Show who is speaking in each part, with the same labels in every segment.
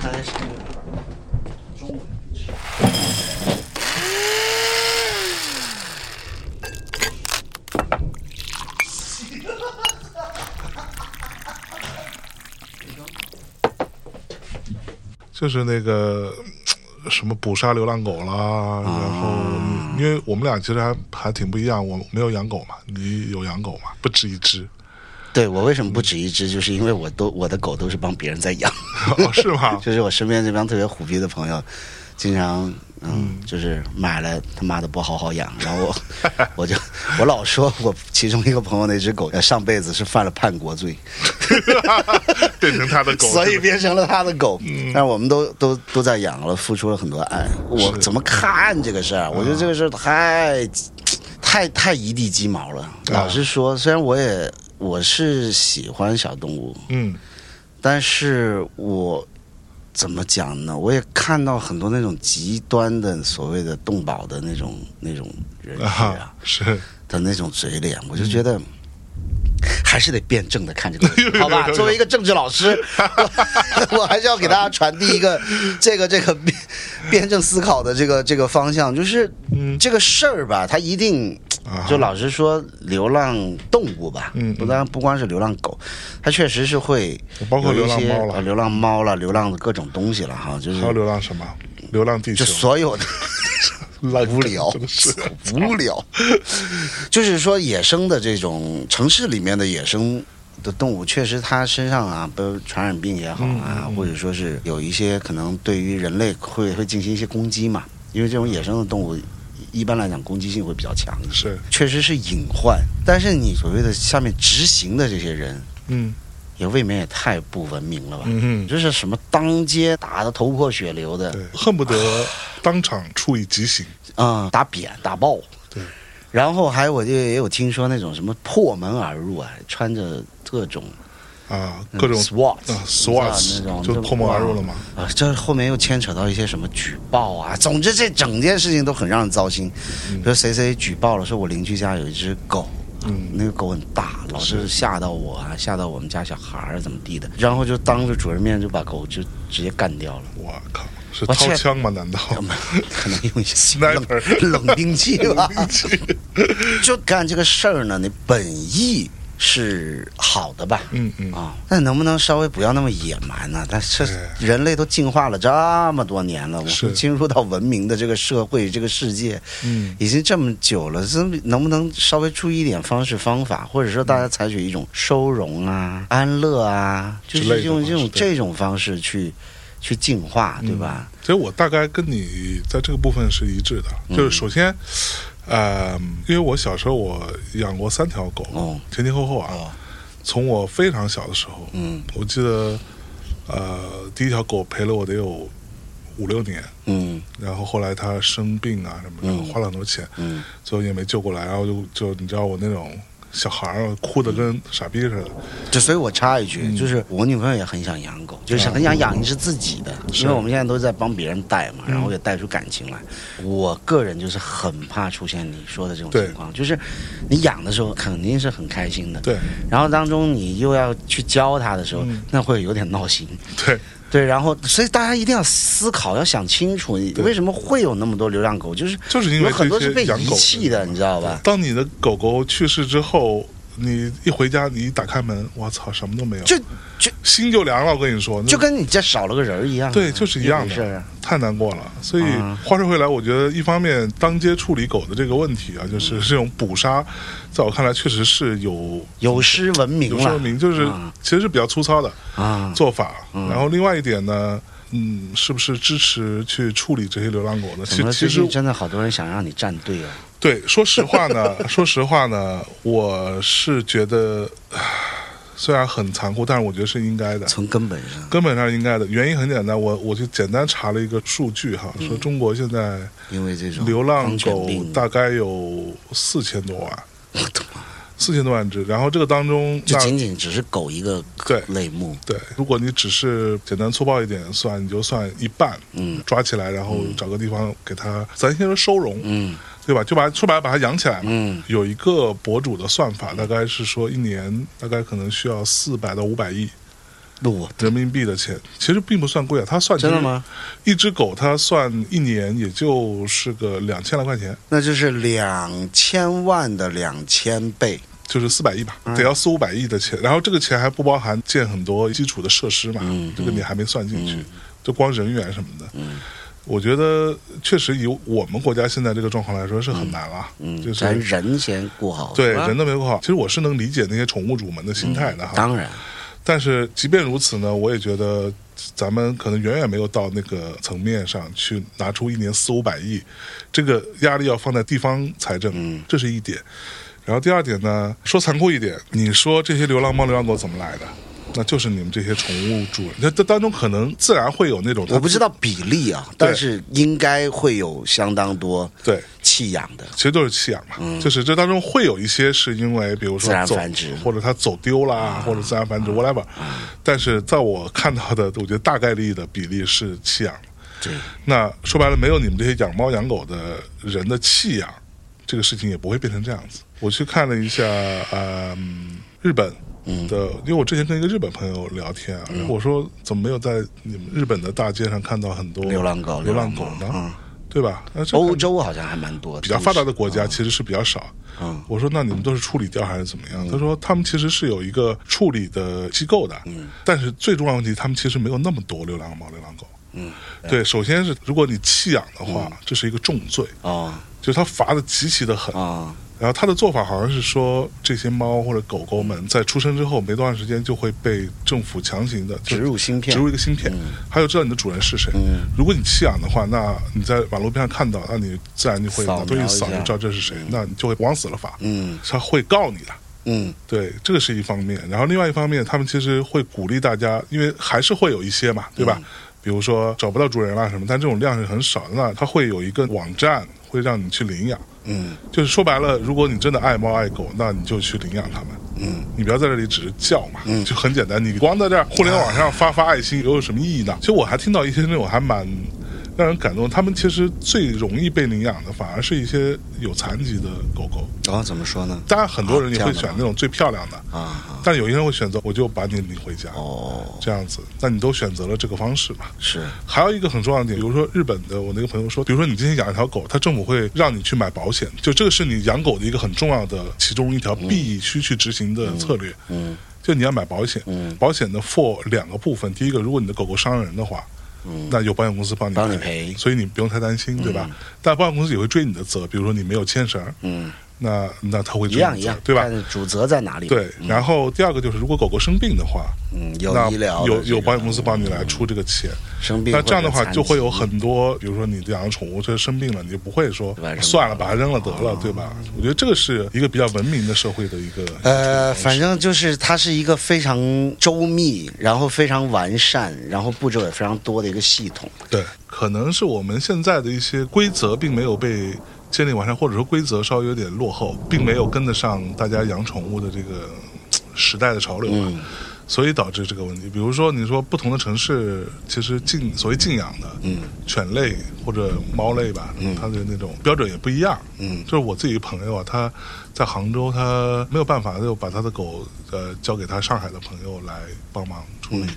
Speaker 1: 他在上面玩儿。中午
Speaker 2: 就是那个呃什么捕杀流浪狗啦，然后
Speaker 1: 啊
Speaker 2: 因为我们俩其实还还挺不一样，我没有养狗嘛，你有养狗嘛？不止一只，
Speaker 1: 对我为什么不止一只，就是因为我都我的狗都是帮别人在养，
Speaker 2: 哦，是吗？
Speaker 1: 就是我身边这帮特别虎逼的朋友，经常嗯，就是买了他妈的不好好养，然后我 我就我老说我其中一个朋友那只狗上辈子是犯了叛国罪，
Speaker 2: 变成他的狗，
Speaker 1: 所以变成了他的狗。但是我们都都都在养了，付出了很多爱。我怎么看这个事儿？我觉得这个事儿太太太一地鸡毛了。老实说，虽然我也我是喜欢小动物，
Speaker 2: 嗯
Speaker 1: 但是我怎么讲呢？我也看到很多那种极端的所谓的动保的那种那种人士啊
Speaker 2: 啊，是
Speaker 1: 的那种嘴脸，我就觉得。还是得辩证的看这个问
Speaker 2: 有
Speaker 1: 题，
Speaker 2: 有
Speaker 1: 好吧？
Speaker 2: 有有
Speaker 1: 作为一个政治老师，我 我还是要给大家传递一 个这个这个辩辩证思考的这个这个方向，就是
Speaker 2: 嗯
Speaker 1: 这个事儿吧，它一定
Speaker 2: 啊
Speaker 1: 就老实说，流浪动物吧，
Speaker 2: 嗯嗯
Speaker 1: 不但不光是流浪狗，它确实是会
Speaker 2: 包括
Speaker 1: 有一
Speaker 2: 流浪
Speaker 1: 些
Speaker 2: 猫了
Speaker 1: 呃流浪猫了，流浪的各种东西了哈，就是
Speaker 2: 还有流浪什么？流浪地
Speaker 1: 就
Speaker 2: 球，
Speaker 1: 所有 的无聊
Speaker 2: 真的是，
Speaker 1: 无聊，就是说野生的这种城市里面的野生的动物，确实它身上啊，不是传染病也好啊，或者说是有一些可能对于人类会会进行一些攻击嘛，因为这种野生的动物。一般来讲，攻击性会比较强一些，
Speaker 2: 是
Speaker 1: 确实是隐患。但是你所谓的下面执行的这些人，
Speaker 2: 嗯
Speaker 1: 也未免也太不文明了吧？
Speaker 2: 嗯嗯，
Speaker 1: 这是什么当街打的头破血流的，
Speaker 2: 对，恨不得当场处以极刑。
Speaker 1: 啊，打扁打爆。
Speaker 2: 对，
Speaker 1: 然后还我就也有听说那种什么破门而入啊，穿着各种
Speaker 2: 啊，
Speaker 1: 嗯
Speaker 2: 各种
Speaker 1: SWAT
Speaker 2: 啊
Speaker 1: 你知道那种
Speaker 2: ，SWAT 就破门而入了嘛。
Speaker 1: 啊，这后面又牵扯到一些什么举报啊，总之这整件事情都很让人糟心。比如谁谁举报了，说我邻居家有一只狗。
Speaker 2: 嗯
Speaker 1: 那个狗很大，老是吓到我啊，吓到我们家小孩儿啊怎么地的，然后就当着主人面就把狗就直接干 掉了。
Speaker 2: 我靠，是
Speaker 1: 我去
Speaker 2: 掏枪吗？难道？
Speaker 1: 可能用一些冷
Speaker 2: Sniper
Speaker 1: 冷兵器吧。 就干这个事儿呢，你本意是好的吧？
Speaker 2: 嗯嗯
Speaker 1: 啊，那能不能稍微不要那么野蛮呢、但是
Speaker 2: 对
Speaker 1: 人类都进化了这么多年了，我
Speaker 2: 是
Speaker 1: 们进入到文明的这个社会、这个世界，
Speaker 2: 嗯，
Speaker 1: 已经这么久了，这能不能稍微注意一点方式方法，或者说大家采取一种收容啊、安乐啊，就
Speaker 2: 嗯之类
Speaker 1: 是
Speaker 2: 的
Speaker 1: 用这种
Speaker 2: 方式对
Speaker 1: 这种方式去去进化，对吧？
Speaker 2: 其实我大概跟你在这个部分是一致
Speaker 1: 嗯
Speaker 2: 的，就是首先，呃，因为我小时候我养过三条狗
Speaker 1: 哦，
Speaker 2: 前前后后啊，从我非常小的时候，
Speaker 1: 嗯
Speaker 2: 我记得，呃，第一条狗陪了我得有五六年，
Speaker 1: 嗯
Speaker 2: 然后后来它生病啊什么的，
Speaker 1: 嗯
Speaker 2: 花了很多钱，
Speaker 1: 嗯
Speaker 2: 最后也没救过来，然后就就你知道我那种小孩儿哭的
Speaker 1: 嗯
Speaker 2: 跟傻逼似的，
Speaker 1: 就所以，我插一句，
Speaker 2: 嗯
Speaker 1: 就是我女朋友也很想养狗，就是很想
Speaker 2: 哦
Speaker 1: 养一只自己的，因为我们现在都在帮别人带嘛，
Speaker 2: 嗯
Speaker 1: 然后也带出感情来。我个人就是很怕出现你说的这种
Speaker 2: 对
Speaker 1: 情况，就是你养的时候肯定是很开心的，
Speaker 2: 对
Speaker 1: 然后当中你又要去教它的时候，
Speaker 2: 嗯
Speaker 1: 那会有点闹心。
Speaker 2: 对，
Speaker 1: 对，然后所以大家一定要思考，要想清楚，你
Speaker 2: 对
Speaker 1: 为什么会有那么多流浪狗，就是
Speaker 2: 就是因为
Speaker 1: 有很多
Speaker 2: 这
Speaker 1: 是
Speaker 2: 些
Speaker 1: 被
Speaker 2: 养
Speaker 1: 遗
Speaker 2: 狗
Speaker 1: 弃的，你知道吧？
Speaker 2: 当你的狗狗去世之后，你一回家，你一打开门，我操，什么都没有，
Speaker 1: 就就
Speaker 2: 心就凉了。我跟你说，那
Speaker 1: 就跟你家少了个人儿一样啊，
Speaker 2: 对，就是一样
Speaker 1: 回事儿
Speaker 2: 的
Speaker 1: 啊。，
Speaker 2: 太难过了。所以
Speaker 1: 啊
Speaker 2: 话说回来，我觉得一方面当街处理狗的这个问题啊，
Speaker 1: 嗯
Speaker 2: 就是这种捕杀，在我看来确实是有
Speaker 1: 有失文明
Speaker 2: 有
Speaker 1: 了，
Speaker 2: 说明，就是
Speaker 1: 啊
Speaker 2: 其实是比较粗糙的
Speaker 1: 啊，
Speaker 2: 做法。然后另外一点呢，嗯，是不是支持去处理这些流浪狗呢？
Speaker 1: 怎
Speaker 2: 其
Speaker 1: 么
Speaker 2: 其
Speaker 1: 最
Speaker 2: 实
Speaker 1: 近真的好多人想让你站队啊？
Speaker 2: 对，说实话呢， 说实话呢，我是觉得，唉虽然很残酷，但是我觉得是应该的，
Speaker 1: 从根本上，
Speaker 2: 根本上应该的。原因很简单，我我就简单查了一个数据哈，
Speaker 1: 嗯
Speaker 2: 说中国现在
Speaker 1: 因为这种
Speaker 2: 流浪
Speaker 1: 狂犬
Speaker 2: 狗
Speaker 1: 病
Speaker 2: 大概有四千多万，
Speaker 1: 我的妈
Speaker 2: 四千多万只，然后这个当中
Speaker 1: 就
Speaker 2: 那
Speaker 1: 仅仅只是狗一个
Speaker 2: 对
Speaker 1: 类目，
Speaker 2: 对，如果你只是简单粗暴一点算，你就算一半，
Speaker 1: 嗯
Speaker 2: 抓起来，然后找个地方给它，咱先说收容，
Speaker 1: 嗯
Speaker 2: 对吧？就把说白了把它养起来嘛。
Speaker 1: 嗯
Speaker 2: 有一个博主的算法，大概是说一年大概可能需要四百到五百亿
Speaker 1: 路
Speaker 2: 人民币的钱，其实并不算贵啊，它算
Speaker 1: 真的？吗？
Speaker 2: 一只狗它算一年也就是个两千来块钱，
Speaker 1: 那就是两千万的两千倍，
Speaker 2: 就是四百亿吧，
Speaker 1: 嗯
Speaker 2: 得要四五百亿的钱，然后这个钱还不包含建很多基础的设施嘛，
Speaker 1: 嗯
Speaker 2: 这个你还没算进去，就光人员什么的。我觉得确实以我们国家现在这个状况来说是很难了，
Speaker 1: 嗯，
Speaker 2: 就是
Speaker 1: 咱人先顾好，
Speaker 2: 对
Speaker 1: 是吧
Speaker 2: 人都没有好。其实我是能理解那些宠物主们的心态的哈，
Speaker 1: 当然，
Speaker 2: 但是即便如此呢，我也觉得咱们可能远远没有到那个层面上去拿出一年四五百亿，这个压力要放在地方财
Speaker 1: 嗯
Speaker 2: 政，这是一点。然后第二点呢，说残酷一点，你说这些流浪猫、流浪狗怎么来的？那就是你们这些宠物主人，那这当中可能自然会有那种
Speaker 1: 我不知道比例啊，但是应该会有相当多
Speaker 2: 对。
Speaker 1: 弃养的，
Speaker 2: 其实都是弃养嘛，就是这当中会有一些是因为，比如
Speaker 1: 嗯自
Speaker 2: 说
Speaker 1: 然
Speaker 2: 走
Speaker 1: 繁殖啊
Speaker 2: 或者它走丢啦，或者自然繁殖 whatever，但是在我看到的，我觉得大概率的比例是弃养。
Speaker 1: 对，
Speaker 2: 那说白了，没有你们这些养猫养狗的人的弃养，这个事情也不会变成这样子。我去看了一下，呃，嗯日本的，因为我之前跟一个日本朋友聊天啊，
Speaker 1: 嗯
Speaker 2: 然后我说怎么没有在你们日本的大街上看到很多
Speaker 1: 流浪狗
Speaker 2: 流浪狗
Speaker 1: 流
Speaker 2: 呢？
Speaker 1: 浪猫嗯
Speaker 2: 对吧？那这可
Speaker 1: 欧
Speaker 2: 能
Speaker 1: 洲好像还蛮多的，
Speaker 2: 比较发达的国家其实是比较少。
Speaker 1: 嗯
Speaker 2: 我说那你们都是处理掉还是怎么样？他说他们其实是有一个处理的机构的，但是最重要的问题，他们其实没有那么多流浪猫、流浪狗。
Speaker 1: 嗯，
Speaker 2: 对，首先是如果你弃养的话，这是一个重罪，
Speaker 1: 哦
Speaker 2: 就是他罚的极其的狠。
Speaker 1: 哦，
Speaker 2: 然后他的做法好像是说，这些猫或者狗狗
Speaker 1: 嗯
Speaker 2: 们在出生之后没多长时间就会被政府强行的
Speaker 1: 植入芯片嗯
Speaker 2: 植，入一个芯片，还有知道你的主人是谁。如果你弃养的话，那你在马路边上看到，那你自然就会
Speaker 1: 扫
Speaker 2: 脑对
Speaker 1: 描
Speaker 2: 一
Speaker 1: 一
Speaker 2: 扫
Speaker 1: 下
Speaker 2: 就知道这是谁，那你就会往死了罚，
Speaker 1: 嗯
Speaker 2: 他会告你的。
Speaker 1: 嗯
Speaker 2: 对，这个是一方面。然后另外一方面，他们其实会鼓励大家，因为还是会有一些嘛，对
Speaker 1: 嗯
Speaker 2: 吧？比如说找不到主人啦什么，但这种量是很少的，那他会有一个网站会让你去领养。
Speaker 1: 嗯
Speaker 2: 就是说白了，如果你真的爱猫爱狗，那你就去领养它们。
Speaker 1: 嗯，
Speaker 2: 你不要在这里只是叫嘛，就很简单。你光在这儿互联网上发发爱心，又有什么意义呢？其实我还听到一些那种还蛮让人感动，他们其实最容易被领养的，反而是一些有残疾的狗狗。
Speaker 1: 然哦后怎么说呢？
Speaker 2: 当然，很多人也
Speaker 1: 啊这
Speaker 2: 会
Speaker 1: 样的
Speaker 2: 选那种最漂亮的，
Speaker 1: 啊啊
Speaker 2: 但有些人会选择我就把你领回家，
Speaker 1: 哦，
Speaker 2: 这样子。那你都选择了这个方式嘛？
Speaker 1: 是
Speaker 2: 还有一个很重要的点，比如说日本的，我那个朋友说，比如说你今天养一条狗，它政府会让你去买保险，就这个是你养狗的一个很重要的其中一条必须去执行的策略。
Speaker 1: 嗯
Speaker 2: 就你要买保险，
Speaker 1: 嗯
Speaker 2: 保险呢 for 两个部分，第一个，如果你的狗狗伤人的话，
Speaker 1: 嗯
Speaker 2: 那有保险公司帮你
Speaker 1: 帮你赔
Speaker 2: 所以你不用太担心，对吧？但保险公司也会追你的责，比如说你没有牵绳，
Speaker 1: 嗯，
Speaker 2: 那那他会
Speaker 1: 一
Speaker 2: 追
Speaker 1: 样
Speaker 2: 你
Speaker 1: 一
Speaker 2: 责
Speaker 1: 样，
Speaker 2: 对吧
Speaker 1: 但？是主责在哪里？
Speaker 2: 对，然后第二个就是，如果狗狗生病的话，
Speaker 1: 嗯，有
Speaker 2: 那
Speaker 1: 医疗的
Speaker 2: 有
Speaker 1: 这
Speaker 2: 有
Speaker 1: 种
Speaker 2: 保险公司帮你来出这个钱。
Speaker 1: 生病，
Speaker 2: 那这样的话，就会有很多，比如说你养的宠物这生病了，你就不会说
Speaker 1: 对吧扔了嗯
Speaker 2: 算了，把它扔了得了，对吧？我觉得这个是一个比较文明的社会的一个
Speaker 1: 呃，反正就是它是一个非常周密，然后非常完善，然后步骤也非常多的一个系统。
Speaker 2: 对，可能是我们现在的一些规则并没有被建立完善，或者说规则稍微有点落后，并没有跟得上大家养宠物的这个嘖时代的潮流吧。所以导致这个问题，比如说你说不同的城市，其实禁所谓禁养的，嗯，犬类或者猫类吧，嗯，它的那种标准也不一样，
Speaker 1: 嗯
Speaker 2: 就是我自己一个朋友啊，他在杭州，他没有办法就把他的狗呃交给他上海的朋友来帮忙处
Speaker 1: 嗯
Speaker 2: 理，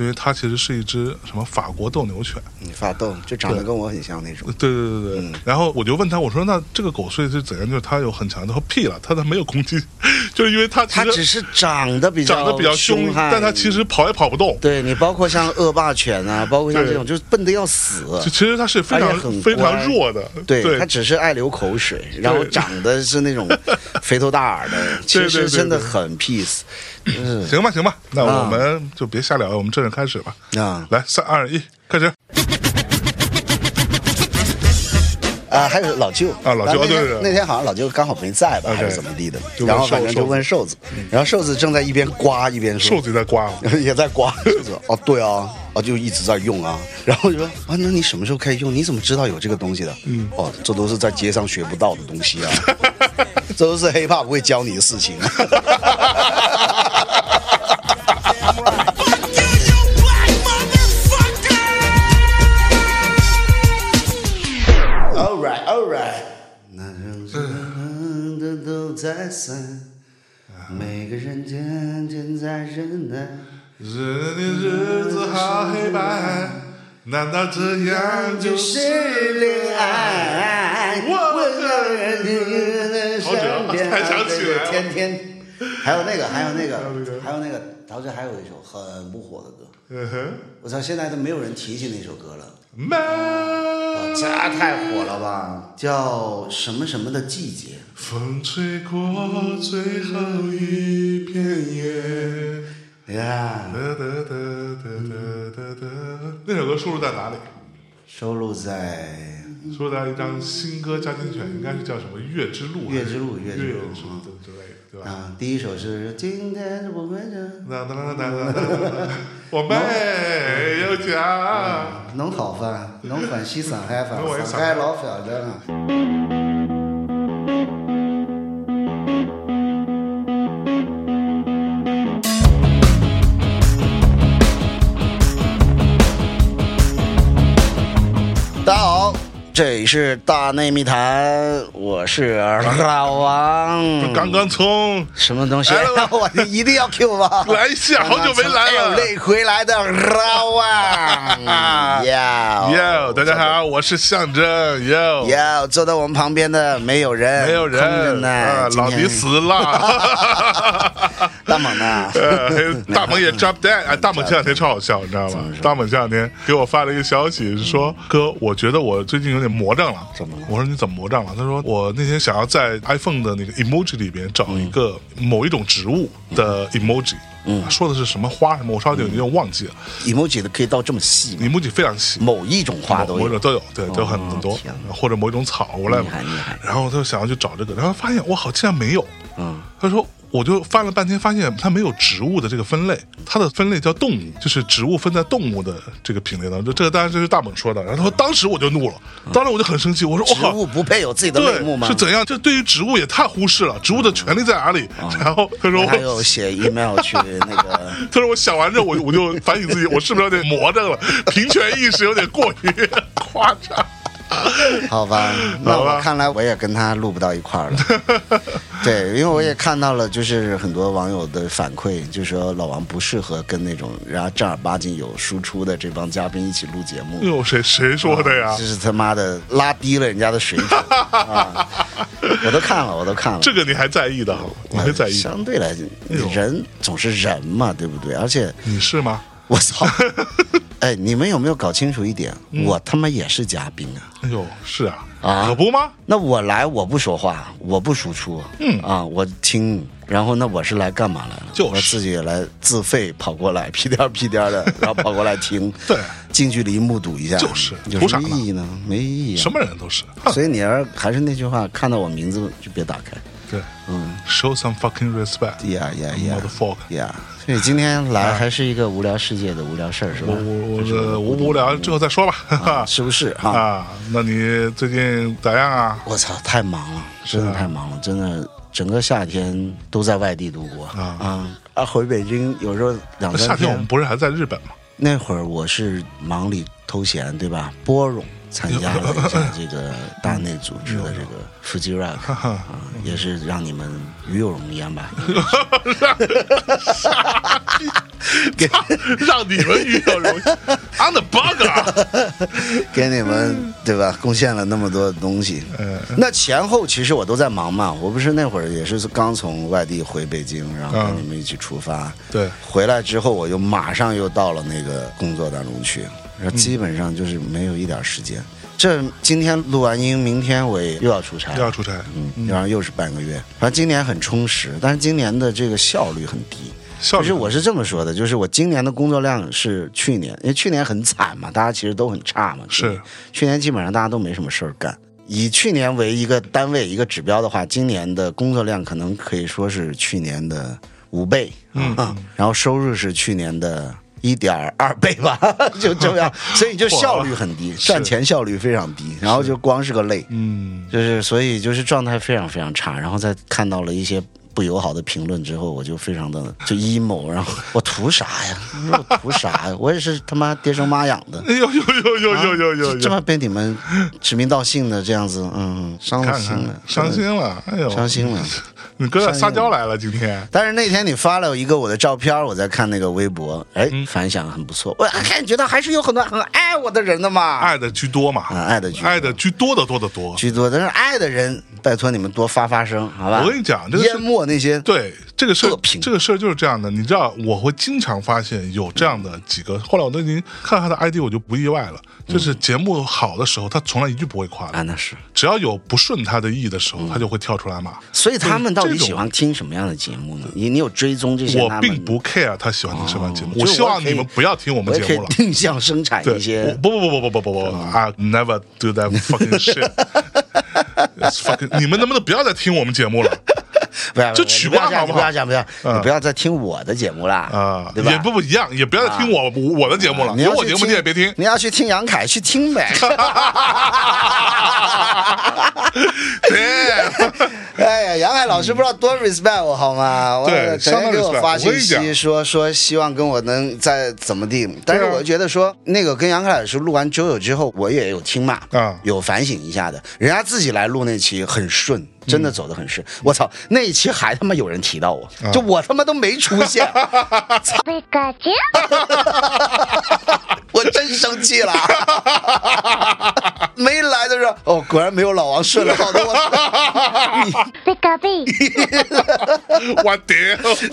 Speaker 2: 因为它其实是一只什么法国斗牛犬，
Speaker 1: 你发豆就长得跟我很像那种，
Speaker 2: 对对对对。
Speaker 1: 嗯
Speaker 2: 然后我就问他，我说那这个狗睡是怎样？就是它有很强的，他说屁了，它它没有攻击， 就是因为它其
Speaker 1: 它只
Speaker 2: 实
Speaker 1: 是长得比较
Speaker 2: 长得比较凶，
Speaker 1: 悍，
Speaker 2: 但它其实跑也跑不动。
Speaker 1: 对你包括像恶霸犬啊，包括像
Speaker 2: 对
Speaker 1: 这种就是笨的要死，
Speaker 2: 其其实它是非
Speaker 1: 而
Speaker 2: 常
Speaker 1: 且很
Speaker 2: 非常
Speaker 1: 乖
Speaker 2: 弱的，
Speaker 1: 对
Speaker 2: 对
Speaker 1: 它只是爱流口水，然后长得是那 种肥头大耳的，其
Speaker 2: 对对
Speaker 1: 实真的
Speaker 2: 对
Speaker 1: 很 peace，嗯
Speaker 2: 行吧行吧，那我
Speaker 1: 啊
Speaker 2: 们就别瞎聊了，我们正式开始吧。
Speaker 1: 啊。
Speaker 2: 来，三二一，开始。
Speaker 1: 啊，还有老舅
Speaker 2: 啊老舅
Speaker 1: 然后那
Speaker 2: 对
Speaker 1: 天
Speaker 2: 对对
Speaker 1: 那天好像老舅刚好没在吧
Speaker 2: OK
Speaker 1: 还是怎么地的
Speaker 2: 就，问
Speaker 1: 然后
Speaker 2: 瘦嗯
Speaker 1: 反正就问瘦子，然后瘦子正在一边刮一边
Speaker 2: 瘦
Speaker 1: 说，
Speaker 2: 子在刮啊我，
Speaker 1: 也在刮，瘦子哦对啊，哦就一直在用啊，然后我就说啊，那你什么时候开始用？你怎么知道有这个东西的？嗯，哦，这都是在街上学不到的东西啊， 这都是 hiphop 不会教你的事情。啊
Speaker 3: You, you black motherfucker!
Speaker 1: All right, all right。那人人的都在散，每个人天天在忍耐，
Speaker 2: 人的日子好黑白，难道这样就
Speaker 1: 就是是
Speaker 2: 恋
Speaker 1: 恋
Speaker 2: 爱？
Speaker 1: 爱，我和你的
Speaker 2: 陶喆还想起来了
Speaker 1: 天天，还有那个，还有那
Speaker 2: 还有那
Speaker 1: 个
Speaker 2: 个，
Speaker 1: 还有那个，陶喆还有一首很不火的歌，
Speaker 2: 嗯哼，
Speaker 1: 我操，现在都没有人提起那首歌了，
Speaker 2: 慢，
Speaker 1: 这太火了吧？叫什么什么的季节？
Speaker 2: 风吹过最后一片叶。
Speaker 1: 呀、
Speaker 2: 哒哒哒哒哒哒哒。那首歌收录在哪里？
Speaker 1: 收录在
Speaker 2: 收录在一张新歌加精选，应该是叫什么《月之路》还是？
Speaker 1: 月之路
Speaker 2: 月
Speaker 1: 月之路
Speaker 2: 什么之类的，对吧？
Speaker 1: 啊，第一首是今天是我们的
Speaker 2: 哒哒哒哒哒哒哒，我没有家。
Speaker 1: 农讨饭，农反西上海 饭，
Speaker 2: 侬还
Speaker 1: 上海老反的了。大家好，这里是大内密谈，我是老王。
Speaker 2: 刚刚从
Speaker 1: 什么东西
Speaker 2: 来了？
Speaker 1: 我一定要 Q 吧！
Speaker 2: 来一下好久没来了
Speaker 1: 哎累回来的老 王呀
Speaker 2: 哟，大家好，我是象征哟，
Speaker 1: 呀！坐在我们旁边的没有人，
Speaker 2: 没有
Speaker 1: 空着
Speaker 2: 人，啊
Speaker 1: 呢。今
Speaker 2: 老
Speaker 1: 天
Speaker 2: 迪 死了。
Speaker 1: 大啊猛呢？
Speaker 2: 呃，大猛也 drop dead，哎，大猛前两天超好笑，你知道吗？大猛前两天给我发了一个消息，是说哥，我觉得我最近有点魔障了。
Speaker 1: 嗯怎么了
Speaker 2: 我说你怎么魔障了？他说我那天想要在 iPhone 的那个 emoji 里边找一个
Speaker 1: 嗯
Speaker 2: 某一种植物的 emoji，嗯，说的是什么花什么，我稍微有
Speaker 1: 嗯
Speaker 2: 点忘记了。
Speaker 1: emoji 的可以到这么细吗？
Speaker 2: emoji 非常细，
Speaker 1: 某一种花都
Speaker 2: 某一
Speaker 1: 有
Speaker 2: 种都有，对，都有很
Speaker 1: 哦
Speaker 2: 很多
Speaker 1: 天，
Speaker 2: 或者某一种草，whatever，
Speaker 1: 厉害厉害
Speaker 2: 然后他就想要去找这个，然后发现我好竟然没有，
Speaker 1: 嗯，
Speaker 2: 他说我就翻了半天，发现它没有植物的这个分类，它的分类叫动物，就是植物分在动物的这个品类当中，这个当然这是大猛说的，然后他说当时我就怒了，当时我就很生气，我说
Speaker 1: 嗯
Speaker 2: 我
Speaker 1: 植
Speaker 2: 靠。
Speaker 1: 物不配有自己的类目
Speaker 2: 对，
Speaker 1: 吗？
Speaker 2: 是怎样？这对于植物也太忽视了，植物的权利在哪里？然后他说
Speaker 1: 嗯那
Speaker 2: 我
Speaker 1: 还有写 email 去那个。
Speaker 2: 他说我想完之后，我我就反省自己，我是不是有点魔怔了？平权意识有点过于 夸张。
Speaker 1: 好 吧，那
Speaker 2: 好吧
Speaker 1: 我看来我也跟他录不到一块儿 了。对，因为我也看到了，就是很多网友的反馈，就说老王不适合跟那种然后正儿八经有输出的这帮嘉宾一起录节目。
Speaker 2: 哟，谁谁说的嗯呀
Speaker 1: 这？是他妈的拉低了人家的 水准啊！我都看了，我都看了。
Speaker 2: 这个你还在意的哈？你会在意？
Speaker 1: 相对来讲，
Speaker 2: 呦
Speaker 1: 人总是人嘛，对不对？而且
Speaker 2: 你是吗？
Speaker 1: 我 操，哎，你们有没有搞清楚一点？
Speaker 2: 嗯
Speaker 1: 我他妈也是嘉宾啊！
Speaker 2: 哎呦，是啊，
Speaker 1: 啊
Speaker 2: 可不吗？
Speaker 1: 那我来，我不说话，我不输出，嗯啊，我听。然后那我是来干嘛来了？
Speaker 2: 就是
Speaker 1: 我自己也来自费跑过来， 屁颠儿屁颠儿的，然后跑过来听，
Speaker 2: 对，
Speaker 1: 近距离目睹一下，
Speaker 2: 就是
Speaker 1: 有
Speaker 2: 图
Speaker 1: 什
Speaker 2: 啥
Speaker 1: 么
Speaker 2: 呢
Speaker 1: 意义呢？没意义、啊。
Speaker 2: 什么人都是。
Speaker 1: 所以你要是还是那句话，看到我名字就别打开。
Speaker 2: 对，嗯，show some fucking respect。
Speaker 1: 呀呀呀
Speaker 2: Motherfucker
Speaker 1: 呀！所以今天来还是一个无聊世界的无聊事儿，是吧
Speaker 2: 哎我？我我我无聊，最后再说吧。哈哈
Speaker 1: 是不是哈？
Speaker 2: 啊，那你最近咋样啊？
Speaker 1: 我操，太忙了，真的太忙了，真的，整个夏天都在外地度过
Speaker 2: 啊
Speaker 1: 啊啊！回北京有时候两
Speaker 2: 夏
Speaker 1: 三
Speaker 2: 天我们不是还在日本吗？
Speaker 1: 那会儿我是忙里偷闲，对吧？播种参加了一下这个大内组织的这个 Fuji Rock 啊，也是让你们与有荣焉吧。给
Speaker 2: 让你们遇到容易，I'm the bugger。
Speaker 1: 给你们对吧，贡献了那么多东西。
Speaker 2: 嗯
Speaker 1: 那前后其实我都在忙嘛，我不是那会儿也是刚从外地回北京，然后
Speaker 2: 嗯
Speaker 1: 跟你们一起出发。
Speaker 2: 对，
Speaker 1: 回来之后，我又马上又到了那个工作当中去，然后基本上就是没有一点时间。这今天录完音，明天我也又要出差
Speaker 2: 又，要出差，
Speaker 1: 嗯，然后又是半个月。反正今年很充实，但是今年的这个效率很低。
Speaker 2: 效
Speaker 1: 其
Speaker 2: 率
Speaker 1: 实我是这么说的，就是我今年的工作量是去年，因为去年很惨嘛，大家其实都很差嘛。
Speaker 2: 是
Speaker 1: 对去年基本上大家都没什么事儿干。以去年为一个单位一个指标的话，今年的工作量可能可以说是去年的五倍，
Speaker 2: 嗯
Speaker 1: 啊，然后收入是去年的一点二倍吧， 就这样，所以就效率很低，
Speaker 2: 是
Speaker 1: 赚钱效率非常低，然后就光是个累，
Speaker 2: 嗯，
Speaker 1: 就是所以就是状态非常非常差，然后在看到了一些不友好的评论之后，我就非常的就 emo，然后我图啥呀？ 我图啥呀？我也是他妈爹生妈养的，
Speaker 2: 哎呦呦呦呦呦呦呦
Speaker 1: 这
Speaker 2: 呦，
Speaker 1: 么被你们指名道姓的这样子，嗯，伤了
Speaker 2: 看
Speaker 1: 心
Speaker 2: 看
Speaker 1: 了，
Speaker 2: 伤心了，哎呦，
Speaker 1: 伤心了。 嗯
Speaker 2: 你哥俩撒娇来了今天，
Speaker 1: 但是那天你发了一个我的照片，我在看那个微博，哎，反响很不错。我感觉到还是有很多很爱我的人的嘛，
Speaker 2: 嗯爱的居多嘛，
Speaker 1: 啊爱的居多
Speaker 2: 爱的居多的多的多。
Speaker 1: 居多。但是爱的人，拜托你们多发发声，好吧？
Speaker 2: 我跟你讲这个是
Speaker 1: 淹没那些
Speaker 2: 对这个事儿
Speaker 1: 恶，评
Speaker 2: 这个事儿就是这样的。你知道，我会经常发现有这样的几个，后来我都已经看他的 ID，我就不意外了。就是节目好的时候，他从来一句不会夸的，
Speaker 1: 嗯啊，那嗯是。
Speaker 2: 只要有不顺他的意的时候，他就会跳出来骂。
Speaker 1: 所以他们到
Speaker 2: 这
Speaker 1: 底
Speaker 2: 种
Speaker 1: 喜欢听什么样的节目呢？你你有追踪这些
Speaker 2: 我
Speaker 1: 他们？
Speaker 2: 并不 care 他喜欢听什么样的节目，
Speaker 1: 就
Speaker 2: 我
Speaker 1: 是
Speaker 2: 希望
Speaker 1: 可以
Speaker 2: 你们不要听我们
Speaker 1: 我也
Speaker 2: 节
Speaker 1: 可以
Speaker 2: 目了。
Speaker 1: 定向生产
Speaker 2: 对
Speaker 1: 一些，
Speaker 2: 我不不不不不不不不，I never do that fucking shit。It's fucking，你们能不能不要再听我们节目了？
Speaker 1: 不要
Speaker 2: 就
Speaker 1: 不要
Speaker 2: 取
Speaker 1: 你不要
Speaker 2: 关
Speaker 1: 这样你不要这样，
Speaker 2: 好不好
Speaker 1: 不要你不要再听我的节目啦，
Speaker 2: 啊，
Speaker 1: 对吧？啊
Speaker 2: 也不不一样，也不要再听我我我的节目了，
Speaker 1: 你
Speaker 2: 有
Speaker 1: 要
Speaker 2: 我
Speaker 1: 去
Speaker 2: 节目你也别 听。
Speaker 1: 你要去听杨凯，去听呗。
Speaker 2: 对，
Speaker 1: 哎呀，杨海老师不知道多 respect 我好吗？我
Speaker 2: 对
Speaker 1: 成天给我发信
Speaker 2: 相当 respect，我跟
Speaker 1: 息
Speaker 2: 你
Speaker 1: 说说希望跟我能再怎么地，但是
Speaker 2: 对啊
Speaker 1: 我觉得说那个跟杨凯老师录完九九之后，我也有听嘛，
Speaker 2: 啊
Speaker 1: 有反省一下的。人家自己来录那期很顺，
Speaker 2: 嗯
Speaker 1: 真的走得很顺。我操，那一期还他妈有人提到我，
Speaker 2: 啊
Speaker 1: 就我他妈都没出现，
Speaker 3: Pikachu.
Speaker 1: 我真生气了。 没来的时候，哦，果然没有老王顺了，好多我操。你
Speaker 3: Pika Bee.
Speaker 2: 我屌，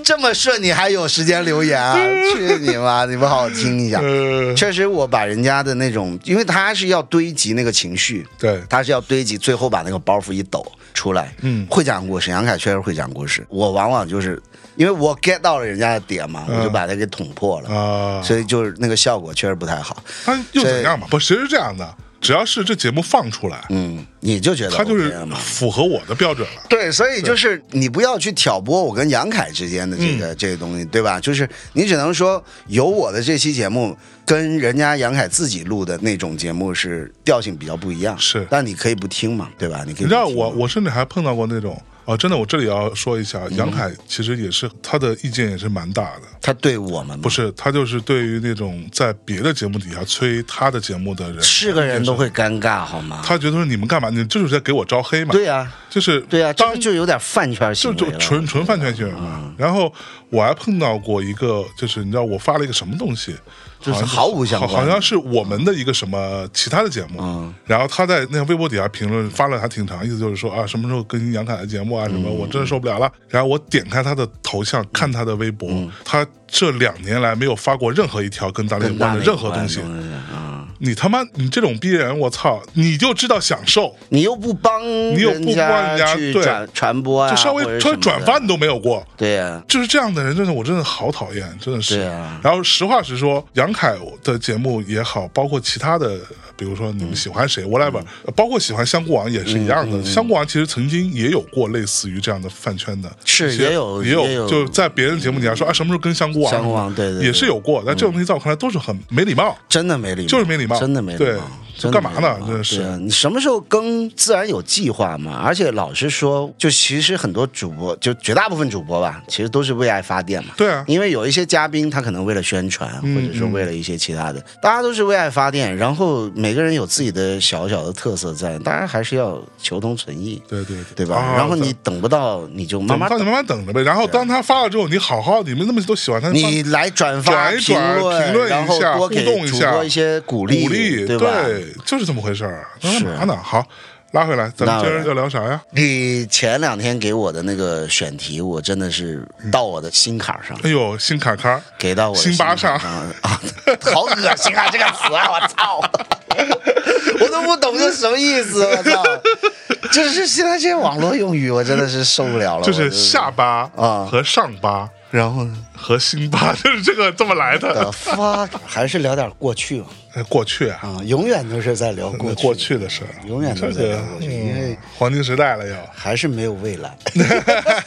Speaker 1: 这么顺，你还有时间留言 啊？去你妈！你不好好听一下。
Speaker 2: 呃，
Speaker 1: 确实，我把人家的那种，因为他是要堆积那个情绪，
Speaker 2: 对
Speaker 1: 他是要堆积，最后把那个包袱一抖出来。
Speaker 2: 嗯
Speaker 1: 会讲故事，杨凯确实会讲故事。我往往就是因为我 get 到了人家的点嘛，
Speaker 2: 嗯
Speaker 1: 我就把他给捅破了，
Speaker 2: 啊，
Speaker 1: 所以就是那个效果确实不太好。
Speaker 2: 他又怎样嘛？不，其实是这样的，只要是这节目放出来，
Speaker 1: 嗯，你就觉得
Speaker 2: 他就
Speaker 1: OK
Speaker 2: 是
Speaker 1: 了嘛？
Speaker 2: 符合我的标准了。
Speaker 1: 对，所以就是你不要去挑拨我跟杨凯之间的
Speaker 2: 嗯
Speaker 1: 这个、这个东西，对吧？就是你只能说有我的这期节目跟人家杨凯自己录的那种节目是调性比较不一样，
Speaker 2: 是
Speaker 1: 但你可以不听嘛，对吧？你可以
Speaker 2: 你
Speaker 1: 不
Speaker 2: 知道
Speaker 1: 听
Speaker 2: 我
Speaker 1: 嘛
Speaker 2: 我甚至还碰到过那种啊，真的，我这里要说一下，
Speaker 1: 嗯
Speaker 2: 杨凯其实也是他的意见也是蛮大的，
Speaker 1: 他对我们
Speaker 2: 不
Speaker 1: 不
Speaker 2: 是他就是对于那种在别的节目底下催他的节目的人，
Speaker 1: 是个人都会尴尬好吗？
Speaker 2: 他觉得说你们干嘛？你这就是在给我招黑嘛？
Speaker 1: 对呀、啊，
Speaker 2: 就是
Speaker 1: 对呀、啊，这
Speaker 2: 当
Speaker 1: 个就有点饭圈行
Speaker 2: 就
Speaker 1: 为
Speaker 2: 就
Speaker 1: 了嗯
Speaker 2: 纯纯饭圈行为嘛。然后我还碰到过一个，就是你知道我发了一个什么东西，
Speaker 1: 就是
Speaker 2: 好像
Speaker 1: 毫无相关嗯
Speaker 2: 好好像是我们的一个什么其他的节目。然后他在那个微博底下评论发了还挺长，意思就是说啊，什么时候更新杨凯的节目啊什
Speaker 1: 嗯
Speaker 2: 么，我真的受不了了。然后我点开他的头像，看他的微博，他这两年来没有发过任何一条跟大连
Speaker 1: 跟
Speaker 2: 有
Speaker 1: 嗯大
Speaker 2: 关
Speaker 1: 美
Speaker 2: 的任何东西。
Speaker 1: 嗯
Speaker 2: 你他妈，你这种逼人，我操，你就知道享受。
Speaker 1: 你又不帮
Speaker 2: 又不帮人家
Speaker 1: 去
Speaker 2: 对
Speaker 1: 转传播啊，
Speaker 2: 就稍
Speaker 1: 或
Speaker 2: 微
Speaker 1: 者
Speaker 2: 稍
Speaker 1: 什
Speaker 2: 微
Speaker 1: 么
Speaker 2: 转
Speaker 1: 的
Speaker 2: 发，你都没有过，
Speaker 1: 对呀、
Speaker 2: 就是这样的人，真的我真的好讨厌，真的是。
Speaker 1: 对啊
Speaker 2: 然后实话实说，杨凯的节目也好，包括其他的，比如说你们喜欢
Speaker 1: 嗯
Speaker 2: 谁、whatever，包括喜欢香菇王也是一样的。香菇王其实曾经也有过类似于这样的饭圈的，
Speaker 1: 是
Speaker 2: 一些
Speaker 1: 也有
Speaker 2: 也
Speaker 1: 也有嗯
Speaker 2: 就是在别人节目底下说啊，什么时候跟香菇王？
Speaker 1: 香菇王对对对
Speaker 2: 也是有过。但这种东西在我看来都是很没礼貌。
Speaker 1: 真的没礼貌，
Speaker 2: 就是没礼貌
Speaker 1: 真的没礼貌，
Speaker 2: 对
Speaker 1: 真的
Speaker 2: 干嘛
Speaker 1: 没
Speaker 2: 呢
Speaker 1: 礼貌
Speaker 2: 真的是
Speaker 1: 对啊你什么时候更，自然有计划嘛。而且老实说，就其实很多主播，就绝大部分主播吧，其实都是为爱发电嘛。
Speaker 2: 对啊嗯
Speaker 1: 因为有一些嘉宾，他可能为了宣传，或者说为了一些其他的，大家都是为爱发电。然后每个人有自己的小小的特色在，当然还是要求同存异，
Speaker 2: 对对
Speaker 1: 对吧？
Speaker 2: 啊
Speaker 1: 然后你等不到，你就慢
Speaker 2: 等
Speaker 1: 慢
Speaker 2: 到你
Speaker 1: 等。
Speaker 2: 慢慢等着呗。然后当他发了之后，你好好，你们那么都喜欢他，
Speaker 1: 啊你来转发、
Speaker 2: 转一转
Speaker 1: 论，
Speaker 2: 评论一
Speaker 1: 然后
Speaker 2: 下
Speaker 1: 多
Speaker 2: 互动
Speaker 1: 给
Speaker 2: 一
Speaker 1: 主
Speaker 2: 下
Speaker 1: 播一些鼓励，
Speaker 2: 鼓励，
Speaker 1: 对吧？
Speaker 2: 就是这么回事儿。那
Speaker 1: 是
Speaker 2: 干嘛呢？好，拉回来，咱
Speaker 1: 拉
Speaker 2: 们
Speaker 1: 回
Speaker 2: 今
Speaker 1: 来
Speaker 2: 儿要聊啥呀？
Speaker 1: 你前两天给我的那个选题，我真的是到我的心坎儿上，
Speaker 2: 哎呦，新卡卡，
Speaker 1: 给到我的
Speaker 2: 心巴
Speaker 1: 坎
Speaker 2: 上
Speaker 1: 儿啊，好恶心啊！这个词啊，我操， 我都不懂这什么意思，我操，就是现在这些网络用语，我真的哦是受不了了。
Speaker 2: 就
Speaker 1: 我
Speaker 2: 是
Speaker 1: 真
Speaker 2: 下巴
Speaker 1: 啊
Speaker 2: 和上巴
Speaker 1: 然后 呢
Speaker 2: 和心巴，就是这个这么来的。
Speaker 1: 呃 fuck，还是聊点过去吧，
Speaker 2: 哎过去啊，
Speaker 1: 啊，永远都是在聊过去，
Speaker 2: 过去的事儿，
Speaker 1: 永远都
Speaker 2: 这
Speaker 1: 在聊
Speaker 2: 个
Speaker 1: 过去，因为
Speaker 2: 嗯黄金时代了又
Speaker 1: 还是没有未 来，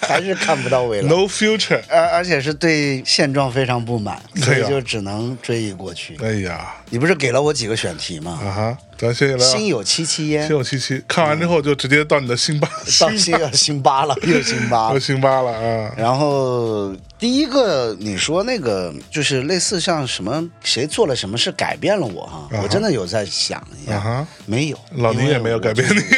Speaker 1: 还是看不到未来。
Speaker 2: ，no future。
Speaker 1: 而而且是对现状非常不满，所
Speaker 2: 对啊
Speaker 1: 以
Speaker 2: 呀
Speaker 1: 就只能追忆过去。
Speaker 2: 哎呀，
Speaker 1: 你不是给了我几个选题吗？
Speaker 2: 啊哈，咱歇息了。
Speaker 1: 心有戚戚焉
Speaker 2: 心，有戚戚，看完之后就直接到你的心巴，
Speaker 1: 到心 有辛巴了，又辛巴
Speaker 2: 到。心巴了啊。
Speaker 1: 然后第一个你说那个就是类似像什么谁做了什么事改变了我哈，我真的有在想一
Speaker 2: 啊
Speaker 1: 下
Speaker 2: 哈，
Speaker 1: 没有，
Speaker 2: 老
Speaker 1: 因
Speaker 2: 倪
Speaker 1: 为
Speaker 2: 也没有
Speaker 1: 我
Speaker 2: 改变
Speaker 1: 就是
Speaker 2: 你，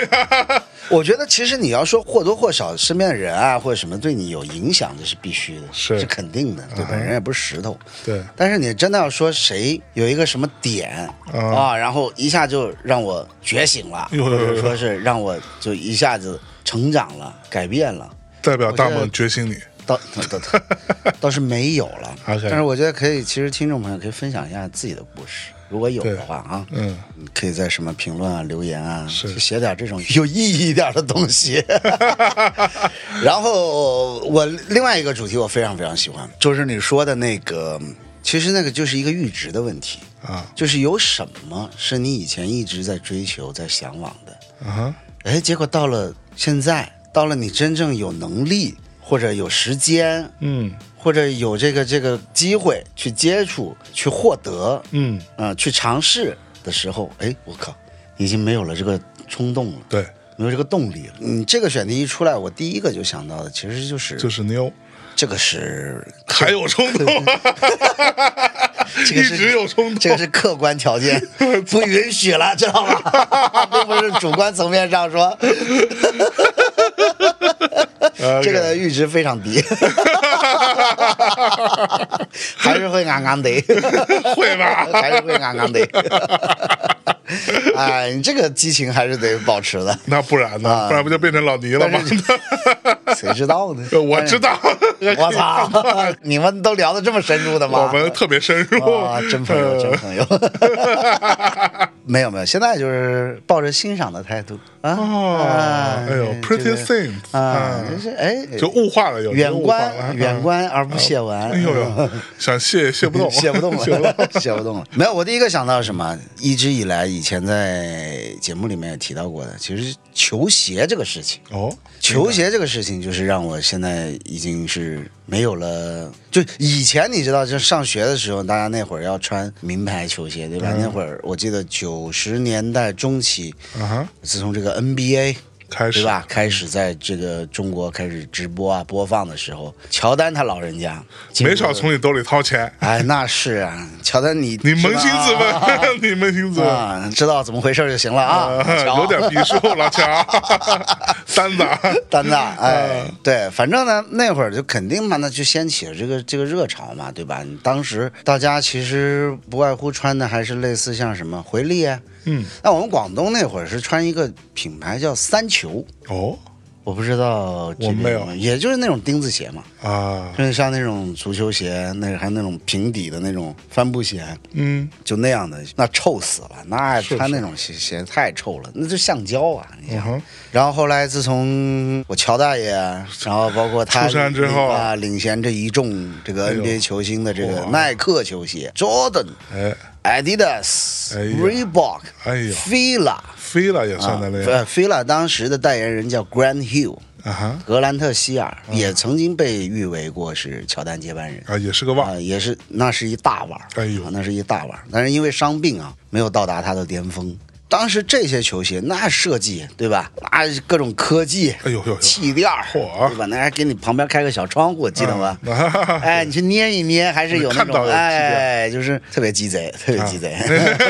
Speaker 1: 我觉得其实你要说或多或少身边的人啊或者什么对你有影响，这是必须的，
Speaker 2: 是嗯
Speaker 1: 肯定的，对吧？人也不是石头。
Speaker 2: 对
Speaker 1: 但是你真的要说谁有一个什么点
Speaker 2: 啊
Speaker 1: 啊，然后一下就让我觉醒了，
Speaker 2: 呦呦
Speaker 1: 或
Speaker 2: 呦
Speaker 1: 者说是让我就一下子成长了、改变了，
Speaker 2: 代表大
Speaker 1: 我觉
Speaker 2: 漠
Speaker 1: 得
Speaker 2: 觉醒你，
Speaker 1: 倒倒倒倒 倒是没有了。
Speaker 2: OK
Speaker 1: 但是我觉得可以，其实听众朋友可以分享一下自己的故事，如果有的话啊，
Speaker 2: 嗯，
Speaker 1: 你可以在什么评论啊、留言啊，
Speaker 2: 是
Speaker 1: 就写点这种有意义一点的东西。然后我另外一个主题我非常非常喜欢，就是你说的那个，其实那个就是一个阈值的问题，
Speaker 2: 啊
Speaker 1: 就是有什么是你以前一直在追求、在向往的，
Speaker 2: 啊哈，
Speaker 1: 哎，结果到了现在，到了你真正有能力或者有时间。
Speaker 2: 嗯
Speaker 1: 或者有这个这个机会去接触、去获得，
Speaker 2: 嗯，
Speaker 1: 啊，去尝试的时候，哎，我靠，已经没有了这个冲动了，
Speaker 2: 对，
Speaker 1: 没有这个动力了。嗯，这个选题一出来，我第一个就想到的其实就是，
Speaker 2: 就是妞，
Speaker 1: 这个是
Speaker 2: 还有 冲动，
Speaker 1: 这
Speaker 2: 一
Speaker 1: 个是
Speaker 2: 直有冲
Speaker 1: 这
Speaker 2: 动
Speaker 1: 个，是客观条 件不允许了，知道吗？并不是主观层面上说，
Speaker 2: 啊
Speaker 1: 这个的阈值非常 低，还是会硬硬的，
Speaker 2: 会吧
Speaker 1: 还是会硬硬 的。哎，你这个激情还是得保持 的，
Speaker 2: 那不然呢？
Speaker 1: 啊
Speaker 2: 不然不就变成老倪了吗
Speaker 1: 但？是谁知道呢？ 哎
Speaker 2: 我知道，
Speaker 1: 我操！ 你们都聊得这么深入的吗？
Speaker 2: 我们特别深入
Speaker 1: 啊，，真朋友，
Speaker 2: 呃
Speaker 1: 真朋友。没有没有，现在就是抱着欣赏的态度啊。
Speaker 2: 哦
Speaker 1: 啊
Speaker 2: 哎呦
Speaker 1: 这个
Speaker 2: ，Pretty Things
Speaker 1: 啊
Speaker 2: 啊，
Speaker 1: 就是哎，
Speaker 2: 就物化了，有
Speaker 1: 远
Speaker 2: 物化了
Speaker 1: 观远。观而不亵玩。
Speaker 2: 哎呦
Speaker 1: 嗯
Speaker 2: 呦，想卸卸不动，
Speaker 1: 写不动
Speaker 2: 卸 不
Speaker 1: 了
Speaker 2: 动，
Speaker 1: 写不动了。没有，我第一个想到什么？一直以来，以前在节目里面也提到过的，其实球鞋这个事情，
Speaker 2: 哦，
Speaker 1: 球鞋这个事情，就是让我现在已经是没有了。就以前你知道，就上学的时候，大家那会儿要穿名牌球鞋，对
Speaker 2: 嗯
Speaker 1: 吧？那会儿我记得九十年代中期，
Speaker 2: 啊哈，
Speaker 1: 自从这个 NBA
Speaker 2: 开始
Speaker 1: 对吧开始在这个中国开始直播啊播放的时候，乔丹他老人家
Speaker 2: 没少。从你兜里掏钱，
Speaker 1: 哎，那是啊，乔丹你
Speaker 2: 你扪心自
Speaker 1: 是吧
Speaker 2: 问， 你扪心自问，
Speaker 1: 啊，知道怎么回事就行了啊。
Speaker 2: 呃
Speaker 1: 乔
Speaker 2: 有点逼数了，强， 单子啊，
Speaker 1: 丹子，哎，对，反正呢，那会儿就肯定嘛，那就掀起了这个这个热潮嘛，对吧？你当时大家其实不外乎穿的还是类似像什么回力啊，
Speaker 2: 嗯，
Speaker 1: 那我们广东那会儿是穿一个品牌叫三球，
Speaker 2: 哦
Speaker 1: 我不知道这边
Speaker 2: 我没有
Speaker 1: 吗也就是那种钉子鞋嘛，
Speaker 2: 啊，
Speaker 1: 就是像那种足球鞋，那还有那种平底的那种帆布鞋，
Speaker 2: 嗯，
Speaker 1: 就那样的，那臭死了，那
Speaker 2: 是
Speaker 1: 穿
Speaker 2: 是
Speaker 1: 那种鞋鞋太臭了，那就橡胶啊，你
Speaker 2: 嗯
Speaker 1: 想。
Speaker 2: 哼，
Speaker 1: 然后后来，自从我乔大爷，然后包括他
Speaker 2: 出山之后
Speaker 1: 啊，领衔这一众这
Speaker 2: 哎
Speaker 1: 个
Speaker 2: 呦
Speaker 1: NBA 球星的这个
Speaker 2: 哇
Speaker 1: 耐克球鞋，Jordan、
Speaker 2: 哎，
Speaker 1: Adidas、
Speaker 2: 哎呀
Speaker 1: Reebok、
Speaker 2: 哎呀
Speaker 1: Fila
Speaker 2: 飞了也
Speaker 1: 啊
Speaker 2: 算在内
Speaker 1: 呃，Fila 当时的代言人叫 Grant Hill，
Speaker 2: 啊哈，
Speaker 1: 格兰特希尔，
Speaker 2: 嗯
Speaker 1: 也曾经被誉为过是乔丹接班人。
Speaker 2: 啊，也是个
Speaker 1: 啊、，
Speaker 2: 腕
Speaker 1: 也是那是一大腕儿，
Speaker 2: 哎呦
Speaker 1: 啊那是一大腕儿。但是因为伤病啊，没有到达他的巅峰。当时这些球鞋那设计对吧？那各种科技，
Speaker 2: 哎呦呦呦
Speaker 1: 气垫儿，
Speaker 2: 嚯
Speaker 1: 对吧？那还给你旁边开个小窗户，记得吗？
Speaker 2: 嗯啊哈哈
Speaker 1: 哎，你去捏一捏，还是有那
Speaker 2: 看到
Speaker 1: 种
Speaker 2: 有气垫
Speaker 1: 哎，就是特别鸡贼，特别鸡贼。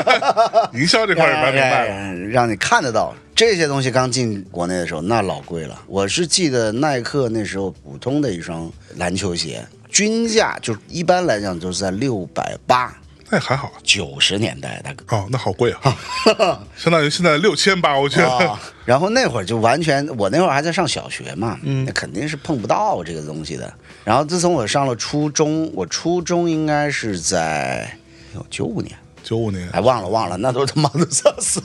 Speaker 2: 营销这块儿也蛮明白了，
Speaker 1: 哎让你看得到这些东西。刚进国内的时候，那老贵了。我是记得耐克那时候普通的一双篮球鞋，均价就一般来讲就是在六百八。
Speaker 2: 那也哎还好。
Speaker 1: 九十年代 大哥。
Speaker 2: 哦，那好 贵啊，相当于现在六千八，我觉得
Speaker 1: 啊，然后那会儿就完全，我那会儿还在上小学嘛，那肯定是碰不到这个东西的。然后自从我上了初中，我初中应该是在哎九五年，
Speaker 2: 九五年
Speaker 1: 哎，忘了忘了，那都他妈的三四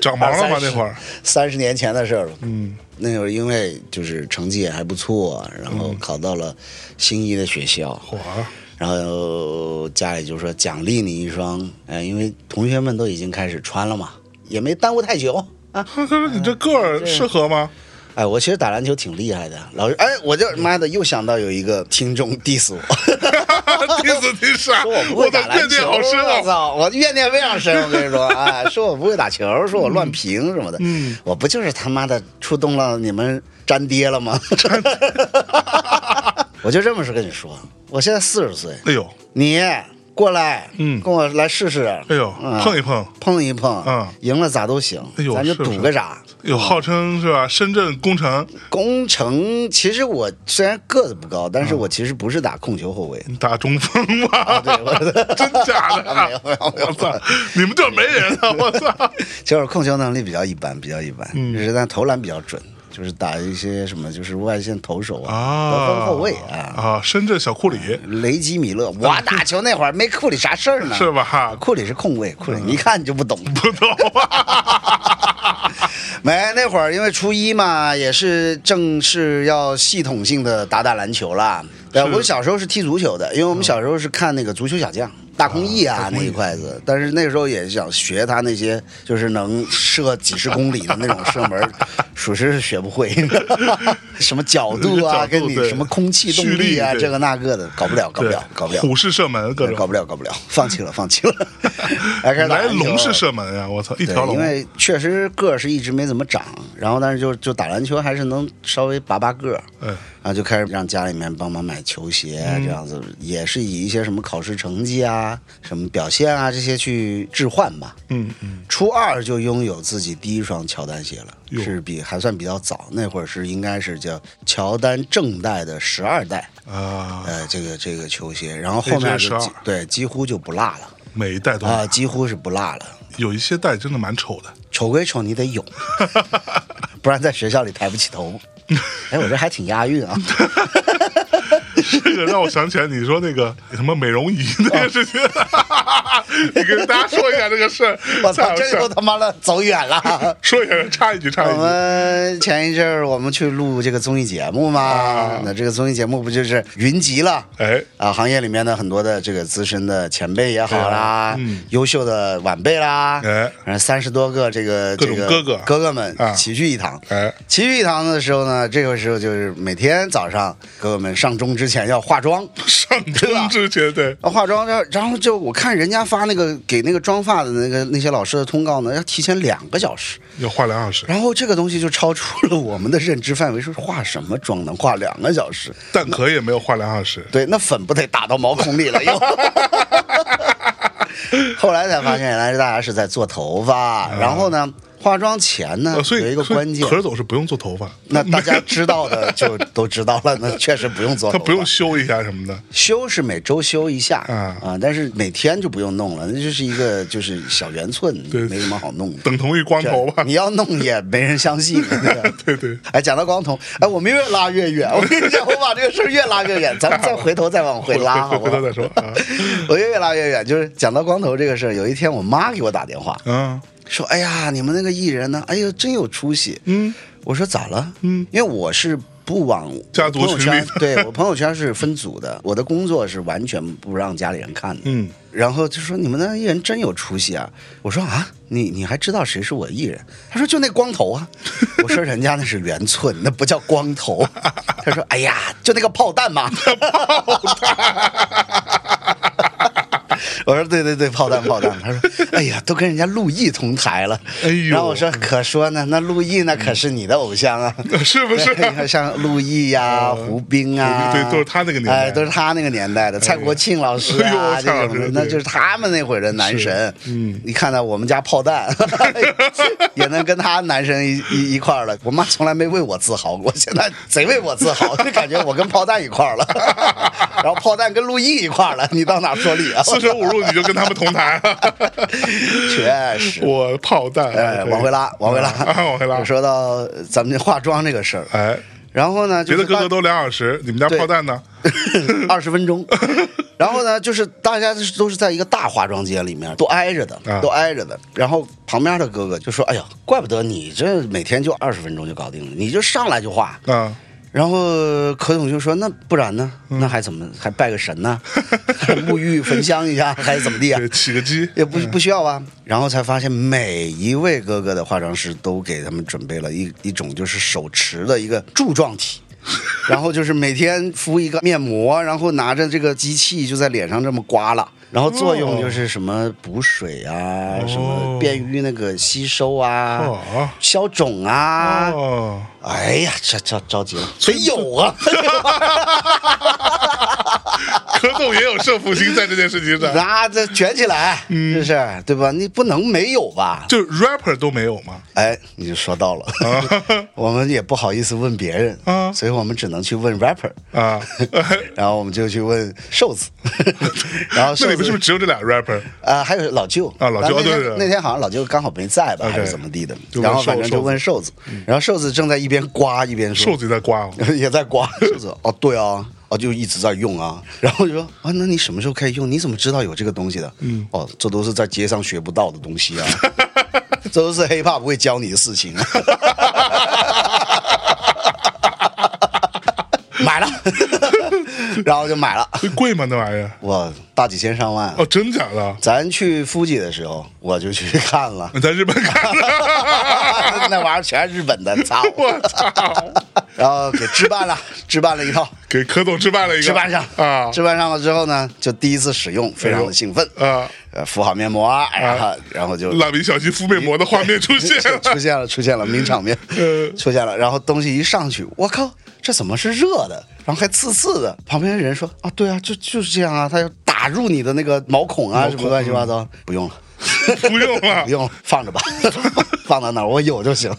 Speaker 2: 长毛哦了吗？那会儿
Speaker 1: 三十年前的事儿了。嗯，那会儿因为就是成绩也还不错，然
Speaker 2: 嗯
Speaker 1: 后考到了心仪的学校，
Speaker 2: 火啊，
Speaker 1: 然后家里就说奖励你一双，哎，因为同学们都已经开始穿了嘛，也没耽误太久啊。
Speaker 2: 可是你这个儿适 合吗？
Speaker 1: 哎，我其实打篮球挺厉害的，老师，哎，我就妈的又想到有一个听众 diss 我。
Speaker 2: 弟子弟傻，
Speaker 1: 说我不会
Speaker 2: 的
Speaker 1: 打篮
Speaker 2: 怨
Speaker 1: 球，
Speaker 2: 念好深
Speaker 1: 我
Speaker 2: 啊！
Speaker 1: 操，我怨念非常深。我跟你说， 哎，说我不会打球，说我乱评什么的，嗯，我不就是他妈的触动了你们粘爹了 吗？我就这么说跟你说，我现在四十岁，
Speaker 2: 哎呦，
Speaker 1: 你过来，
Speaker 2: 嗯
Speaker 1: 跟我来试试。
Speaker 2: 哎呦，
Speaker 1: 嗯
Speaker 2: 碰一碰，
Speaker 1: 碰一碰，
Speaker 2: 嗯
Speaker 1: 赢了咋都行，
Speaker 2: 哎呦
Speaker 1: 咱就是赌
Speaker 2: 是
Speaker 1: 个啥。
Speaker 2: 有号称是吧？深圳工程，
Speaker 1: 工程其实我虽然个子不高，但
Speaker 2: 嗯
Speaker 1: 是我其实不是打控球后卫的。
Speaker 2: 你打中锋吧？
Speaker 1: 啊对我
Speaker 2: 真假 的？
Speaker 1: 没有没有没有
Speaker 2: 我操！你们这没人 啊！我操！
Speaker 1: 就是控球能力比较一般，比较一般，
Speaker 2: 嗯
Speaker 1: 就是但投篮比较准，就是打一些什么就是外线投手
Speaker 2: 啊
Speaker 1: 啊，得分后卫啊。嗯
Speaker 2: 啊，深圳小库里
Speaker 1: 雷吉米勒，我打球那会儿没库里啥事儿呢，
Speaker 2: 是？吧？嗯
Speaker 1: 库里是控卫，库里你一看你就不懂。
Speaker 2: 不懂啊！
Speaker 1: 没那会儿，因为初一嘛，也是正式要系统性的打打篮球了。呃，我小时候是踢足球的，因为我们小时候是看那个《足球小将》大空翼啊那一块
Speaker 2: 嗯
Speaker 1: 子，但是那时候也想学他那些就是能射几十公里的那种射门， 属实是学不会， 什么角度
Speaker 2: 角
Speaker 1: 啊，
Speaker 2: 度
Speaker 1: 跟你
Speaker 2: 对
Speaker 1: 什么空气动力啊，
Speaker 2: 蓄力对
Speaker 1: 这个那个的，搞不了，搞不
Speaker 2: 对
Speaker 1: 了， 搞不了。
Speaker 2: 虎式射门各
Speaker 1: 对搞
Speaker 2: 种，
Speaker 1: 不了，搞不了，放弃了，放弃 了。哎还开始打
Speaker 2: 来
Speaker 1: 篮球啊
Speaker 2: 龙式射门呀！我操，一
Speaker 1: 对
Speaker 2: 条，龙
Speaker 1: 因。为确实个儿是一直没怎么长，然后但是就就打篮球还是能稍微拔拔个儿，
Speaker 2: 嗯，
Speaker 1: 然后就开始让家里面帮忙买球鞋，啊这样子也是以一些什么考试成绩啊、什么表现啊这些去置换吧。
Speaker 2: 嗯嗯，
Speaker 1: 初二就拥有自己第一双乔丹鞋了，
Speaker 2: 哟
Speaker 1: 是比还算比较早，那会儿是应该是叫乔丹正代的十二代，
Speaker 2: 啊，
Speaker 1: 呃，这个这个球鞋，然后后面
Speaker 2: AJ12
Speaker 1: 就几对几乎就不落了
Speaker 2: 每一代都
Speaker 1: 啊、几乎是不落了。
Speaker 2: 有一些代真的蛮丑的，
Speaker 1: 丑归丑，你得勇， 不然在学校里抬不起 头。哎，我这还挺押韵啊！
Speaker 2: 这个让我想起来你说那个 什么美容仪那 个事情， 你跟大家说一下这个事儿。
Speaker 1: 我
Speaker 2: 太
Speaker 1: 操，
Speaker 2: 好
Speaker 1: 这
Speaker 2: 笑哎
Speaker 1: 又
Speaker 2: 了
Speaker 1: 他妈的走远了。
Speaker 2: 说一下，插一句，插
Speaker 1: 我
Speaker 2: 一句。
Speaker 1: 们前一阵儿我们去录这个综艺节目嘛，
Speaker 2: 啊
Speaker 1: 那这个综艺节目不就是云集了？
Speaker 2: 哎，
Speaker 1: 啊，行业里面的很多的这个资深的前辈也好啦，
Speaker 2: 对啊嗯
Speaker 1: 优秀的晚辈啦，
Speaker 2: 哎
Speaker 1: 然后三十多个这个
Speaker 2: 各种
Speaker 1: 这个
Speaker 2: 哥哥
Speaker 1: 哥哥们
Speaker 2: 啊
Speaker 1: 齐聚一堂，
Speaker 2: 哎
Speaker 1: 齐聚一堂的时候呢，这个时候就是每天早上哥哥们上钟之前要化 妆，
Speaker 2: 上钟之前对，
Speaker 1: 啊，化妆，然后然后就我看人家发那个给那个妆发的那个那些老师的通告呢，要提前两个小时，
Speaker 2: 要画两小时，
Speaker 1: 然后这个东西就超出了我们的认知范围，说化什么妆能化两个小时？
Speaker 2: 蛋壳也没有画两小时。
Speaker 1: 对，那粉不得打到毛孔里了又。 后来才发现，原来是大家是在做头发，然后呢，化妆前呢
Speaker 2: 呃，啊所以
Speaker 1: 有一个
Speaker 2: 所以
Speaker 1: 关键，
Speaker 2: 壳总是不用做头发，
Speaker 1: 那大家知道的就都知道了，那确实不用做头
Speaker 2: 他
Speaker 1: 发，
Speaker 2: 不用修一下什么的，
Speaker 1: 修是每周修一下
Speaker 2: 啊
Speaker 1: 但是每天就不用弄了，那就是一个就是小圆寸，
Speaker 2: 对
Speaker 1: 没什么好 弄的。
Speaker 2: 等同于光头吧
Speaker 1: 你。要弄也没人相信， 对吧
Speaker 2: 对对，
Speaker 1: 哎，讲到光头，哎，我们越拉越 远。我跟你讲，我把这个事儿越拉越远，咱们再回头再往回 拉，好不
Speaker 2: 回回
Speaker 1: 好
Speaker 2: 头？再说啊。
Speaker 1: 我越拉越远，就是讲到光头这个事儿。有一天，我妈给我打电话，
Speaker 2: 嗯
Speaker 1: 说：“哎呀，你们那个艺人呢？哎呦，真有出息。”
Speaker 2: 嗯，
Speaker 1: 我说咋了？
Speaker 2: 嗯，
Speaker 1: 因为我是不往
Speaker 2: 家族
Speaker 1: 朋友
Speaker 2: 群里
Speaker 1: 圈， 对我朋友圈是分组的，我的工作是完全不让家里人看的。
Speaker 2: 嗯，
Speaker 1: 然后就说你们那艺人真有出息啊！我说啊，你你还知道谁是我艺人？他说就那光头 啊。我说人家那是圆寸，那不叫光头。他说哎呀，就那个炮弹 嘛。我说对对对，炮弹炮弹。他说哎呀，都跟人家陆毅同台了。
Speaker 2: 哎呦
Speaker 1: 然后我说可说呢，那陆毅那可是你的偶像啊。
Speaker 2: 嗯是不 是？
Speaker 1: 对你看像陆毅呀、
Speaker 2: 嗯
Speaker 1: 胡兵啊，
Speaker 2: 对都是他那个年代哎
Speaker 1: 哎，都是他那个年代的蔡国庆老师啊，
Speaker 2: 哎
Speaker 1: 这
Speaker 2: 呦蔡老
Speaker 1: 种
Speaker 2: 师
Speaker 1: 的，那
Speaker 2: 对
Speaker 1: 就是他们那会儿的男神。嗯，一看到我们家炮 弹， 也能跟他男神一一一块儿了。我妈从来没为我自豪过，现在贼为我自豪，就感觉我跟炮弹一块儿了， 然后炮弹跟陆毅一块儿了，你到哪说理啊？
Speaker 2: 四舍五入你就跟他们同台，
Speaker 1: 确实，
Speaker 2: 我炮弹。
Speaker 1: 哎，往回拉，往回拉，
Speaker 2: 啊往回拉。
Speaker 1: 说到咱们这化妆这个事儿，
Speaker 2: 哎，
Speaker 1: 然后呢，就
Speaker 2: 别
Speaker 1: 是
Speaker 2: 的哥哥都两小时，你们家
Speaker 1: 对
Speaker 2: 炮弹呢？
Speaker 1: 二十分钟。然后呢，就是大家就是都是在一个大化妆间里面，都挨着的
Speaker 2: 啊，
Speaker 1: 都挨着的。然后旁边的哥哥就说：“哎呀，怪不得你这每天就二十分钟就搞定了，你就上来就画。
Speaker 2: 啊，”
Speaker 1: 然后可总就说：“那不然呢？
Speaker 2: 嗯
Speaker 1: 那还怎么还拜个神呢？ 还沐浴焚香一下还是怎么地啊
Speaker 2: 对，？起个鸡。
Speaker 1: 也不不需要啊。”然后才发现每一位哥哥的化妆师都给他们准备了一一种就是手持的一个柱状 体。然后就是每天敷一个面膜，然后拿着这个机器就在脸上这么刮了。然后作用就是什么补水啊，什么便于那个吸收啊，
Speaker 2: 哦
Speaker 1: 消肿啊。
Speaker 2: 哦，
Speaker 1: 哎呀，这着着急了，谁有啊？
Speaker 2: 何总也有胜负心在这件事情 上，
Speaker 1: 那啊这卷起来，嗯，这是对吧？你不能没有吧？
Speaker 2: 就 rapper 都没有吗？
Speaker 1: 哎，你就说 到了，我们也不好意思问别人，
Speaker 2: 啊
Speaker 1: 所以我们只能去问 rapper，
Speaker 2: 啊，
Speaker 1: 然后我们就去问瘦 子，然后
Speaker 2: 那
Speaker 1: 瘦
Speaker 2: 里面
Speaker 1: 子
Speaker 2: 是不是只有这俩 rapper？
Speaker 1: 啊、还有老舅
Speaker 2: 啊老舅
Speaker 1: 然后那
Speaker 2: 对
Speaker 1: 天
Speaker 2: 对对
Speaker 1: 那天好像老舅刚好没在吧
Speaker 2: OK
Speaker 1: 还是怎么地的，
Speaker 2: 就问
Speaker 1: 然后
Speaker 2: 瘦
Speaker 1: 反正就问瘦子，然后瘦子正在一边刮一边
Speaker 2: 瘦
Speaker 1: 说，
Speaker 2: 子在刮哦，
Speaker 1: 也在刮，瘦子哦对啊。哦，就一直在用 啊，然后我就说啊，那你什么时候开始用？你怎么知道有这个东西的？嗯，哦，这都是在街上学不到的东 西啊，这都是 hiphop 不会教你的事情啊。 买了， 然后就买了，
Speaker 2: 贵吗那玩意儿？
Speaker 1: 哇，大几千上万啊
Speaker 2: 哦，真假的？，
Speaker 1: 咱去夫姐的时候，我就去看 了
Speaker 2: 你在日本看的？
Speaker 1: 那玩意儿全是日本的，操！
Speaker 2: 我操！
Speaker 1: 然后给置办了，置办了一套，
Speaker 2: 给柯总置办了一个，
Speaker 1: 置办上
Speaker 2: 啊，
Speaker 1: 置办上了之后呢，就第一次使用，非常的兴奋
Speaker 2: 哎呦啊，
Speaker 1: 呃，敷好面膜，哎呀，然后就
Speaker 2: 蜡笔小新敷面膜的画面出现
Speaker 1: 就出
Speaker 2: 了，
Speaker 1: 现了，出现了名场面
Speaker 2: 呃，
Speaker 1: 出现了。然后东西一上去，我靠，这怎么是热的？然后还刺刺的。旁边人说啊，对啊，就就是这样啊，它要打入你的那个毛孔啊，什么乱七八
Speaker 2: 嗯
Speaker 1: 糟，不用 了。
Speaker 2: 不用了
Speaker 1: 不。用，放着吧， 放到那儿，我有就 行。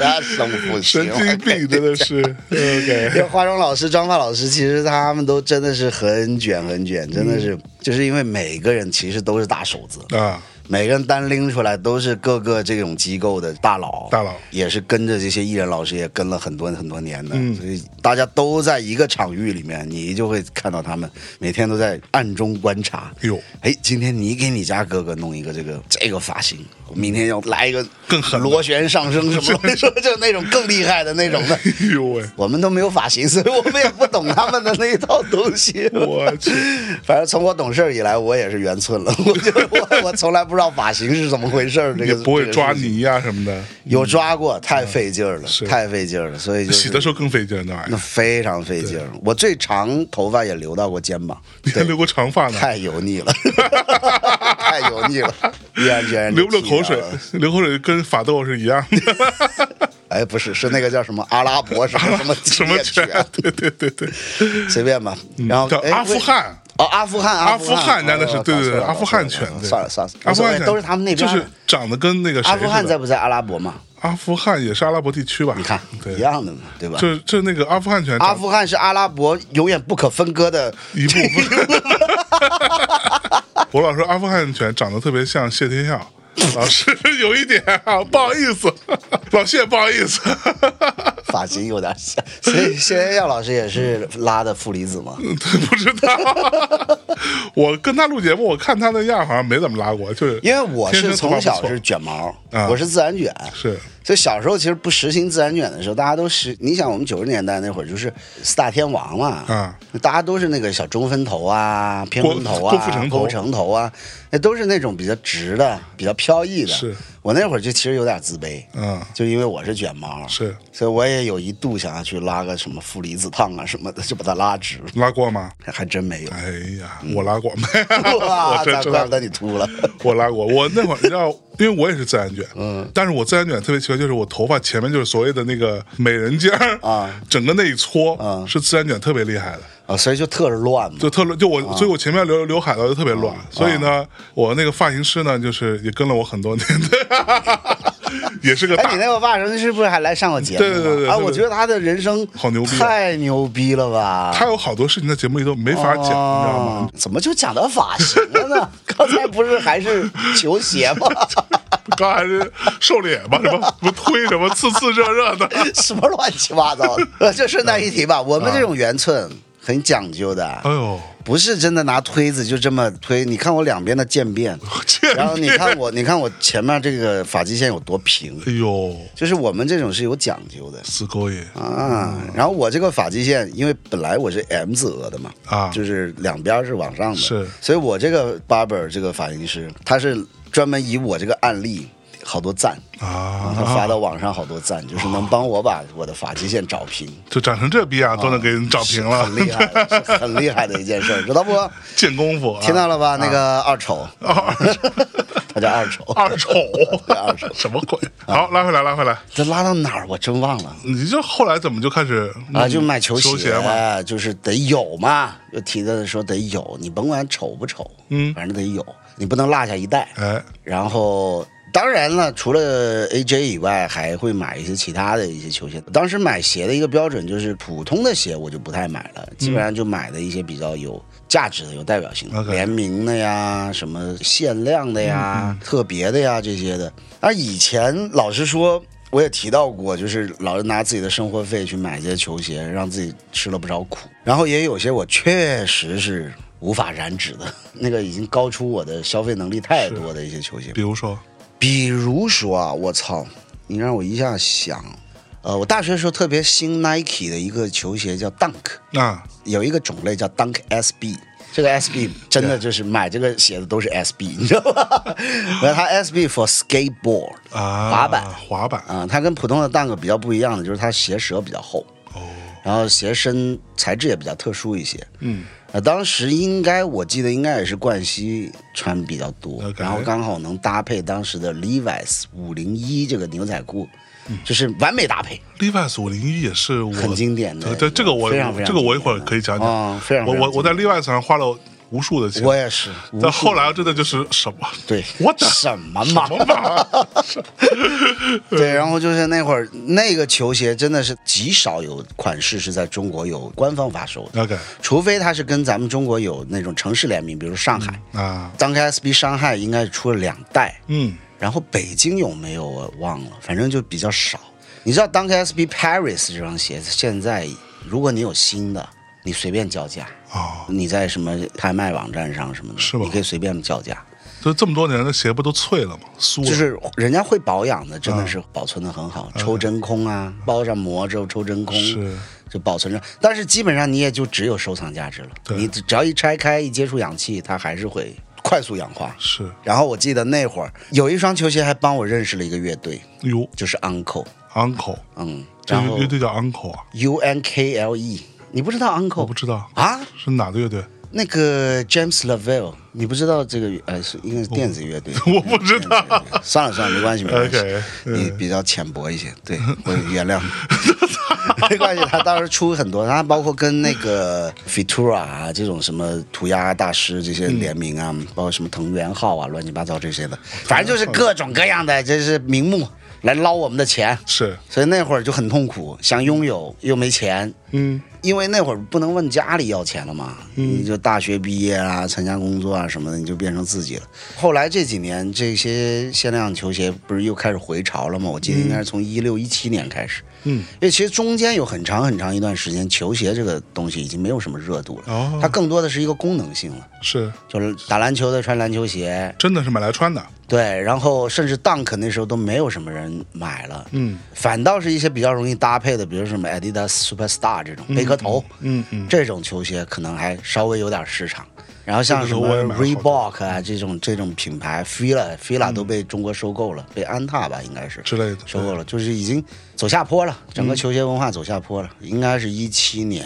Speaker 1: 那生不
Speaker 2: 神
Speaker 1: 行，
Speaker 2: 经病 真的是，OK，
Speaker 1: 因为化妆老师、妆发老师，其实他们都真的是很卷，很卷，真的是，
Speaker 2: 嗯
Speaker 1: 就是因为每个人其实都是大手子，
Speaker 2: 啊，
Speaker 1: 每个人单拎出来都是各个这种机构的大佬，
Speaker 2: 大佬
Speaker 1: 也是跟着这些艺人老师也跟了很多很多年的，
Speaker 2: 嗯
Speaker 1: 所以大家都在一个场域里面，你就会看到他们每天都在暗中观察。
Speaker 2: 哎呦
Speaker 1: 哎，今天你给你家哥哥弄一个这个这个发型，明天要来一个
Speaker 2: 更狠的
Speaker 1: 螺旋上升什么 的，就就那种更厉害的那种的。
Speaker 2: 哎呦喂，
Speaker 1: 我们都没有发型，所以我们也不懂他们的那一套东西。
Speaker 2: 我去，
Speaker 1: 反正从我懂事儿以来，我也是圆寸了， 我就我我从来不知道发型是怎么回事儿，这
Speaker 2: 也
Speaker 1: 个
Speaker 2: 不会抓，
Speaker 1: 这个事情
Speaker 2: 泥呀、什么的，
Speaker 1: 有抓过，太费劲儿了
Speaker 2: 是，
Speaker 1: 太费劲儿了，所以就
Speaker 2: 洗
Speaker 1: 是
Speaker 2: 的时候更费劲儿那玩意
Speaker 1: 那
Speaker 2: 儿，
Speaker 1: 非常费劲儿。我最长头发也留到过肩膀，
Speaker 2: 你 还留过长发呢，
Speaker 1: 太油腻了，太油腻了，依然居然
Speaker 2: 流不了口
Speaker 1: 就剃
Speaker 2: 水
Speaker 1: 掉了，
Speaker 2: 流口水跟法斗是一样的，
Speaker 1: 哎，不是，是那个叫什么阿拉伯什么什啊么
Speaker 2: 什么
Speaker 1: 犬
Speaker 2: 犬，？对对对对，
Speaker 1: 随便吧。然后
Speaker 2: 嗯叫
Speaker 1: 哎
Speaker 2: 阿富
Speaker 1: 为
Speaker 2: 汗。
Speaker 1: 哦，阿富汗，
Speaker 2: 阿
Speaker 1: 富
Speaker 2: 富汗那那是
Speaker 1: 哦
Speaker 2: 对对
Speaker 1: 搞错
Speaker 2: 对，
Speaker 1: 了
Speaker 2: 阿富汗
Speaker 1: 搞错
Speaker 2: 犬
Speaker 1: 了，
Speaker 2: 对
Speaker 1: 算了算了，
Speaker 2: 阿富
Speaker 1: 无所
Speaker 2: 汗犬
Speaker 1: 谓都是他们那边
Speaker 2: 就
Speaker 1: 的。
Speaker 2: 是长得跟那个谁
Speaker 1: 阿富汗
Speaker 2: 似
Speaker 1: 在
Speaker 2: 的
Speaker 1: 不在阿拉伯嘛？
Speaker 2: 阿富汗也是阿拉伯地区吧？
Speaker 1: 你看
Speaker 2: 对
Speaker 1: 一，样的嘛，对吧？
Speaker 2: 就就那个阿富汗犬，
Speaker 1: 阿富汗是阿拉伯永远不可分割的
Speaker 2: 一部分。 我老说阿富汗犬长得特别像谢天笑。老师 有一点啊，不好意思，老谢不好意思，
Speaker 1: 发型，有点像。所以谢天笑老师也是拉的负离子嘛。
Speaker 2: 不知道。 我跟他录节目，我看他那样好像没怎么拉过，就是
Speaker 1: 因为我
Speaker 2: 天生
Speaker 1: 是
Speaker 2: 头
Speaker 1: 从
Speaker 2: 发不
Speaker 1: 小
Speaker 2: 错
Speaker 1: 是卷毛
Speaker 2: 啊，
Speaker 1: 我是自然卷，
Speaker 2: 是
Speaker 1: 所以小时候其实不实行自然卷的时候，大家都是你想我们九十年代那会儿就是四大天王嘛，
Speaker 2: 啊，
Speaker 1: 大家都是那个小中分头啊、偏
Speaker 2: 郭
Speaker 1: 分头啊、
Speaker 2: 郭富城头
Speaker 1: 郭头啊，那都是那种比较直的、比较飘逸的。
Speaker 2: 是
Speaker 1: 我那会儿就其实有点自卑，
Speaker 2: 嗯
Speaker 1: 就因为我是卷毛，
Speaker 2: 是
Speaker 1: 所以我也有一度想要去拉个什么负离子烫啊什么的，就把它拉直，
Speaker 2: 拉过吗？
Speaker 1: 还真没有。
Speaker 2: 哎呀，我拉过，
Speaker 1: 嗯 哇，
Speaker 2: 我真
Speaker 1: 咱
Speaker 2: 真
Speaker 1: 怪
Speaker 2: 拉
Speaker 1: 不得。
Speaker 2: 过
Speaker 1: 你秃了。
Speaker 2: 我拉过，我那会儿你知道，因为我也是自然卷，嗯，但是我自然卷特别奇怪，就是我头发前面就是所谓的那个美人尖儿
Speaker 1: 啊，
Speaker 2: 整个那一撮
Speaker 1: 啊
Speaker 2: 是自然卷特别厉害的，
Speaker 1: 啊，所以就特乱嘛。
Speaker 2: 就特就
Speaker 1: 啊
Speaker 2: 我，所以我前面留刘海的就特别乱，所以呢，我那个发型师呢，就是也跟了我很多年， 也是个
Speaker 1: 哎，
Speaker 2: 大
Speaker 1: 你那个发型是不是还来上过节目？
Speaker 2: 对对对对
Speaker 1: 啊，
Speaker 2: 对
Speaker 1: 我觉得他的人生
Speaker 2: 好牛逼啊
Speaker 1: 太牛逼了吧！
Speaker 2: 他有好多事情在节目里都没法讲，你知道吗？
Speaker 1: 哦？怎么就讲到发型了 呢？刚才不是还是球鞋吗？
Speaker 2: 刚还是瘦脸吧，什么什么推什么刺刺热 热的，
Speaker 1: 什么乱七八糟的？呃，就顺带一提
Speaker 2: 嗯
Speaker 1: 吧，我们这种圆寸很讲究的
Speaker 2: 哎，呦，
Speaker 1: 不是真的拿推子就这么推。你看我两边的渐变，
Speaker 2: 见
Speaker 1: 然后你
Speaker 2: 面
Speaker 1: 看我，你看我前面这个发际线有多平，
Speaker 2: 哎呦，
Speaker 1: 就是我们这种是有讲究的。
Speaker 2: 死狗也
Speaker 1: 啊，然后我这个发际线，因为本来我是 M 字额的嘛，
Speaker 2: 啊
Speaker 1: 就是两边是往上的，
Speaker 2: 是
Speaker 1: 所以我这个 barber 这个发型师，他是专门以我这个案例。好多赞
Speaker 2: 啊，
Speaker 1: 他发到网上好多赞，就是能帮我把我的发际线找平，
Speaker 2: 就长成这逼样、都能给你 找平了，
Speaker 1: 很 厉害的，是很厉害的一件事儿，知道不？
Speaker 2: 见功夫、啊，
Speaker 1: 听到了吧？那个二丑，
Speaker 2: 哦，
Speaker 1: 它叫二丑。
Speaker 2: 二丑，
Speaker 1: 二丑
Speaker 2: 什么鬼？好，拉回来，拉回来。
Speaker 1: 这拉到哪儿我真忘了
Speaker 2: 你就后来怎么就开始
Speaker 1: 啊，就买球哎
Speaker 2: 球鞋嘛？
Speaker 1: 就是得有嘛。又提到的说得有，你甭管丑不丑，
Speaker 2: 嗯
Speaker 1: 反正得有，你不能落下一代。
Speaker 2: 哎，
Speaker 1: 然后当然了，除了 AJ 以外，还会买一些其他的一些球鞋。当时买鞋的一个标准就是普通的鞋我就不太买了，基本上就买的一些比较有价值的、有代表性的，
Speaker 2: 嗯 OK
Speaker 1: 联名的呀，什么限量的呀、特别的呀这些的。而以前老实说。我也提到过，就是老是拿自己的生活费去买这些球鞋，让自己吃了不少苦。然后也有些我确实是无法染指的， 那个已经高出我的消费能力太多的一些球鞋。
Speaker 2: 比如说，
Speaker 1: 比如说啊，我操，你让我一下想，呃，我大学的时候特别兴 Nike 的一个球鞋叫 Dunk，
Speaker 2: 那
Speaker 1: 有一个种类叫 Dunk SB。这个 SB 真的就是买这个鞋的都是 SB，你知 道吧？那它 SB for skateboard
Speaker 2: 啊，
Speaker 1: 滑板
Speaker 2: 滑板，
Speaker 1: 啊、它跟普通的 Dunk 比较不一样的就是它鞋舌比较厚，
Speaker 2: 哦，
Speaker 1: 然后鞋身材质也比较特殊一些。
Speaker 2: 嗯，
Speaker 1: 呃，当时应该我记得应该也是冠希穿比较多
Speaker 2: OK
Speaker 1: 然后刚好能搭配当时的 Levi's 五零一这个牛仔裤，
Speaker 2: 嗯
Speaker 1: 就是完美搭配，
Speaker 2: Levi's 五零一也是我
Speaker 1: 很经典的
Speaker 2: 对对，这个我
Speaker 1: 非常非常
Speaker 2: 这个我一会儿
Speaker 1: 经典的
Speaker 2: 可以讲讲。
Speaker 1: 啊非常
Speaker 2: 我
Speaker 1: 非常
Speaker 2: 我我在 Levi's 上花了无数的钱，
Speaker 1: 我也是。无
Speaker 2: 但
Speaker 1: 数
Speaker 2: 后来真的就是什么
Speaker 1: 对
Speaker 2: 我的
Speaker 1: 什么
Speaker 2: 什
Speaker 1: 嘛？
Speaker 2: 么嘛，
Speaker 1: 对，然后就是那会儿那个球鞋真的是极少有款式是在中国有官方发售的
Speaker 2: OK
Speaker 1: 除非它是跟咱们中国有那种城市联名，比如上海。
Speaker 2: 啊，
Speaker 1: 当 SB 伤害应该是出了两代，
Speaker 2: 嗯，
Speaker 1: 然后北京有没有我忘了，反正就比较少。你知道 Dunk SB Paris 这双鞋子现在，如果你有新的，你随便叫价，
Speaker 2: 哦，
Speaker 1: 你在什么拍卖网站上什么的，
Speaker 2: 是吧
Speaker 1: 你可以随便叫价，
Speaker 2: 就这么多年的鞋不都脆了吗？酥了，
Speaker 1: 就是人家会保养的，真的
Speaker 2: 啊
Speaker 1: 是保存的很好，抽真空啊，包上膜之后抽真空，
Speaker 2: 嗯是
Speaker 1: 就保存着。但是基本上你也就只有收藏价值了，
Speaker 2: 对
Speaker 1: 你只要一拆开，一接触氧气，它还是会快速氧化。
Speaker 2: 是
Speaker 1: 然后我记得那会儿有一双球鞋还帮我认识了一个乐队，
Speaker 2: 哟
Speaker 1: 就是 Uncle。
Speaker 2: ，uncle，
Speaker 1: 嗯，
Speaker 2: 这
Speaker 1: 然
Speaker 2: 个
Speaker 1: 后
Speaker 2: 乐队叫 uncle 啊，
Speaker 1: U N K L E，你不知道
Speaker 2: 我
Speaker 1: uncle
Speaker 2: 不知道
Speaker 1: 啊？
Speaker 2: 是哪个乐队，
Speaker 1: 那个 James Lavelle，你不知道这个呃是应该是电子乐队，
Speaker 2: 我不知道
Speaker 1: 电子乐队算了算了，没关系没关系
Speaker 2: OK，嗯
Speaker 1: 你比较浅薄一些， 对我原谅。 没关系，他当时出很多，他包括跟那个 Fitura 啊这种什么涂鸦大师这些联名啊，
Speaker 2: 嗯
Speaker 1: 包括什么藤原浩啊，乱七八糟这些的，反正就是各种各样的，这是名目来捞我们的钱。
Speaker 2: 是，
Speaker 1: 所以那会儿就很痛苦，想拥有又没钱，
Speaker 2: 嗯，
Speaker 1: 因为那会儿不能问家里要钱了嘛，你就大学毕业啊，参加工作啊什么的，你就变成自己了。后来这几年，这些限量球鞋不是又开始回潮了吗？我记得应该是从一六一七年开始，
Speaker 2: 嗯，
Speaker 1: 因为其实中间有很长很长一段时间，球鞋这个东西已经没有什么热度了，
Speaker 2: 哦
Speaker 1: 它更多的是一个功能性了，
Speaker 2: 是，
Speaker 1: 就是打篮球的穿篮球鞋，
Speaker 2: 真的是买来穿的，
Speaker 1: 对，然后甚至 Dunk 那时候都没有什么人买了，
Speaker 2: 嗯
Speaker 1: 反倒是一些比较容易搭配的，比如什么 Adidas Superstar 这种贝壳头，
Speaker 2: 嗯嗯，
Speaker 1: 这种球鞋可能还稍微有点市场。然后像什么
Speaker 2: 贝壳头我也买了
Speaker 1: Reebok 啊这种这种品牌，Fila Fila 都被中国收购了，被安踏吧应该是
Speaker 2: 之类的，
Speaker 1: 收购了，就是已经走下坡了，
Speaker 2: 嗯
Speaker 1: 整个球鞋文化走下坡了，应该是一七年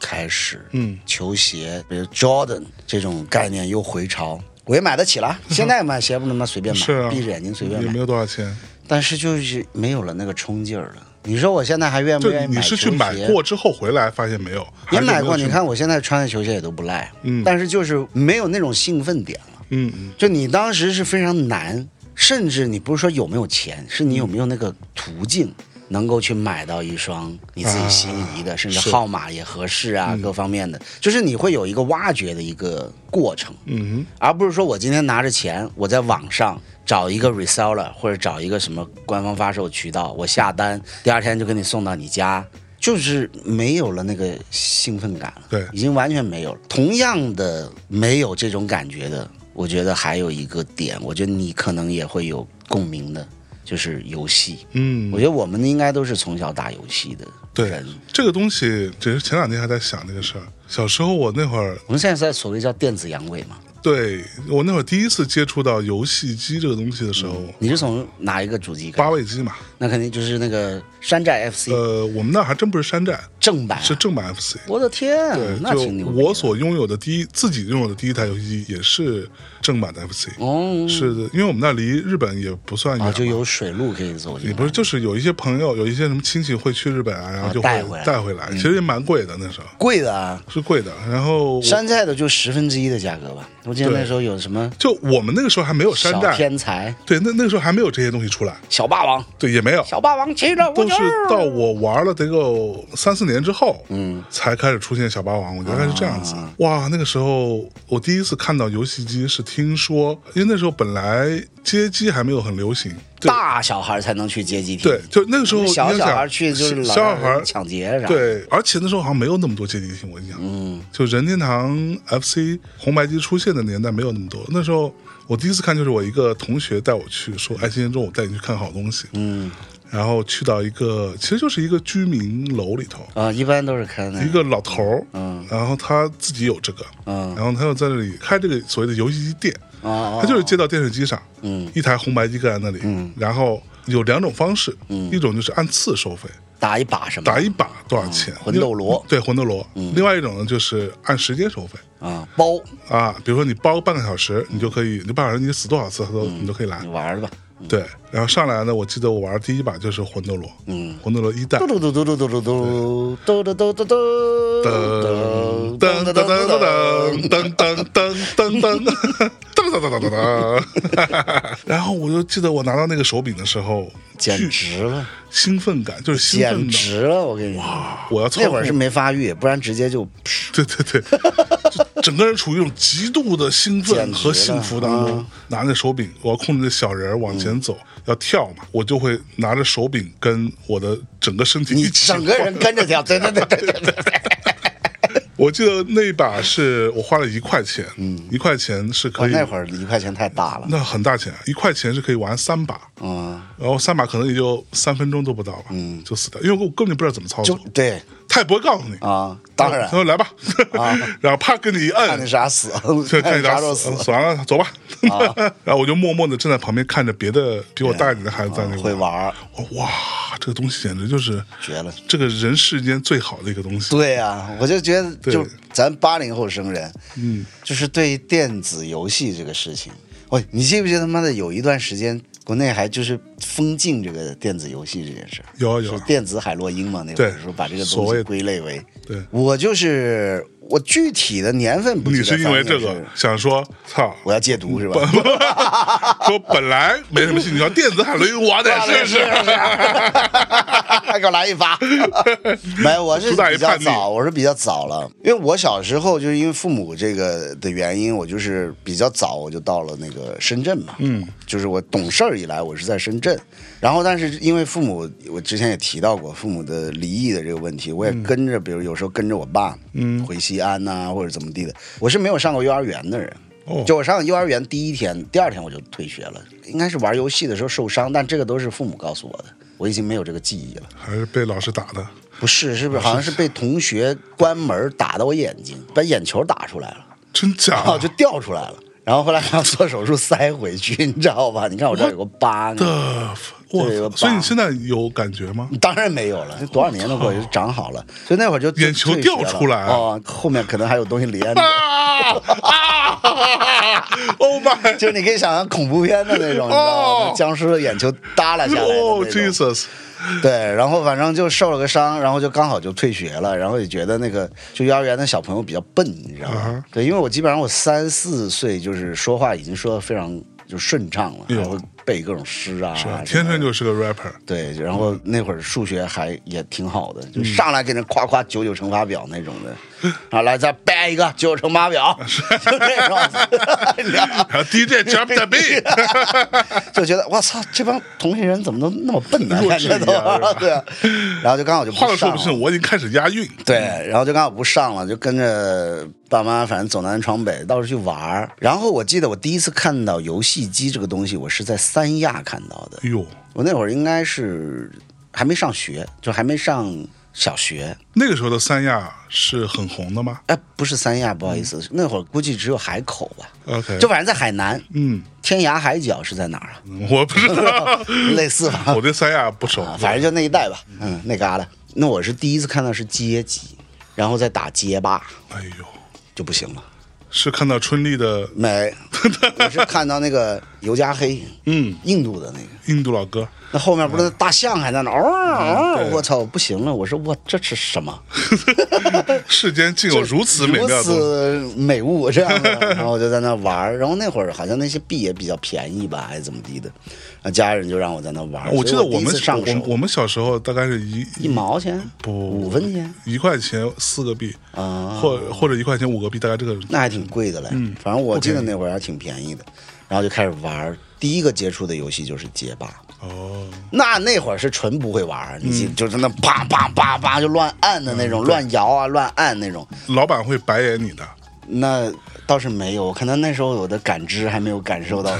Speaker 1: 开始，
Speaker 2: 嗯，
Speaker 1: 球鞋比如 Jordan 这种概念又回潮。我也买得起 了，现在买鞋不能妈随便买，
Speaker 2: 是啊，
Speaker 1: 闭着眼睛随便
Speaker 2: 也
Speaker 1: 买
Speaker 2: 没。有多少钱，
Speaker 1: 但是就是没有了那个冲劲儿了。你说我现在还愿不
Speaker 2: 就
Speaker 1: 愿意
Speaker 2: 你
Speaker 1: 买球
Speaker 2: 是
Speaker 1: 鞋？
Speaker 2: 去买过之后回来发现没有，
Speaker 1: 也
Speaker 2: 还是没
Speaker 1: 买
Speaker 2: 有
Speaker 1: 过。
Speaker 2: 去
Speaker 1: 你，看我现在穿的球鞋也都不赖，
Speaker 2: 嗯
Speaker 1: 但是就是没有那种兴奋点了。
Speaker 2: 嗯嗯，
Speaker 1: 就你当时是非常难，甚至你不是说有没有钱，是你有没有那个途径。
Speaker 2: 嗯
Speaker 1: 能够去买到一双你自己心仪的，甚至
Speaker 2: 啊是嗯
Speaker 1: 号码也合适啊，各方面的，就是你会有一个挖掘的一个过程。
Speaker 2: 嗯
Speaker 1: 而不是说我今天拿着钱，我在网上找一个 reseller 或者找一个什么官方发售渠道，我下单，第二天就给你送到你家，就是没有了那个兴奋感了，
Speaker 2: 对
Speaker 1: 已经完全没有了。同样的，没有这种感觉的，我觉得还有一个点，我觉得你可能也会有共鸣的，就是游戏。
Speaker 2: 嗯，
Speaker 1: 我觉得我们应该都是从小打游戏的
Speaker 2: 对
Speaker 1: 人，
Speaker 2: 这个东西，只是前两天还在想这个事儿。小时候我那会儿，
Speaker 1: 我们现在在所谓叫电子阳痿嘛。
Speaker 2: 对我那会儿第一次接触到游戏机这个东西的时候，
Speaker 1: 嗯你是从哪一个主机开始？
Speaker 2: 八位机嘛，
Speaker 1: 那肯定就是那个山寨 FC
Speaker 2: 呃，我们那还真不是山寨，
Speaker 1: 正版啊，
Speaker 2: 是正版 FC。
Speaker 1: 我的天
Speaker 2: 对，，
Speaker 1: 那挺
Speaker 2: 就
Speaker 1: 牛逼的。
Speaker 2: 我所拥有的第一自己拥有的第一台游戏机也是正版的 FC，、
Speaker 1: 哦
Speaker 2: 是的，因为我们那离日本也不算远嘛、
Speaker 1: 啊，就有水路可以走进
Speaker 2: 也
Speaker 1: 来。
Speaker 2: 不是，就是有一些朋友，有一些什么亲戚会去日本啊，然后就会
Speaker 1: 带回来嗯
Speaker 2: 带回来，其实也蛮贵的，那时候
Speaker 1: 贵的啊，
Speaker 2: 是贵的。然后我
Speaker 1: 山寨的就十分之一的价格吧。我记得
Speaker 2: 对
Speaker 1: 那时候有什么
Speaker 2: 就我们那个时候还没有山
Speaker 1: 小
Speaker 2: 寨，
Speaker 1: 天才、
Speaker 2: 对，那那个时候还没有这些东西出来，
Speaker 1: 小霸王、
Speaker 2: 对，也没有，
Speaker 1: 小霸王骑着
Speaker 2: 都
Speaker 1: 我
Speaker 2: 是到我玩了得有三四年之后，嗯，啊才开始出现小霸王。我觉得应该是这样子。哇，那个时候我第一次看到游戏机是听说，因为那时候本来街机还没有很流行，对
Speaker 1: 大小孩才能去街机厅
Speaker 2: 对，，就那个时候你
Speaker 1: 小
Speaker 2: 想
Speaker 1: 小
Speaker 2: 想
Speaker 1: 孩去就是老
Speaker 2: 小小孩儿
Speaker 1: 抢劫啥。，
Speaker 2: 对，而且那时候好像没有那么多街机厅，我印象。嗯，就任天堂 FC 红白机出现的年代没有那么多。那时候我第一次看就是我一个同学带我去，说：“哎，今天中午我带你去看好东西。”嗯，然后去到一个其实就是一个居民楼里头，
Speaker 1: 啊，一般都是看那
Speaker 2: 一个老头儿，嗯，然后他自己有这个，
Speaker 1: 嗯
Speaker 2: 然后他又在这里开这个所谓的游戏机店，
Speaker 1: 啊，
Speaker 2: 他就是接到电视机上，哦嗯，一台红白机搁在那里，嗯，然后有两种方式，嗯，一种就是按次收费，
Speaker 1: 打一把什么
Speaker 2: 打一把多少钱？
Speaker 1: 魂斗罗
Speaker 2: 另对嗯魂斗罗。嗯另外一种呢，就是按时间收费
Speaker 1: 啊，包
Speaker 2: 啊，比如说你包半个小时，你就可以，你半个小时你死多少次，他都你都可以来
Speaker 1: 你。玩儿吧。
Speaker 2: 对，然后上来呢，我记得我玩第一把就是魂斗罗，嗯，魂斗罗一代
Speaker 1: 嘟。嘟嘟嘟嘟嘟嘟嘟嘟嘟嘟嘟嘟嘟
Speaker 2: 噔噔噔噔噔噔噔噔 噔噔噔噔噔噔噔， 然后我就记得我拿到那个手柄的时候，
Speaker 1: 简直了，
Speaker 2: 兴奋感就是兴奋
Speaker 1: 简
Speaker 2: 的，
Speaker 1: 直了！我跟你说，
Speaker 2: 我要操
Speaker 1: 那会儿
Speaker 2: 控
Speaker 1: 是没发育，不然直 接就
Speaker 2: 对对对，就整个人处于一种极度的兴奋
Speaker 1: 简直
Speaker 2: 和
Speaker 1: 了嗯
Speaker 2: 幸福当中，拿着手柄，我要控制着小人儿往前走，要跳嘛，我就会拿着手柄跟我的整个身体
Speaker 1: 你
Speaker 2: 一起
Speaker 1: 整个人跟着跳， 对对对对对对，
Speaker 2: 我记得那一把是我花了一块钱，嗯，一块钱是
Speaker 1: 我
Speaker 2: 可以，
Speaker 1: 那会儿一块钱太大了，
Speaker 2: 那很大钱啊，一块钱是可以玩三把，
Speaker 1: 嗯，
Speaker 2: 然后三把可能也就三分钟都不到吧，嗯，就死掉，因为我根本就不知道怎么操
Speaker 1: 就
Speaker 2: 作，
Speaker 1: 对
Speaker 2: 他也不会告诉你。
Speaker 1: 啊，当
Speaker 2: 他
Speaker 1: 然啊
Speaker 2: 说来吧， 然后啪跟你一摁，
Speaker 1: 看你啥 死，
Speaker 2: 这
Speaker 1: 看你
Speaker 2: 看你
Speaker 1: 啥
Speaker 2: 打
Speaker 1: 时候
Speaker 2: 死
Speaker 1: 死啊
Speaker 2: 嗯，死完了，走吧。 然后我就默默的站在旁边看着别的比我大一点的孩子在那
Speaker 1: 嗯
Speaker 2: 里
Speaker 1: 会。玩儿，
Speaker 2: 我说哇，这个东西简直就是
Speaker 1: 绝了。
Speaker 2: 这个人世间最好的一个东西。
Speaker 1: 对啊，我就觉得
Speaker 2: 对
Speaker 1: 就咱八零后生人，嗯，就是对电子游戏这个事情，喂，你记不记得他妈的有一段时间，国内还就是封禁这个电子游戏这件事儿，
Speaker 2: 有啊有
Speaker 1: 是
Speaker 2: 啊，
Speaker 1: 电子海洛因嘛？那会儿
Speaker 2: 对
Speaker 1: 说把这个
Speaker 2: 所
Speaker 1: 东
Speaker 2: 谓
Speaker 1: 西
Speaker 2: 的
Speaker 1: 归类为，
Speaker 2: 对
Speaker 1: 我就是我具体的年份不记
Speaker 2: 你
Speaker 1: 得，
Speaker 2: 是因为这
Speaker 1: 反正
Speaker 2: 个嗯
Speaker 1: 就是
Speaker 2: 想说，操，
Speaker 1: 我要戒毒是吧？
Speaker 2: 说本来没什么兴趣，要电子海洛因，我得 试试。
Speaker 1: 还给我来一 发。没，我是
Speaker 2: 主打一
Speaker 1: 比较
Speaker 2: 叛逆
Speaker 1: 早，我是比较早了，因为我小时候就是因为父母这个的原因，我就是比较早我就到了那个深圳嘛。嗯，就是我懂事儿以来，我是在深圳。然后，但是因为父母，我之前也提到过父母的离异的这个问题，我也跟着，比如有时候跟着我爸，嗯，回西安呐、或者怎么地的，我是没有上过幼儿园的人。
Speaker 2: 哦
Speaker 1: 就我上幼儿园第一天，第二天我就退学了，应该是玩游戏的时候受伤，但这个都是父母告诉我的，我已经没有这个记忆了。
Speaker 2: 还是被老师打的。
Speaker 1: 不是，是不是好像是被同学关门打到我眼睛，把眼球打出来了，
Speaker 2: 真假
Speaker 1: 然？哦后就掉出来了，然后后来还要做手术塞回去， 你知道吧？你看我这儿有个疤呢，
Speaker 2: 的，
Speaker 1: 对有
Speaker 2: 我
Speaker 1: 疤
Speaker 2: 所以你现在有感觉吗？
Speaker 1: 当然没有了，多少年都过去，长好了，所以那会儿就
Speaker 2: 眼球
Speaker 1: 退学了
Speaker 2: 掉出来
Speaker 1: 哦，后面可能还有东西连 着。
Speaker 2: 啊啊！Oh my！
Speaker 1: 就是你可以想象恐怖片的那种，你知道吗
Speaker 2: 哦？
Speaker 1: 僵尸的眼球耷拉下来的
Speaker 2: 哦
Speaker 1: 那种。
Speaker 2: ，Jesus！
Speaker 1: 对，然后反正就受了个伤，然后就刚好就退学了，然后也觉得那个就幼儿园的小朋友比较笨，你知道吗
Speaker 2: 啊哈
Speaker 1: 对，因为我基本上我三四岁就是说话已经说的非常就顺畅了，
Speaker 2: 哎呦
Speaker 1: 还会背各种诗啊，
Speaker 2: 是
Speaker 1: 什么的
Speaker 2: 天生就是个 rapper。
Speaker 1: 对，然后那会儿数学还也挺好的，
Speaker 2: 嗯
Speaker 1: 就上来给人夸夸九九乘法表那种的，啊，来再掰一个九九乘法 表，就这种， 你知道吗？
Speaker 2: 然后 DJ jump the
Speaker 1: 哎
Speaker 2: beat，
Speaker 1: 就觉得我操，这帮同龄人怎么都那么笨呢？
Speaker 2: 弱
Speaker 1: 感
Speaker 2: 智
Speaker 1: 觉都
Speaker 2: 一样是吧
Speaker 1: 对啊，然后就刚好就
Speaker 2: 话
Speaker 1: 不
Speaker 2: 都说
Speaker 1: 上
Speaker 2: 不
Speaker 1: 了。
Speaker 2: 清，我已经开始押韵。
Speaker 1: 对，然后就刚好不上了，就跟着爸妈，反正走南闯北，到处去玩儿。然后我记得我第一次看到游戏机这个东西，我是在三亚看到的。
Speaker 2: 哎呦，
Speaker 1: 我那会儿应该是还没上学，就还没上小学。
Speaker 2: 那个时候的三亚是很红的吗
Speaker 1: 哎，不是三亚，不好意思，那会儿估计只有海口吧，
Speaker 2: ？OK，
Speaker 1: 就反正在海南。
Speaker 2: 嗯，
Speaker 1: 天涯海角是在哪儿啊？，
Speaker 2: 我不知道
Speaker 1: 类似吧
Speaker 2: 我对三亚不熟
Speaker 1: 啊，，反正就那一带吧，嗯，那旮旯。那我是第一次看到是街机，然后再打街霸
Speaker 2: 哎呦，
Speaker 1: 就不行了。
Speaker 2: 是看到春丽的
Speaker 1: 没，我是看到那个尤加黑，嗯，印度的那个，
Speaker 2: 印度老哥，
Speaker 1: 那后面不是大象还在那儿，哦哦
Speaker 2: 嗯对，
Speaker 1: 我操，不行了！我说我这是什么？
Speaker 2: 世间竟有哦如此美妙
Speaker 1: 如
Speaker 2: 的，
Speaker 1: 此美物这样的，然后我就在那玩儿。然后那会儿好像那些币也比较便宜吧，还是怎么地的，那家人就让我在那玩儿。
Speaker 2: 我记得
Speaker 1: 所以
Speaker 2: 我
Speaker 1: 我第
Speaker 2: 们
Speaker 1: 一次上
Speaker 2: 我
Speaker 1: 手
Speaker 2: 们我们小时候大概是一
Speaker 1: 一毛钱，
Speaker 2: 不
Speaker 1: 五分钱，
Speaker 2: 一块钱四个币
Speaker 1: 啊
Speaker 2: 或或者一块钱五个币，大概这个
Speaker 1: 那还挺贵的嘞。
Speaker 2: 嗯
Speaker 1: 反正我记得那会儿还挺便宜的，然后就开始玩儿。第一个接触的游戏就是街霸，
Speaker 2: 哦，
Speaker 1: 那那会儿是纯不会玩儿，你
Speaker 2: 嗯
Speaker 1: 记就是那啪啪啪啪就乱按的那种，乱摇啊，乱按那种。
Speaker 2: 老板会白眼你的。
Speaker 1: 那倒是没有，我看他那时候我的感知还没有感 受到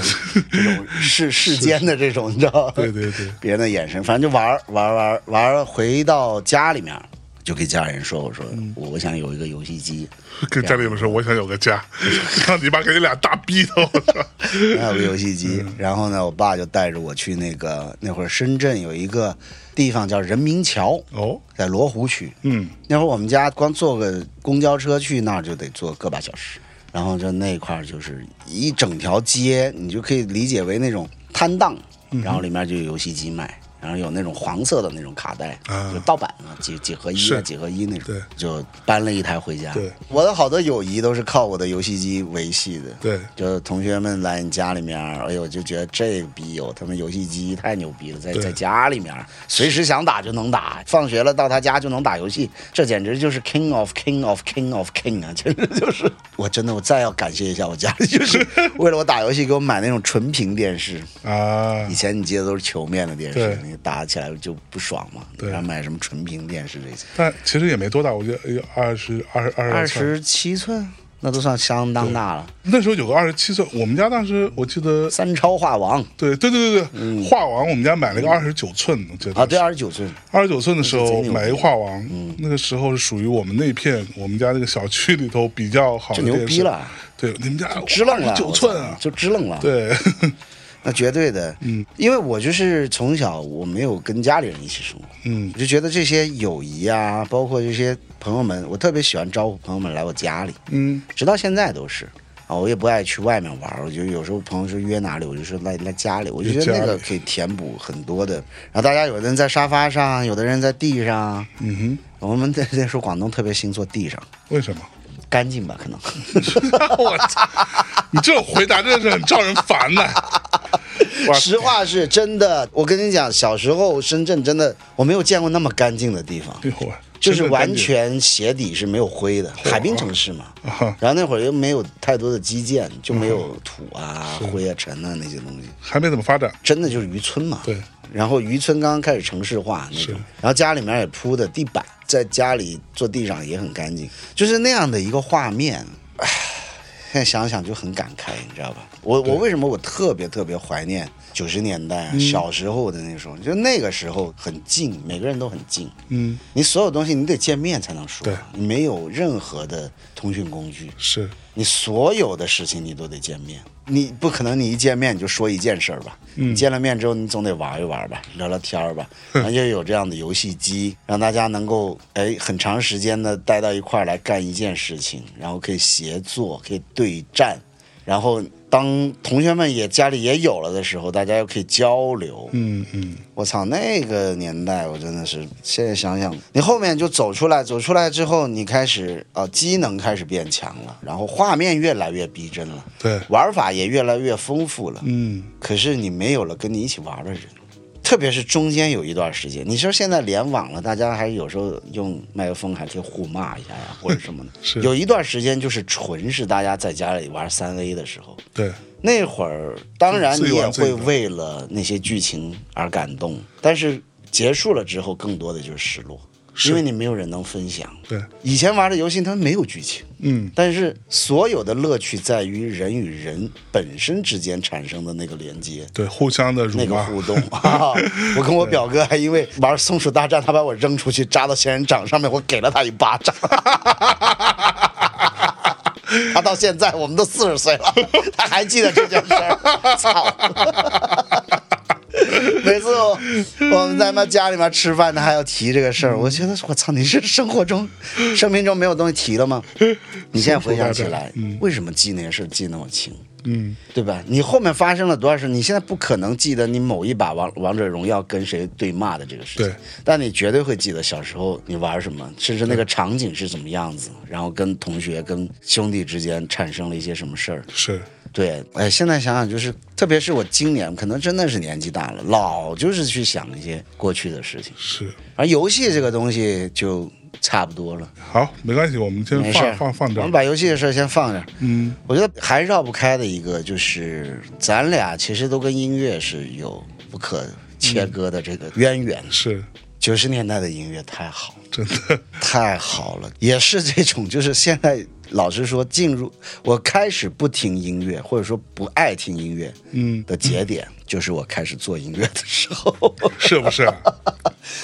Speaker 1: 这种世世间的这种，你知道吧
Speaker 2: 对对对
Speaker 1: 别人的眼神，反正就玩儿玩儿玩儿玩儿，回到家里面就给家人说，我说
Speaker 2: 嗯
Speaker 1: 我我想有一个游戏 机，
Speaker 2: 跟家里面说，我想有个家， 让你爸给你俩大逼头。我操
Speaker 1: 还啊有个游戏机。
Speaker 2: 嗯
Speaker 1: 然后呢，我爸就带着我去那个那会儿深圳有一个地方叫人民桥，
Speaker 2: 哦，
Speaker 1: 在罗湖区。
Speaker 2: 嗯，
Speaker 1: 那会儿我们家光坐个公交车去那儿就得坐个把小时，然后就那块儿就是一整条街，你就可以理解为那种摊档，
Speaker 2: 嗯
Speaker 1: 然后里面就有游戏机卖。然后有那种黄色的那种卡带，
Speaker 2: 啊
Speaker 1: 就盗版啊，几几合一啊，
Speaker 2: 是
Speaker 1: 几合一那种，
Speaker 2: 对
Speaker 1: 就搬了一台回家。
Speaker 2: 对，
Speaker 1: 我的好多友谊都是靠我的游戏机维系的。
Speaker 2: 对，
Speaker 1: 就同学们来你家里面，哎呦，就觉得这个逼有他们游戏机太牛逼了，在
Speaker 2: 对
Speaker 1: 在家里面随时想打就能打，放学了到他家就能打游戏，这简直就是 king of king of king of king 啊！ 简直就是，我真的我再要感谢一下我家里，就是为了我打游戏给我买那种纯屏电视。
Speaker 2: 啊
Speaker 1: 以，前你接的都是球面的电视
Speaker 2: 对，
Speaker 1: 你打起来就不爽嘛，
Speaker 2: 对
Speaker 1: 然后买什么纯屏电视这些，
Speaker 2: 但其实也没多大，我觉得有二十二二
Speaker 1: 二
Speaker 2: 来岁
Speaker 1: 十七寸那都算相当大了，
Speaker 2: 那时候有个二十七岁，我们家当时我记得，
Speaker 1: 三超画王
Speaker 2: 对对对对对，画王，我们家买了个二十九寸，我记得
Speaker 1: 嗯啊，对，二十九寸。
Speaker 2: 二十九寸的时
Speaker 1: 那是贼
Speaker 2: 候
Speaker 1: 牛嗯
Speaker 2: 买一个画王，那个时候是属于我们那片我们家那个小区里头比较好的
Speaker 1: 就牛
Speaker 2: 电视
Speaker 1: 逼了，
Speaker 2: 对，你们家
Speaker 1: 支棱了，
Speaker 2: 九寸
Speaker 1: 我
Speaker 2: 啊
Speaker 1: 操，就支棱了，，
Speaker 2: 对，
Speaker 1: 那绝对的，嗯，因为我就是从小我没有跟家里人一起生活，
Speaker 2: 嗯
Speaker 1: 我就觉得这些友谊啊，包括这些朋友们，我特别喜欢招呼朋友们来我家里，
Speaker 2: 嗯，
Speaker 1: 直到现在都是啊，我也不爱去外面玩儿，我就有时候朋友说约哪里，我就说来来家里，我就觉得那
Speaker 2: 家
Speaker 1: 个
Speaker 2: 里
Speaker 1: 可以填补很多的。然后大家有的人在沙发上，有的人在地上，
Speaker 2: 嗯
Speaker 1: 我们那那时候广东特别兴做地上，
Speaker 2: 哼，为 什么？
Speaker 1: 干净吧，可能。
Speaker 2: 我操，你这种回答真的是很招人 烦的。哇
Speaker 1: 实话是真的，我跟你讲，小时候深圳真的我没有见过那么干净的地方，
Speaker 2: 哎呦我
Speaker 1: 就是完
Speaker 2: 真的
Speaker 1: 全鞋底是没有灰的，海滨城市嘛。
Speaker 2: 干净啊，
Speaker 1: 然后那会儿又没有太多的基建，就没有土啊、灰啊、尘啊那些东西，
Speaker 2: 还没怎么发展。
Speaker 1: 真的就是渔村嘛。
Speaker 2: 对。
Speaker 1: 然后渔村刚刚开始城市化那种，然后家里面也铺的地板，在家里坐地上也很干净，就是那样的一个画面。唉现在想想就很感慨，你知道吧？我我为什么我特别特别怀念九十年代、
Speaker 2: 嗯
Speaker 1: 啊小时候的那时候，就那个时候很静，每个人都很静。
Speaker 2: 嗯，
Speaker 1: 你所有东西你得见面才能说
Speaker 2: 对，
Speaker 1: 你没有任何的通讯工具，
Speaker 2: 是
Speaker 1: 你所有的事情你都得见面，你不可能你一见面你就说一件事儿吧？你见了面之后，你总得玩一玩吧，聊聊天儿吧，然后又有这样的游戏机，让大家能够哎很长时间的待到一块儿来干一件事情，然后可以协作，可以对战，然后当同学们也家里也有了的时候，大家又可以交流，
Speaker 2: 嗯嗯，
Speaker 1: 我操，那个年代我真的是，现在想想，你后面就走出来，走出来之后，你开始啊、呃机能开始变强了，然后画面越来越逼真了，
Speaker 2: 对，
Speaker 1: 玩法也越来越丰富了。
Speaker 2: 嗯，
Speaker 1: 可是你没有了跟你一起玩的人，特别是中间有一段时间，你说现在联网了，大家还有时候用麦克风还可以互骂一下呀、或者什么的。
Speaker 2: 是
Speaker 1: 有一段时间就是纯是大家在家里玩三 A 的时候，
Speaker 2: 对，
Speaker 1: 那会儿，当然
Speaker 2: 自
Speaker 1: 你
Speaker 2: 己
Speaker 1: 也
Speaker 2: 玩自己
Speaker 1: 会
Speaker 2: 的
Speaker 1: 为了那些剧情而感动，但是结束了之后，更多的就是失落，因为你没有人能分享。
Speaker 2: 对，
Speaker 1: 以前玩的游戏它没有剧情，
Speaker 2: 嗯，
Speaker 1: 但是所有的乐趣在于人与人本身之间产生的那个连接。
Speaker 2: 对，互相的辱
Speaker 1: 那个
Speaker 2: 骂，
Speaker 1: 互动 啊！我跟我表哥还因为玩松鼠大战，他把我扔出去扎到仙人掌上面，我给了他一巴掌。 他到现在我们都四十岁了，他还记得这件事儿，操！每次我我们在他家里面吃饭，他还要提这个事儿，我觉得我操，你是生活中、生命中没有东西提了吗？你现在回想起来，为什么记那些事儿记那么清？
Speaker 2: 嗯，
Speaker 1: 对吧？你后面发生了多少事？你现在不可能记得你某一把王王者荣耀跟谁对骂的这个事情
Speaker 2: 对，
Speaker 1: 但你绝对会记得小时候你玩什么，甚至那个场景是什么样子，然后跟同学、跟兄弟之间产生了一些什么事儿。
Speaker 2: 是，
Speaker 1: 对，哎，现在想想就是，特别是我今年，可能真的是年纪大了，老就是去想一些过去的事情，
Speaker 2: 是，
Speaker 1: 而游戏这个东西就差不多了，
Speaker 2: 好，没关系，我们先
Speaker 1: 没事儿
Speaker 2: 放放放这
Speaker 1: 我们
Speaker 2: 儿。
Speaker 1: 把游戏的事儿先放这儿。
Speaker 2: 嗯，
Speaker 1: 我觉得还绕不开的一个就是，咱俩其实都跟音乐是有不可切
Speaker 2: 嗯
Speaker 1: 割的这个渊源。
Speaker 2: 是
Speaker 1: 九十、年代的音乐太好，
Speaker 2: 真的，
Speaker 1: 太好了，也是这种，就是现在老实说，进入我开始不听音乐，或者说不爱听音乐
Speaker 2: 嗯，
Speaker 1: 的节点，就是我开始做音乐的时候。
Speaker 2: 是不是？啊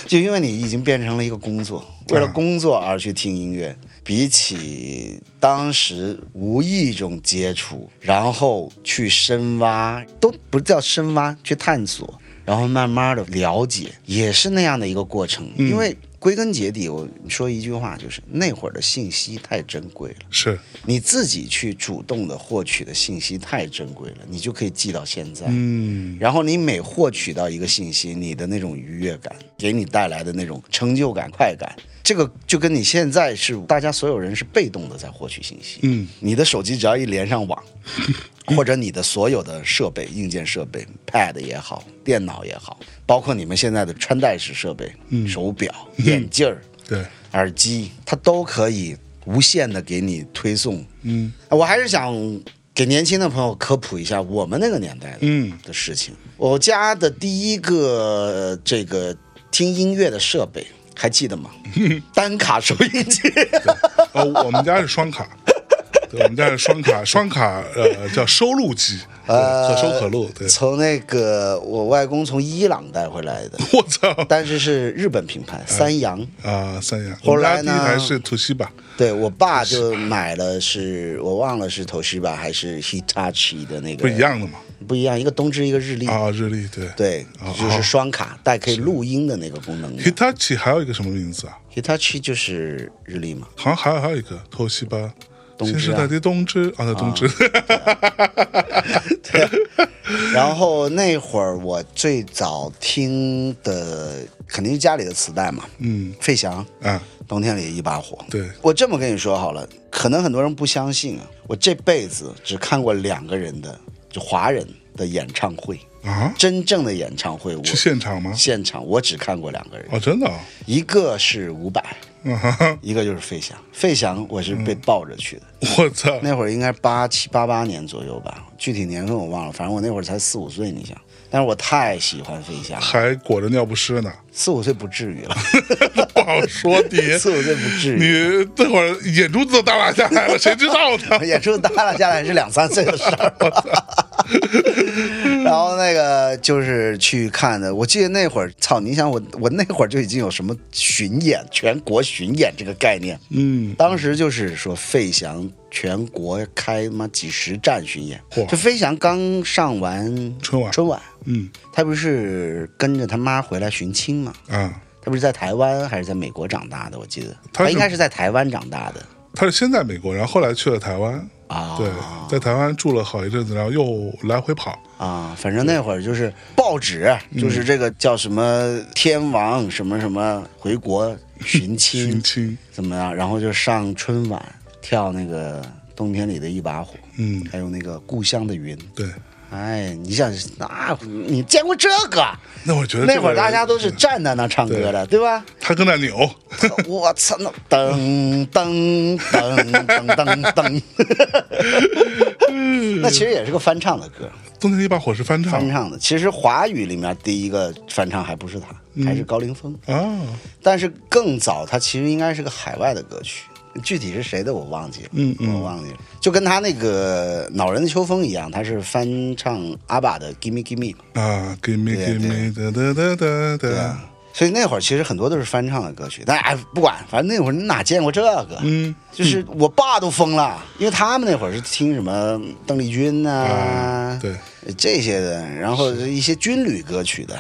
Speaker 1: 就因为你已经变成了一个工作，为了工作而去听音乐，比起当时无意中接触，然后去深挖，都不叫深挖，去探索，然后慢慢的了解，也是那样的一个过程。因为归根结底，我说一句话，就是那会儿的信息太珍贵了，
Speaker 2: 是，
Speaker 1: 你自己去主动的获取的信息太珍贵了，你就可以记到现在。
Speaker 2: 嗯，
Speaker 1: 然后你每获取到一个信息，你的那种愉悦感，给你带来的那种成就感、快感，这个就跟你现在是大家所有人是被动的在获取信息。
Speaker 2: 嗯，
Speaker 1: 你的手机只要一连上网，或者你的所有的设备、硬件设备，Pad 也好，电脑也好，包括你们现在的穿戴式设备，
Speaker 2: 嗯
Speaker 1: 手表、眼镜儿、
Speaker 2: 对，
Speaker 1: 耳机，它都可以无限的给你推送。
Speaker 2: 嗯
Speaker 1: 我还是想给年轻的朋友科普一下我们那个年代的
Speaker 2: 嗯
Speaker 1: 的事情。我家的第一个呃这个听音乐的设备还记得吗？
Speaker 2: 嗯
Speaker 1: 单卡收音 机，
Speaker 2: 呃，我们家是双卡， 对，我们家是双卡，双卡呃叫收录机，对
Speaker 1: 呃
Speaker 2: 可收可录，对，
Speaker 1: 从那个我外公从伊朗带回来的，
Speaker 2: 我操
Speaker 1: 但是是日本品
Speaker 2: 嗯
Speaker 1: 牌三洋。
Speaker 2: 啊，三亚，我
Speaker 1: 后
Speaker 2: 们
Speaker 1: 来
Speaker 2: 家
Speaker 1: 呢
Speaker 2: 第一台是土西吧，
Speaker 1: 对我爸就买了是，我忘了是头饰吧还是 Hitachi 的那个
Speaker 2: 不一，样的嘛，
Speaker 1: 不一样，一个东芝一个日立。
Speaker 2: 啊，日立，对
Speaker 1: 嗯对
Speaker 2: 哦，
Speaker 1: 就是双卡带可以录音的那个功能的。
Speaker 2: ，Hitachi 还有一个什么名字啊？
Speaker 1: Hitachi 就是日立嘛，
Speaker 2: 好像还有还有一个托西吧，
Speaker 1: 东芝啊
Speaker 2: 新时代的东芝啊，对东芝，
Speaker 1: 然后那会儿我最早听的肯定是家里的磁带嘛，
Speaker 2: 嗯
Speaker 1: 费翔
Speaker 2: 啊，
Speaker 1: 《冬天里的一把火》。
Speaker 2: 对，
Speaker 1: 我这么跟你说好了，可能很多人不相信啊，我这辈子只看过两个人的，就华人的演唱会，
Speaker 2: 啊，
Speaker 1: 真正的演唱会，我
Speaker 2: 去现 场吗？
Speaker 1: 现场我只看过两个人，
Speaker 2: 哦，真的啊，
Speaker 1: 一个是伍佰，
Speaker 2: 啊哈哈
Speaker 1: 一个就是费翔。费翔我是被抱着去的，
Speaker 2: 我操，
Speaker 1: 那会儿应该八七八八年左右吧，具体年份我忘了，反正我那会儿才四五岁，你想。但是我太喜欢费翔，了，
Speaker 2: 还裹着尿不湿呢，
Speaker 1: 四五岁不至于了，
Speaker 2: 不好说你。
Speaker 1: 四五岁不至于。
Speaker 2: 你这会儿眼珠子都耷拉下来 了，谁知道呢？
Speaker 1: 演出耷拉下来是两三岁的事儿， 然后那个就是去看的。我记得那会儿，操，你想我，我那会儿就已经有什么巡演、全国巡演这个概念，
Speaker 2: 嗯，
Speaker 1: 当时就是说费翔全国开妈几十站巡演
Speaker 2: 嚯，
Speaker 1: 这费翔刚上完
Speaker 2: 春晚
Speaker 1: 春晚，
Speaker 2: 嗯
Speaker 1: 他不是跟着他妈回来寻亲吗？
Speaker 2: 啊，
Speaker 1: 他不是在台湾还是在美国长大的？我记得
Speaker 2: 他是
Speaker 1: 他应该是在台湾长大的
Speaker 2: 他是先在美国，然后后来去了台湾，
Speaker 1: 啊。
Speaker 2: 对，在台湾住了好一阵子，然后又来回跑，
Speaker 1: 啊，反正那会儿就是报纸，就是
Speaker 2: 嗯
Speaker 1: 这个叫什么天王什么什么回国 寻
Speaker 2: 寻
Speaker 1: 亲
Speaker 2: 亲，
Speaker 1: 怎么样，然后就上春晚跳那个冬天里的一把火，
Speaker 2: 嗯，
Speaker 1: 还有那个故乡的云。
Speaker 2: 对，
Speaker 1: 哎，你想那你见过这个？
Speaker 2: 那会儿觉得
Speaker 1: 那
Speaker 2: 这
Speaker 1: 会
Speaker 2: 个
Speaker 1: 儿
Speaker 2: 人
Speaker 1: 大家都是站在那唱歌的，对吧？
Speaker 2: 他跟那扭，
Speaker 1: 我操，那噔噔噔噔噔 噔，那其实也是个翻唱的歌，
Speaker 2: 冬天一把火是翻唱
Speaker 1: 翻唱的。其实华语里面第一个翻唱还不是他，
Speaker 2: 嗯
Speaker 1: 还是高凌风。
Speaker 2: 啊，
Speaker 1: 但是更早，它其实应该是个海外的歌曲，具体是谁的我忘记了，
Speaker 2: 嗯嗯
Speaker 1: 我忘记了。就跟他那个《恼人的秋风》一样，他是翻唱阿爸的《Gimme Gimme》。
Speaker 2: 啊，给 me
Speaker 1: 对
Speaker 2: 给 me 哒哒哒哒
Speaker 1: 对
Speaker 2: 哒
Speaker 1: 啊，所以那会儿其实很多都是翻唱的歌曲，但哎不管，反正那会儿你哪见过这个？
Speaker 2: 嗯，
Speaker 1: 就是我爸都疯了，因为他们那会儿是听什么邓丽君呐、
Speaker 2: 啊对
Speaker 1: 这些的，然后一些军旅歌曲的，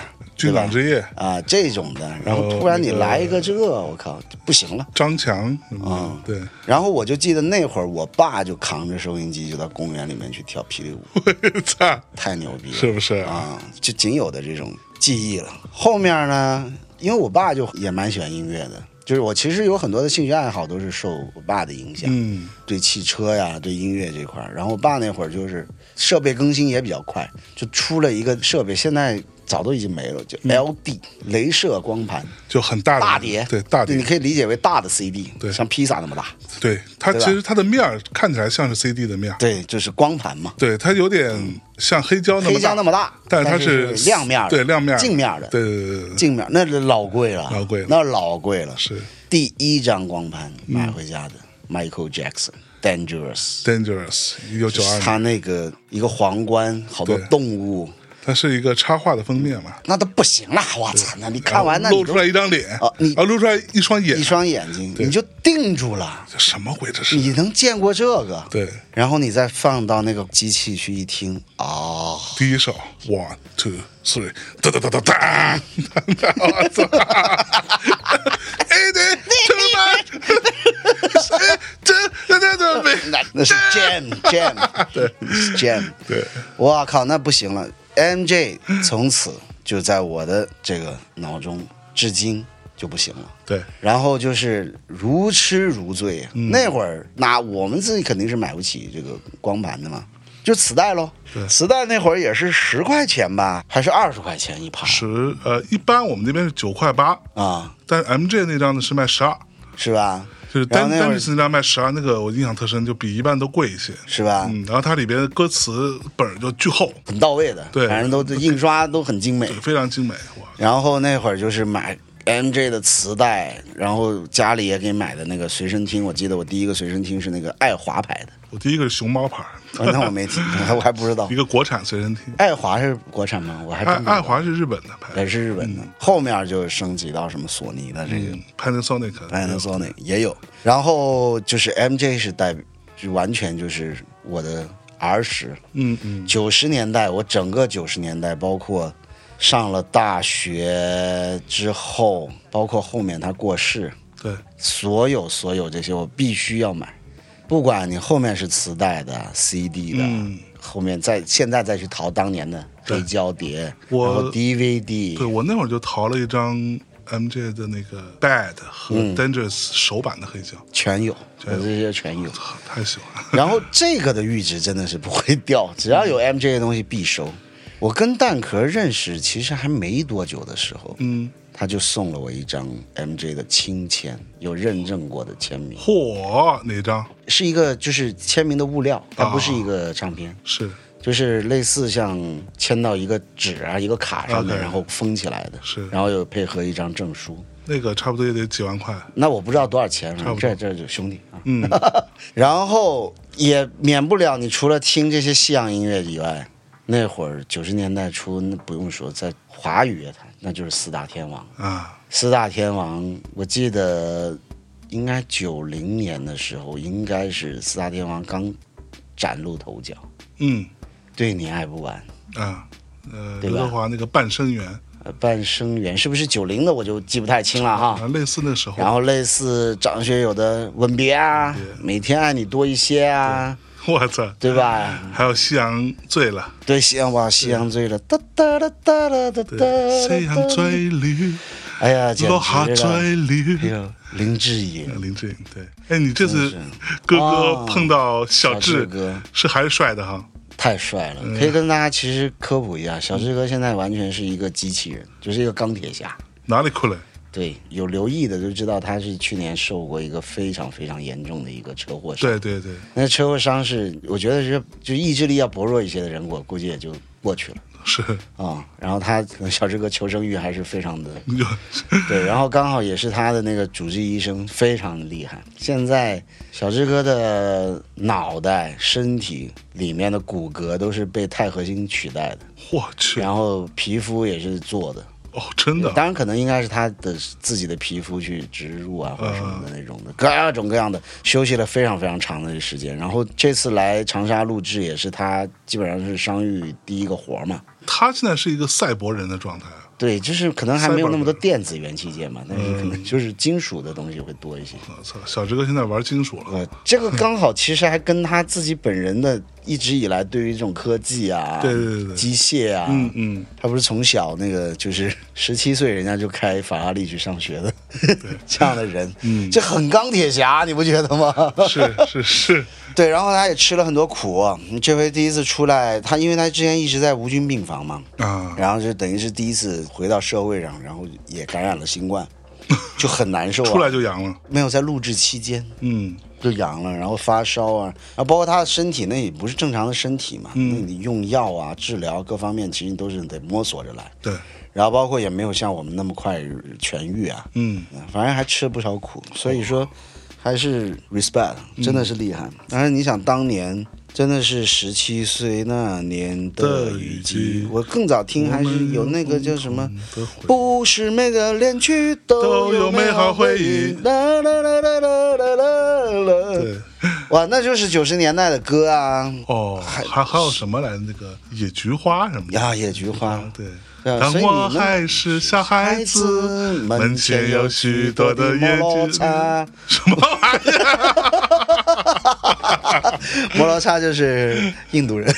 Speaker 1: 对
Speaker 2: 军
Speaker 1: 吧
Speaker 2: 港之夜
Speaker 1: 啊这种的，然后
Speaker 2: 哦
Speaker 1: 突然你
Speaker 2: 那个
Speaker 1: 来一个这，我靠，不行了。
Speaker 2: 张强什么的
Speaker 1: 啊
Speaker 2: 对，
Speaker 1: 然后我就记得那会儿，我爸就扛着收音机就到公园里面去跳霹雳舞，
Speaker 2: 我操，
Speaker 1: 太牛逼了，
Speaker 2: 是不是啊？
Speaker 1: 啊，就仅有的这种记忆了。后面呢，因为我爸就也蛮喜欢音乐的，就是我其实有很多的兴趣爱好都是受我爸的影响，
Speaker 2: 嗯，
Speaker 1: 对汽车呀，对音乐这块儿。然后我爸那会儿就是设备更新也比较快，就出了一个设备，现在早都已经没了，就
Speaker 2: 嗯
Speaker 1: LD、镭射光盘
Speaker 2: 就很大的
Speaker 1: 大碟，
Speaker 2: 对大
Speaker 1: 你
Speaker 2: 碟，
Speaker 1: 可以理解为大的 CD，
Speaker 2: 对
Speaker 1: 像披萨那么大，
Speaker 2: 对它
Speaker 1: 对
Speaker 2: 其
Speaker 1: 吧
Speaker 2: 实它的面儿看起来像是 CD 的面儿，
Speaker 1: 对，就是光盘嘛。
Speaker 2: 对它有点像黑胶那
Speaker 1: 黑
Speaker 2: 么
Speaker 1: 胶
Speaker 2: 大
Speaker 1: 那，么大，
Speaker 2: 但是它
Speaker 1: 是亮面儿的
Speaker 2: 对亮面儿
Speaker 1: 镜面儿的，
Speaker 2: 对对对对对，
Speaker 1: 镜面儿那是老贵了，
Speaker 2: 老贵了
Speaker 1: 那老贵了。
Speaker 2: 是嗯
Speaker 1: 第一张光盘买回家的、Michael Jackson Dangerous，
Speaker 2: Dangerous 一九
Speaker 1: 就
Speaker 2: 九
Speaker 1: 是
Speaker 2: 二
Speaker 1: 他
Speaker 2: 年，
Speaker 1: 那个一个皇冠，好多
Speaker 2: 对
Speaker 1: 动物，
Speaker 2: 它是一个插画的封面嘛，
Speaker 1: 那都不行了。我操，那你看完那
Speaker 2: 然后
Speaker 1: 你
Speaker 2: 露
Speaker 1: 都
Speaker 2: 出来一张脸
Speaker 1: 啊你
Speaker 2: 啊，露出来一双眼
Speaker 1: 一，双眼睛，你就定住了。
Speaker 2: 这什么鬼？这是
Speaker 1: 你能见过这个？
Speaker 2: 对
Speaker 1: 然后你再放到那个机器去一听，哦，
Speaker 2: 第一首 One Two Three，哒哒哒哒哒，我操！哎对，什么？哎这这这这
Speaker 1: 那
Speaker 2: 没
Speaker 1: 那是 Jam Jam，对，Jam，
Speaker 2: 对，
Speaker 1: 我靠，那不行了，MJ 从此就在我的这个脑中，至今就不行了。
Speaker 2: 对嗯
Speaker 1: 然后就是如痴如醉呀、那会儿那我们自己肯定是买不起这个光盘的嘛，就磁带喽。磁带那会儿也是十块钱吧，还是二十块钱一盘
Speaker 2: 十呃，一般我们这边是九块八，
Speaker 1: 啊，
Speaker 2: 但是 MJ 那张呢是卖十二，
Speaker 1: 是吧？
Speaker 2: 就是
Speaker 1: 然后
Speaker 2: 单
Speaker 1: 那
Speaker 2: 单
Speaker 1: 会儿
Speaker 2: 是那张卖十二，那个我印象特深，就比一般都贵一些。
Speaker 1: 是吧？
Speaker 2: 嗯，然后它里边的歌词本儿就巨厚，
Speaker 1: 很到位的，
Speaker 2: 对
Speaker 1: 反正都都印刷都很精美。
Speaker 2: 对，非常精美，哇，
Speaker 1: 然后那会儿就是买 MJ 的磁带，然后家里也给买的那个随身听，我记得我第一个随身听是那个爱华牌的，
Speaker 2: 我第一个是熊猫牌儿，
Speaker 1: 哦那我没听，我还不知道
Speaker 2: 一。个国产随身听，
Speaker 1: 爱华是国产吗？我还
Speaker 2: 爱
Speaker 1: 真不知道
Speaker 2: 爱华是日本的牌
Speaker 1: 也
Speaker 2: 子，
Speaker 1: 是日本的，后面就升级到什么索尼的这个
Speaker 2: 嗯，Panasonic，
Speaker 1: Panasonic 也有，然后就是 MJ 是代，就完全就是我的儿时，
Speaker 2: 嗯嗯，
Speaker 1: 九十年代，我整个九十年代，包括上了大学之后，包括后面他过世，
Speaker 2: 对，
Speaker 1: 所有所有这些我必须要买，不管你后面是磁带的、CD 的，
Speaker 2: 嗯
Speaker 1: 后面再现在再去淘当年的黑胶碟，
Speaker 2: 嗯我
Speaker 1: 然后 DVD，
Speaker 2: 对我那会儿就淘了一张 MJ 的那个 Bad 和
Speaker 1: 嗯
Speaker 2: Dangerous 首版的黑胶，
Speaker 1: 全有，我
Speaker 2: 全有
Speaker 1: 这些全有。
Speaker 2: 操太喜欢了。
Speaker 1: 然后这个的阈值真的是不会掉，
Speaker 2: 嗯
Speaker 1: 只要有 MJ 的东西必收。我跟蛋壳认识其实还没多久的时候，
Speaker 2: 嗯，
Speaker 1: 他就送了我一张 MJ 的亲签，有认证过的签名，
Speaker 2: 嚯，哪张？
Speaker 1: 是一个就是签名的物料，
Speaker 2: 啊
Speaker 1: 它不是一个唱片，
Speaker 2: 是
Speaker 1: 就是类似像签到一个纸啊、一个卡上面，
Speaker 2: OK
Speaker 1: 然后封起来的，
Speaker 2: 是
Speaker 1: 然后又配合一张证书。
Speaker 2: 那个，差不多也得几万块。
Speaker 1: 那我不知道多少钱，
Speaker 2: 差
Speaker 1: 啊，
Speaker 2: 不多
Speaker 1: 这这就兄弟啊，
Speaker 2: 嗯，
Speaker 1: 然后也免不了，你除了听这些西洋音乐以外，那会儿九十年代初，那不用说，在华语乐坛，那就是四大天王。
Speaker 2: 啊，
Speaker 1: 四大天王，我记得应该九零年的时候，应该是四大天王刚崭露头角，
Speaker 2: 嗯
Speaker 1: 对你爱不完。
Speaker 2: 啊，呃，
Speaker 1: 对吧
Speaker 2: 刘德华那个《半生缘》
Speaker 1: 呃半生缘是不是九零的，我就记不太清了哈。
Speaker 2: 啊，类似那时候，
Speaker 1: 然后类似张学友的《吻别》啊
Speaker 2: 吻，
Speaker 1: 《每天爱你多一些》啊，
Speaker 2: 我操，
Speaker 1: 对吧？
Speaker 2: 还有《夕阳醉了
Speaker 1: 对，夕阳哇，夕阳醉了，哒哒哒哒哒哒》，
Speaker 2: 对，
Speaker 1: 哒。
Speaker 2: 《夕阳醉了》，
Speaker 1: 哎呀，简
Speaker 2: 落下
Speaker 1: 直了！
Speaker 2: 醉
Speaker 1: 哎
Speaker 2: 了。
Speaker 1: 呀，林志颖，
Speaker 2: 林志颖，对，哎，你这次
Speaker 1: 真
Speaker 2: 哥
Speaker 1: 哦
Speaker 2: 哥碰到小
Speaker 1: 小
Speaker 2: 志
Speaker 1: 志哥
Speaker 2: 是还是帅的哈，
Speaker 1: 太帅了！可以跟大家其实科普一下，小志哥现在完全是一个机器人，就是一个钢铁侠。
Speaker 2: 哪里酷了？
Speaker 1: 对，有留意的就知道他是去年受过一个非常非常严重的一个车祸伤。
Speaker 2: 对对对，
Speaker 1: 那车祸伤是，我觉得是就意志力要薄弱一些的人，我估计也就过去了
Speaker 2: 是，
Speaker 1: 啊、然后他可能小志哥求生欲还是非常的
Speaker 2: 你就
Speaker 1: 对，然后刚好也是他的那个主治医生非常厉害。现在小志哥的脑袋、身体里面的骨骼都是被钛合金取代的，
Speaker 2: 我去，
Speaker 1: 然后皮肤也是做的，
Speaker 2: 哦，真的，
Speaker 1: 当然，可能应该是他的自己的皮肤去植入啊，
Speaker 2: 嗯
Speaker 1: 或者什么的那种的，各种各样的，休息了非常非常长的时间。然后这次来长沙录制也是他基本上是商誉第一个活儿嘛，
Speaker 2: 他现在是一个赛博人的状态，
Speaker 1: 对，就是可能还没有那么多电子元器件嘛，但是可
Speaker 2: 嗯
Speaker 1: 能就是金属的东西会多一些。
Speaker 2: 我操，小志哥现在玩金属了，
Speaker 1: 呃，这个刚好其实还跟他自己本人的一直以来对于这种科技啊、
Speaker 2: 对对对对
Speaker 1: 机械啊，
Speaker 2: 嗯嗯，
Speaker 1: 他不是从小那个就是十七岁人家就开法拉利去上学的 这样的人，嗯，这很钢铁侠，你不觉得吗？
Speaker 2: 是是是，
Speaker 1: 对，然后他也吃了很多苦、这回第一次出来，他因为他之前一直在无菌病房嘛，
Speaker 2: 啊，
Speaker 1: 然后就等于是第一次回到社会上，然后也感染了新冠，就很难受、啊。
Speaker 2: 出来就阳了，
Speaker 1: 没有在录制期间，
Speaker 2: 嗯，
Speaker 1: 就阳了，然后发烧啊，然后包括他的身体，那也不是正常的身体嘛，那你用药啊、治疗各方面，其实你都是得摸索着来，
Speaker 2: 对，
Speaker 1: 然后包括也没有像我们那么快痊愈啊，
Speaker 2: 嗯，
Speaker 1: 反正还吃了不少苦，所
Speaker 2: 哦
Speaker 1: 以说还是 respect，真
Speaker 2: 嗯
Speaker 1: 的是厉害。但是你想当年。真的是十七岁那年的雨
Speaker 2: 的雨
Speaker 1: 季
Speaker 2: 季，
Speaker 1: 我更早听还是有那个叫什么
Speaker 2: 我们共同的回忆，
Speaker 1: 不是每个恋曲都
Speaker 2: 都有
Speaker 1: 有
Speaker 2: 美
Speaker 1: 美
Speaker 2: 好
Speaker 1: 好
Speaker 2: 回
Speaker 1: 回
Speaker 2: 忆
Speaker 1: 忆。啦啦啦啦啦啦啦啦。
Speaker 2: 对，
Speaker 1: 哇，那就是九十年代的歌啊，
Speaker 2: 哦，还还有什么来着？那个野菊花什么的，
Speaker 1: 呀，野菊花，
Speaker 2: 对。
Speaker 1: 对啊
Speaker 2: 当
Speaker 1: 所以
Speaker 2: 我
Speaker 1: 你们
Speaker 2: 还是小孩子，门前有许多的野
Speaker 1: 摩
Speaker 2: 菊
Speaker 1: 洛。叉，
Speaker 2: 什么玩意儿？
Speaker 1: 摩洛叉就是印度人。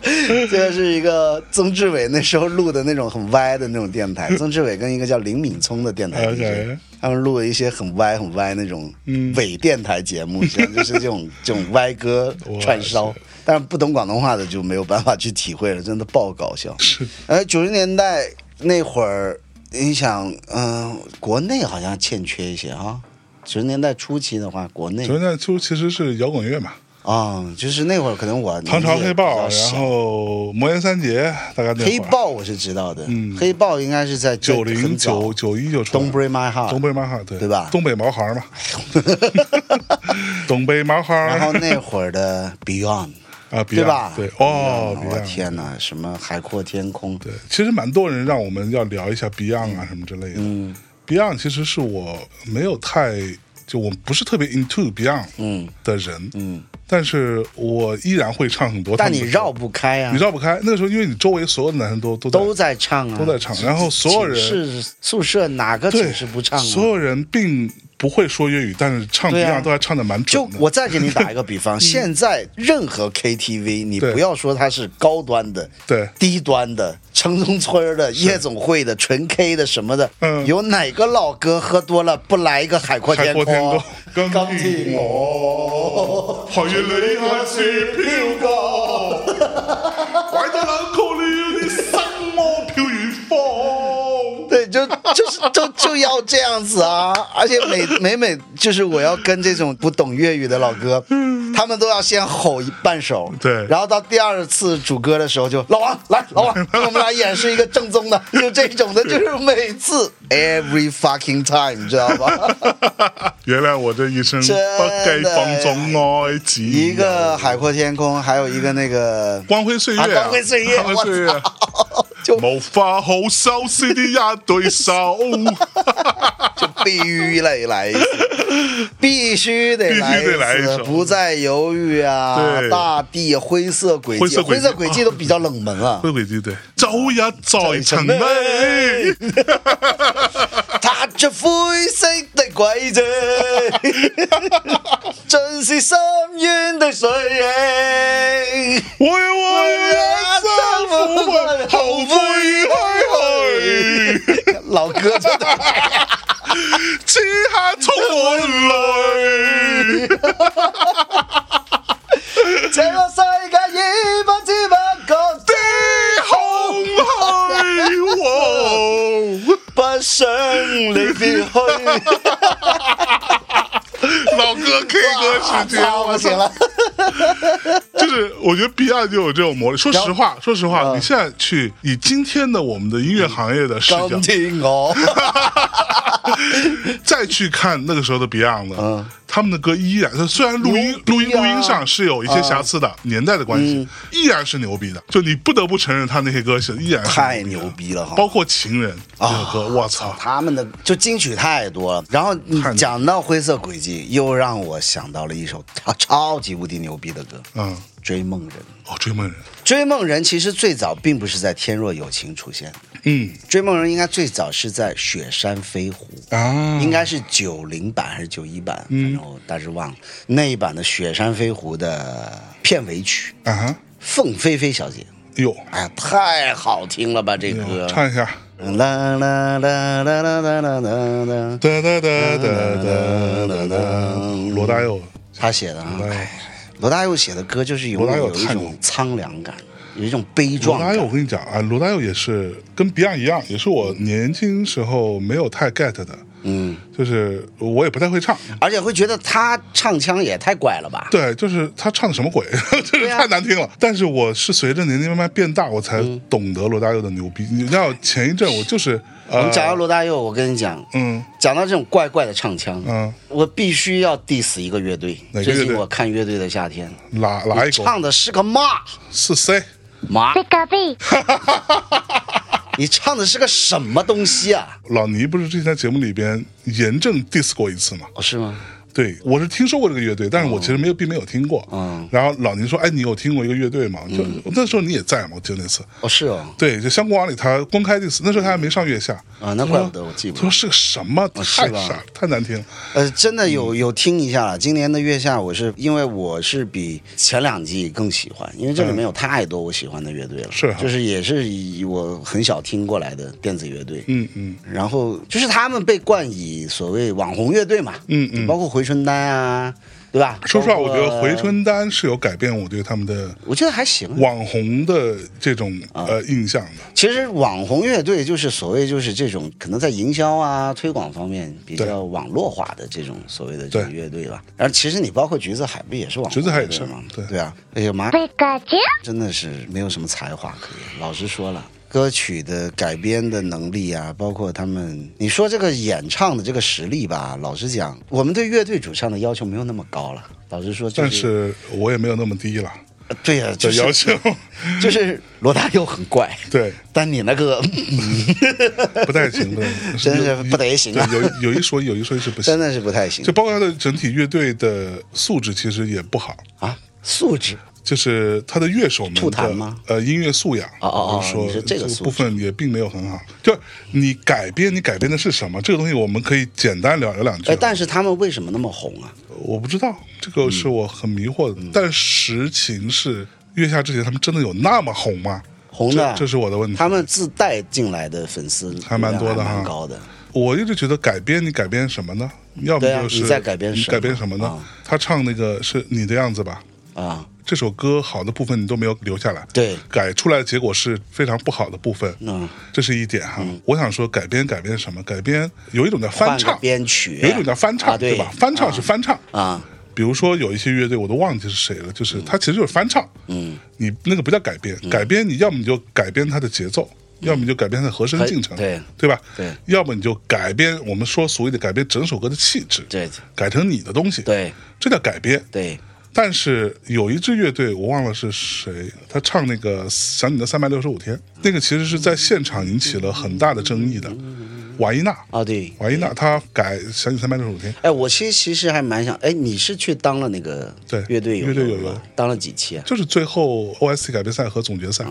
Speaker 1: 这是一个曾志伟那时候录的那种很歪的那种电台，曾志伟跟一个叫林敏聪的电台
Speaker 2: OK
Speaker 1: 他们录了一些很歪很歪那种伪电台节目，实际上就是这种这种歪歌串烧。但是不懂广东话的就没有办法去体会了，真的爆搞笑。是，呃，九十年代那会儿，你想，嗯、国内好像欠缺一些哈。九十年代初期的话，国内
Speaker 2: 九十年代初其实是摇滚乐嘛，
Speaker 1: 啊、就是那会儿可能我
Speaker 2: 唐朝
Speaker 1: 年纪也
Speaker 2: 黑
Speaker 1: 比较
Speaker 2: 豹，
Speaker 1: 小
Speaker 2: 然后魔岩三杰，大概那会儿嗯
Speaker 1: 黑豹我是知道的，黑豹应该是在
Speaker 2: 九零
Speaker 1: 很早
Speaker 2: 九九一就出来
Speaker 1: ，Don't
Speaker 2: 了
Speaker 1: Break My Heart，
Speaker 2: 东北毛孩，对
Speaker 1: 对吧
Speaker 2: 东北毛孩 嘛，东北毛孩，
Speaker 1: 然后那会儿 的 Beyond，
Speaker 2: 啊，
Speaker 1: 对吧？
Speaker 2: 对，哦
Speaker 1: Beyond，我
Speaker 2: ，Beyond，
Speaker 1: 天哪，什么海阔天空，
Speaker 2: 对，其实蛮多人让我们要聊一下 Beyond
Speaker 1: 嗯
Speaker 2: 啊什么之类的。Beyond 其实是我没有太就我不是特别 into Beyond 的人，嗯，但是我依然会唱很多他
Speaker 1: 但
Speaker 2: 们
Speaker 1: 你
Speaker 2: 的歌。
Speaker 1: 绕不开啊
Speaker 2: 你，绕不开，那个时候因为你周围所有的男生都都在
Speaker 1: 都在唱啊，
Speaker 2: 都在唱然后所有人
Speaker 1: 是宿舍哪个
Speaker 2: 对
Speaker 1: 寝室不唱啊？
Speaker 2: 所有人并不会说粤语，但是唱
Speaker 1: 对啊
Speaker 2: Beyond 都还唱的蛮
Speaker 1: 就
Speaker 2: 准的。
Speaker 1: 我再给你打一个比方，现在任何 KTV，你
Speaker 2: 对
Speaker 1: 不要说它是高端的、
Speaker 2: 对
Speaker 1: 低端的、城中村儿的、夜总会的、纯 K 的什么的，
Speaker 2: 嗯
Speaker 1: 有哪个老哥喝多了不来一个海阔
Speaker 2: 海
Speaker 1: 天
Speaker 2: 阔天
Speaker 1: 空？啊哦
Speaker 2: 空，
Speaker 1: 钢铁我，
Speaker 2: 學完你下次飄過，怪得冷酷了，你生我飄遠方。
Speaker 1: 对，就就是就就要这样子啊！而且每每每就是我要跟这种不懂粤语的老哥，他们都要先吼一半首，
Speaker 2: 对
Speaker 1: 然后到第二次主歌的时候就老王来，老王，给我们俩演示一个正宗的，就这种的，就是每次 every fucking time，你知道吧？
Speaker 2: 原來我這一生不計放縱愛，只
Speaker 1: 一個海阔天空，還有一個那個
Speaker 2: 光輝歲月
Speaker 1: 啊
Speaker 2: 啊，
Speaker 1: 光輝歲月，
Speaker 2: 光輝歲月
Speaker 1: 我操，就
Speaker 2: 無法好收拾的一 對手，
Speaker 1: 就 必须得来一次，必须得来
Speaker 2: 必须得来一
Speaker 1: 次
Speaker 2: 首，
Speaker 1: 不再犹豫啊
Speaker 2: 对！
Speaker 1: 大地灰色轨
Speaker 2: 灰
Speaker 1: 迹，
Speaker 2: 色轨
Speaker 1: 灰
Speaker 2: 迹
Speaker 1: 色轨迹都比较冷门 啊
Speaker 2: 不。回絕對，走一再曾美。
Speaker 1: 踏着灰色的轨迹， 尽是深渊的水影。
Speaker 2: 我要為一生苦闷，後悔唏噓。
Speaker 1: 老哥真的，
Speaker 2: 此刻充滿淚。
Speaker 1: 这个世界已不知不觉
Speaker 2: 的空虛，哇！
Speaker 1: 不想离别 去。
Speaker 2: 老哥 K 歌时间，
Speaker 1: 啊，我行了。
Speaker 2: 就就是我觉得 Beyond 就有这种魔力。说实话，说实话，
Speaker 1: 啊
Speaker 2: 你现在去以今天的我们的音乐行业的视角，
Speaker 1: 钢筋哦，
Speaker 2: 再去看那个时候的 Beyond
Speaker 1: 嗯
Speaker 2: 他们的歌依然，虽然录
Speaker 1: 牛逼
Speaker 2: 音、
Speaker 1: 啊嗯
Speaker 2: 录音、录音上是有一些瑕疵的，年代的关系、依然是牛逼的。就你不得不承认，他那些歌是依然是
Speaker 1: 太
Speaker 2: 牛
Speaker 1: 牛
Speaker 2: 的。
Speaker 1: 逼了哈！啊
Speaker 2: 包括《情人》这首歌，我操！
Speaker 1: 他们的就金曲太多了，然后你
Speaker 2: 太多
Speaker 1: 讲到灰色轨迹，又让我想到了一首超超级无敌牛逼的歌，
Speaker 2: 嗯，
Speaker 1: 《追梦人》。
Speaker 2: 哦，追梦人，
Speaker 1: 《追梦人》其实最早并不是在《天若有情》出现，《
Speaker 2: 嗯
Speaker 1: 追梦人》应该最早是在《雪山飞狐》
Speaker 2: 啊嗯
Speaker 1: 应该是九零版还是九一版，反正我大致忘了。那一版的《雪山飞狐》的片尾曲《
Speaker 2: 啊哈，
Speaker 1: 凤飞飞小姐》，
Speaker 2: 有
Speaker 1: 哎呀，太好听了吧这歌！啊
Speaker 2: 有，唱一下，
Speaker 1: 啦啦啦啦啦啦啦啦啦，
Speaker 2: 哒哒哒哒哒哒哒，
Speaker 1: 嗯
Speaker 2: 罗大佑，
Speaker 1: 他写的啊
Speaker 2: 罗，大佑
Speaker 1: 哎罗大佑写的歌就是有
Speaker 2: 嗯罗大佑
Speaker 1: 有一
Speaker 2: 太牛
Speaker 1: 种苍凉感，有一种悲壮
Speaker 2: 罗大佑，我
Speaker 1: 感。
Speaker 2: 跟你讲啊，罗大佑也是跟 Beyond 一样，也是我年轻时候没有太 get 的，
Speaker 1: 嗯，
Speaker 2: 就是我也不太会唱。
Speaker 1: 而且会觉得他唱腔也太怪了吧？
Speaker 2: 对，就是他唱的什么鬼， 就是
Speaker 1: 对啊
Speaker 2: 太难听了。但是我是随着年龄慢慢变大，我才
Speaker 1: 嗯
Speaker 2: 懂得罗大佑的牛逼。你知道前一阵我就是，
Speaker 1: 我
Speaker 2: 呃
Speaker 1: 们讲到罗大佑，我跟你讲，
Speaker 2: 嗯
Speaker 1: 讲到这种怪怪的唱腔，
Speaker 2: 嗯，
Speaker 1: 我必须要 diss 一个乐队。
Speaker 2: 哪个
Speaker 1: 最
Speaker 2: 乐
Speaker 1: 近
Speaker 2: 队
Speaker 1: 我看《乐队的夏天
Speaker 2: 拉拉》，一口
Speaker 1: 唱的是个 嘛
Speaker 2: 是 C，
Speaker 1: 嘛？
Speaker 3: ピカピ。
Speaker 1: 你唱的是个什么东西啊？
Speaker 2: 老倪不是之前在节目里边严正 diss 过一次吗？
Speaker 1: 哦，是吗？
Speaker 2: 对，我是听说过这个乐队，但是我其实没有，并没有听过。
Speaker 1: 嗯，
Speaker 2: 然后老倪说：“哎，你有听过一个乐队吗？”就、那时候你也在嘛，我记得那次。
Speaker 1: 哦，是哦，
Speaker 2: 对，就香锅王里他公开 diss，那时候他还没上月下
Speaker 1: 啊那怪不得我记不
Speaker 2: 他
Speaker 1: 得哦
Speaker 2: 说是个什么？太
Speaker 1: 是吧
Speaker 2: 傻，太难听了。
Speaker 1: 呃，真的
Speaker 2: 嗯
Speaker 1: 有有听一下了。今年的月下，我是因为我是比前两季更喜欢，因为这里面有太多我喜欢的乐队了，
Speaker 2: 是哈啊
Speaker 1: 就是也是以我很小听过来的电子乐队，
Speaker 2: 嗯嗯
Speaker 1: 然后就是他们被冠以所谓网红乐队嘛，
Speaker 2: 嗯嗯
Speaker 1: 包括回春丹啊，对吧？
Speaker 2: 说实话，
Speaker 1: 包
Speaker 2: 我
Speaker 1: 括
Speaker 2: 觉得回，春丹是有改变我对他们的
Speaker 1: 我觉得还行。啊
Speaker 2: 网红的这种呃印象的。
Speaker 1: 其实网红乐队就是所谓就是这种可能在营销啊推广方面比
Speaker 2: 对
Speaker 1: 较网络化的这种所谓的这种
Speaker 2: 对
Speaker 1: 乐队吧。然后其实你包括橘子海不也是网红
Speaker 2: 橘子海
Speaker 1: 乐
Speaker 2: 也
Speaker 1: 队
Speaker 2: 是
Speaker 1: 吗？
Speaker 2: 对
Speaker 1: 对啊，哎呀 妈，
Speaker 3: ピカチュウ。
Speaker 1: 真的是没有什么才华可言。老实说了，歌曲的改编的能力啊，包括他们，你说这个演唱的这个实力吧，老实讲，我们对乐队主唱的要求没有那么高了。老实说，就
Speaker 2: 但是我也没有那么低了
Speaker 1: 呃对呀、
Speaker 2: 的
Speaker 1: 就
Speaker 2: 要
Speaker 1: 是
Speaker 2: 求，
Speaker 1: 就是罗大佑很怪，
Speaker 2: 对，
Speaker 1: 但你那个嗯
Speaker 2: 不太行，不太 行，
Speaker 1: 真是
Speaker 2: 有
Speaker 1: 不得行啊
Speaker 2: 对有有一说一，有一说一是不
Speaker 1: 真
Speaker 2: 行。
Speaker 1: 的是不太行
Speaker 2: 就包括他的整体乐队的素质其实也不好，
Speaker 1: 啊，素质。
Speaker 2: 就是他的乐手们
Speaker 1: 吐痰
Speaker 2: 的
Speaker 1: 吗
Speaker 2: 呃音乐素养，
Speaker 1: 哦哦哦
Speaker 2: 我是说
Speaker 1: 你说这个素质
Speaker 2: 部分也并没有很好。就是你改编，你改编的是什么？这个东西我们可以简单聊聊两句啊
Speaker 1: 哎，。但是他们为什么那么红啊？
Speaker 2: 我不知道，这个是我很迷惑
Speaker 1: 嗯
Speaker 2: 的。但实情是，月下之前他们真的有那么红吗？
Speaker 1: 红的，
Speaker 2: 这这是我的问题。
Speaker 1: 他们自带进来的粉丝
Speaker 2: 还蛮多的
Speaker 1: 还蛮
Speaker 2: 哈
Speaker 1: 高的。
Speaker 2: 我一直觉得改编你改编什么呢？要么
Speaker 1: 对啊
Speaker 2: 就
Speaker 1: 你
Speaker 2: 是、
Speaker 1: 在改编
Speaker 2: 你
Speaker 1: 什么
Speaker 2: 改编什么呢？
Speaker 1: 啊
Speaker 2: 他唱那个是你的样子吧？
Speaker 1: 啊，
Speaker 2: 这首歌好的部分你都没有留下来，
Speaker 1: 对
Speaker 2: 改出来的结果是非常不好的部分，
Speaker 1: 嗯，
Speaker 2: 这是一点哈。我想说改编改编什么？改编有一种叫翻
Speaker 1: 换个
Speaker 2: 唱，
Speaker 1: 编曲，
Speaker 2: 有一种叫翻唱，
Speaker 1: 啊对
Speaker 2: 吧？翻唱
Speaker 1: 啊
Speaker 2: 是翻唱，
Speaker 1: 啊，
Speaker 2: 比如说有一些乐队我都忘记是谁了，就是它其实就是翻唱，嗯，你那个不叫改编，
Speaker 1: 嗯
Speaker 2: 改编你要么你就改编它的节奏，要么你就改编它的和声进程，
Speaker 1: 可以嗯对
Speaker 2: 对吧？
Speaker 1: 对
Speaker 2: 要么你就改编我们说所谓的改编整首歌的气质，
Speaker 1: 对
Speaker 2: 改成你的东西，，
Speaker 1: 对
Speaker 2: 这叫改编。
Speaker 1: 对，
Speaker 2: 但是有一支乐队我忘了是谁，他唱那个《想你的三百六十五天》，那个其实是在现场引起了很大的争议的，瓦伊娜。
Speaker 1: 啊对。
Speaker 2: 瓦伊娜，她改《想你三百六十五天》，
Speaker 1: 哎，我其实其实还蛮想，哎，你是去当了那个
Speaker 2: 对
Speaker 1: 乐队
Speaker 2: 乐队
Speaker 1: 友
Speaker 2: 友
Speaker 1: 吧
Speaker 2: 友
Speaker 1: 当了几期啊？
Speaker 2: 就是最后 OST 改编赛和总决赛，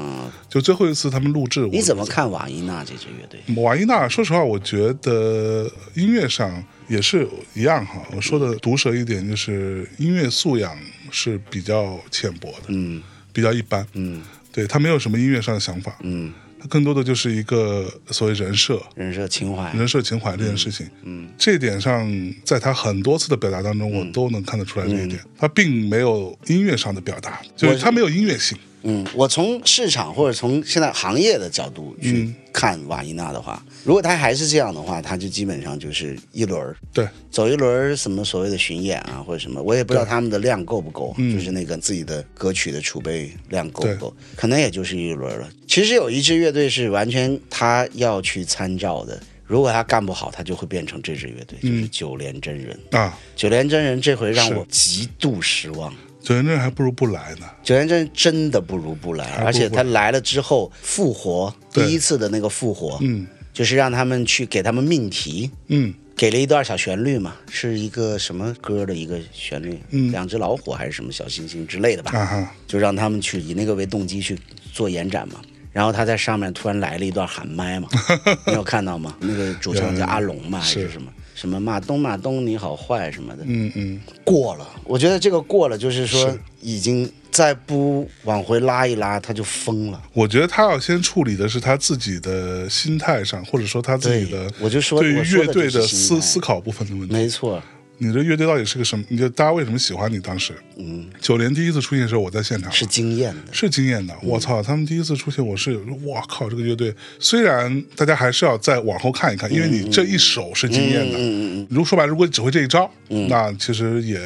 Speaker 2: 就最后一次他们录制。
Speaker 1: 你
Speaker 2: 我
Speaker 1: 怎么看瓦伊娜这支乐队？
Speaker 2: 瓦伊娜？说实话，我觉得音乐上也是一样哈。我说的毒舌一点，就是音乐素养是比较浅薄的，嗯，比较一般，嗯，对他没有什么音乐上的想法，嗯，他更多的就是一个所谓人设。
Speaker 1: 人设情怀，
Speaker 2: 人设情怀这件事情，嗯，这一点上，在他很多次的表达嗯当中，我都能看得出来这一点。他并没有音乐上的表达，就是他没有音乐性。
Speaker 1: 嗯，我从市场或者从现在行业的角度
Speaker 2: 嗯
Speaker 1: 去看瓦伊娜的话，如果它还是这样的话，它就基本上就是一轮儿
Speaker 2: 对，
Speaker 1: 走一轮儿什么所谓的巡演啊，或者什么，我也不知道他们的量够不够，
Speaker 2: 嗯
Speaker 1: 就是那个自己的歌曲的储备量够不够，可能也就是一轮儿了。其实有一支乐队是完全他要去参照的，如果他干不好，他就会变成这支乐队，就是九连真人。
Speaker 2: 啊，
Speaker 1: 九连真人这回让
Speaker 2: 嗯是
Speaker 1: 我极度失望。
Speaker 2: 九连真还不如不来呢。
Speaker 1: 九连真真的不如不来，
Speaker 2: 不
Speaker 1: 而且他来了之后复活，
Speaker 2: 对
Speaker 1: 第一次的那个复活，
Speaker 2: 嗯
Speaker 1: 就是让他们去给他们命题，
Speaker 2: 嗯，
Speaker 1: 给了一段小旋律嘛，是一个什么歌的一个旋律，
Speaker 2: 嗯
Speaker 1: 两只老虎还是什么小星星之类的吧，
Speaker 2: 啊哈，
Speaker 1: 就让他们去以那个为动机去做延展嘛。然后他在上面突然来了一段喊麦 嘛，你有看到吗？那个主唱叫阿龙嘛，还是
Speaker 2: 是
Speaker 1: 什么什么马东马东你好坏什么的，
Speaker 2: 嗯嗯，
Speaker 1: 过了，我觉得这个过了，就是说
Speaker 2: 是
Speaker 1: 已经再不往回拉一拉，他就疯了。
Speaker 2: 我觉得他要先处理的是他自己的心态上，或者说他自己的
Speaker 1: 对，我就说
Speaker 2: 对于
Speaker 1: 我说
Speaker 2: 乐
Speaker 1: 的
Speaker 2: 队
Speaker 1: 就
Speaker 2: 的
Speaker 1: 是心
Speaker 2: 思
Speaker 1: 态嗯
Speaker 2: 思考部分的问题。
Speaker 1: 没错，
Speaker 2: 你这乐队到底是个什么？你就大家为什么喜欢你？当时
Speaker 1: 嗯，
Speaker 2: 九连第一次出现的时候，我在现场
Speaker 1: 是嗯惊艳的，
Speaker 2: 是惊艳的。我操，他们第一次出现，我是我靠，这个乐队虽然大家还是要再往后看一看，因为你这一首是惊艳的。
Speaker 1: 嗯嗯嗯嗯，
Speaker 2: 如果说白了，如果只会这一招，那其实也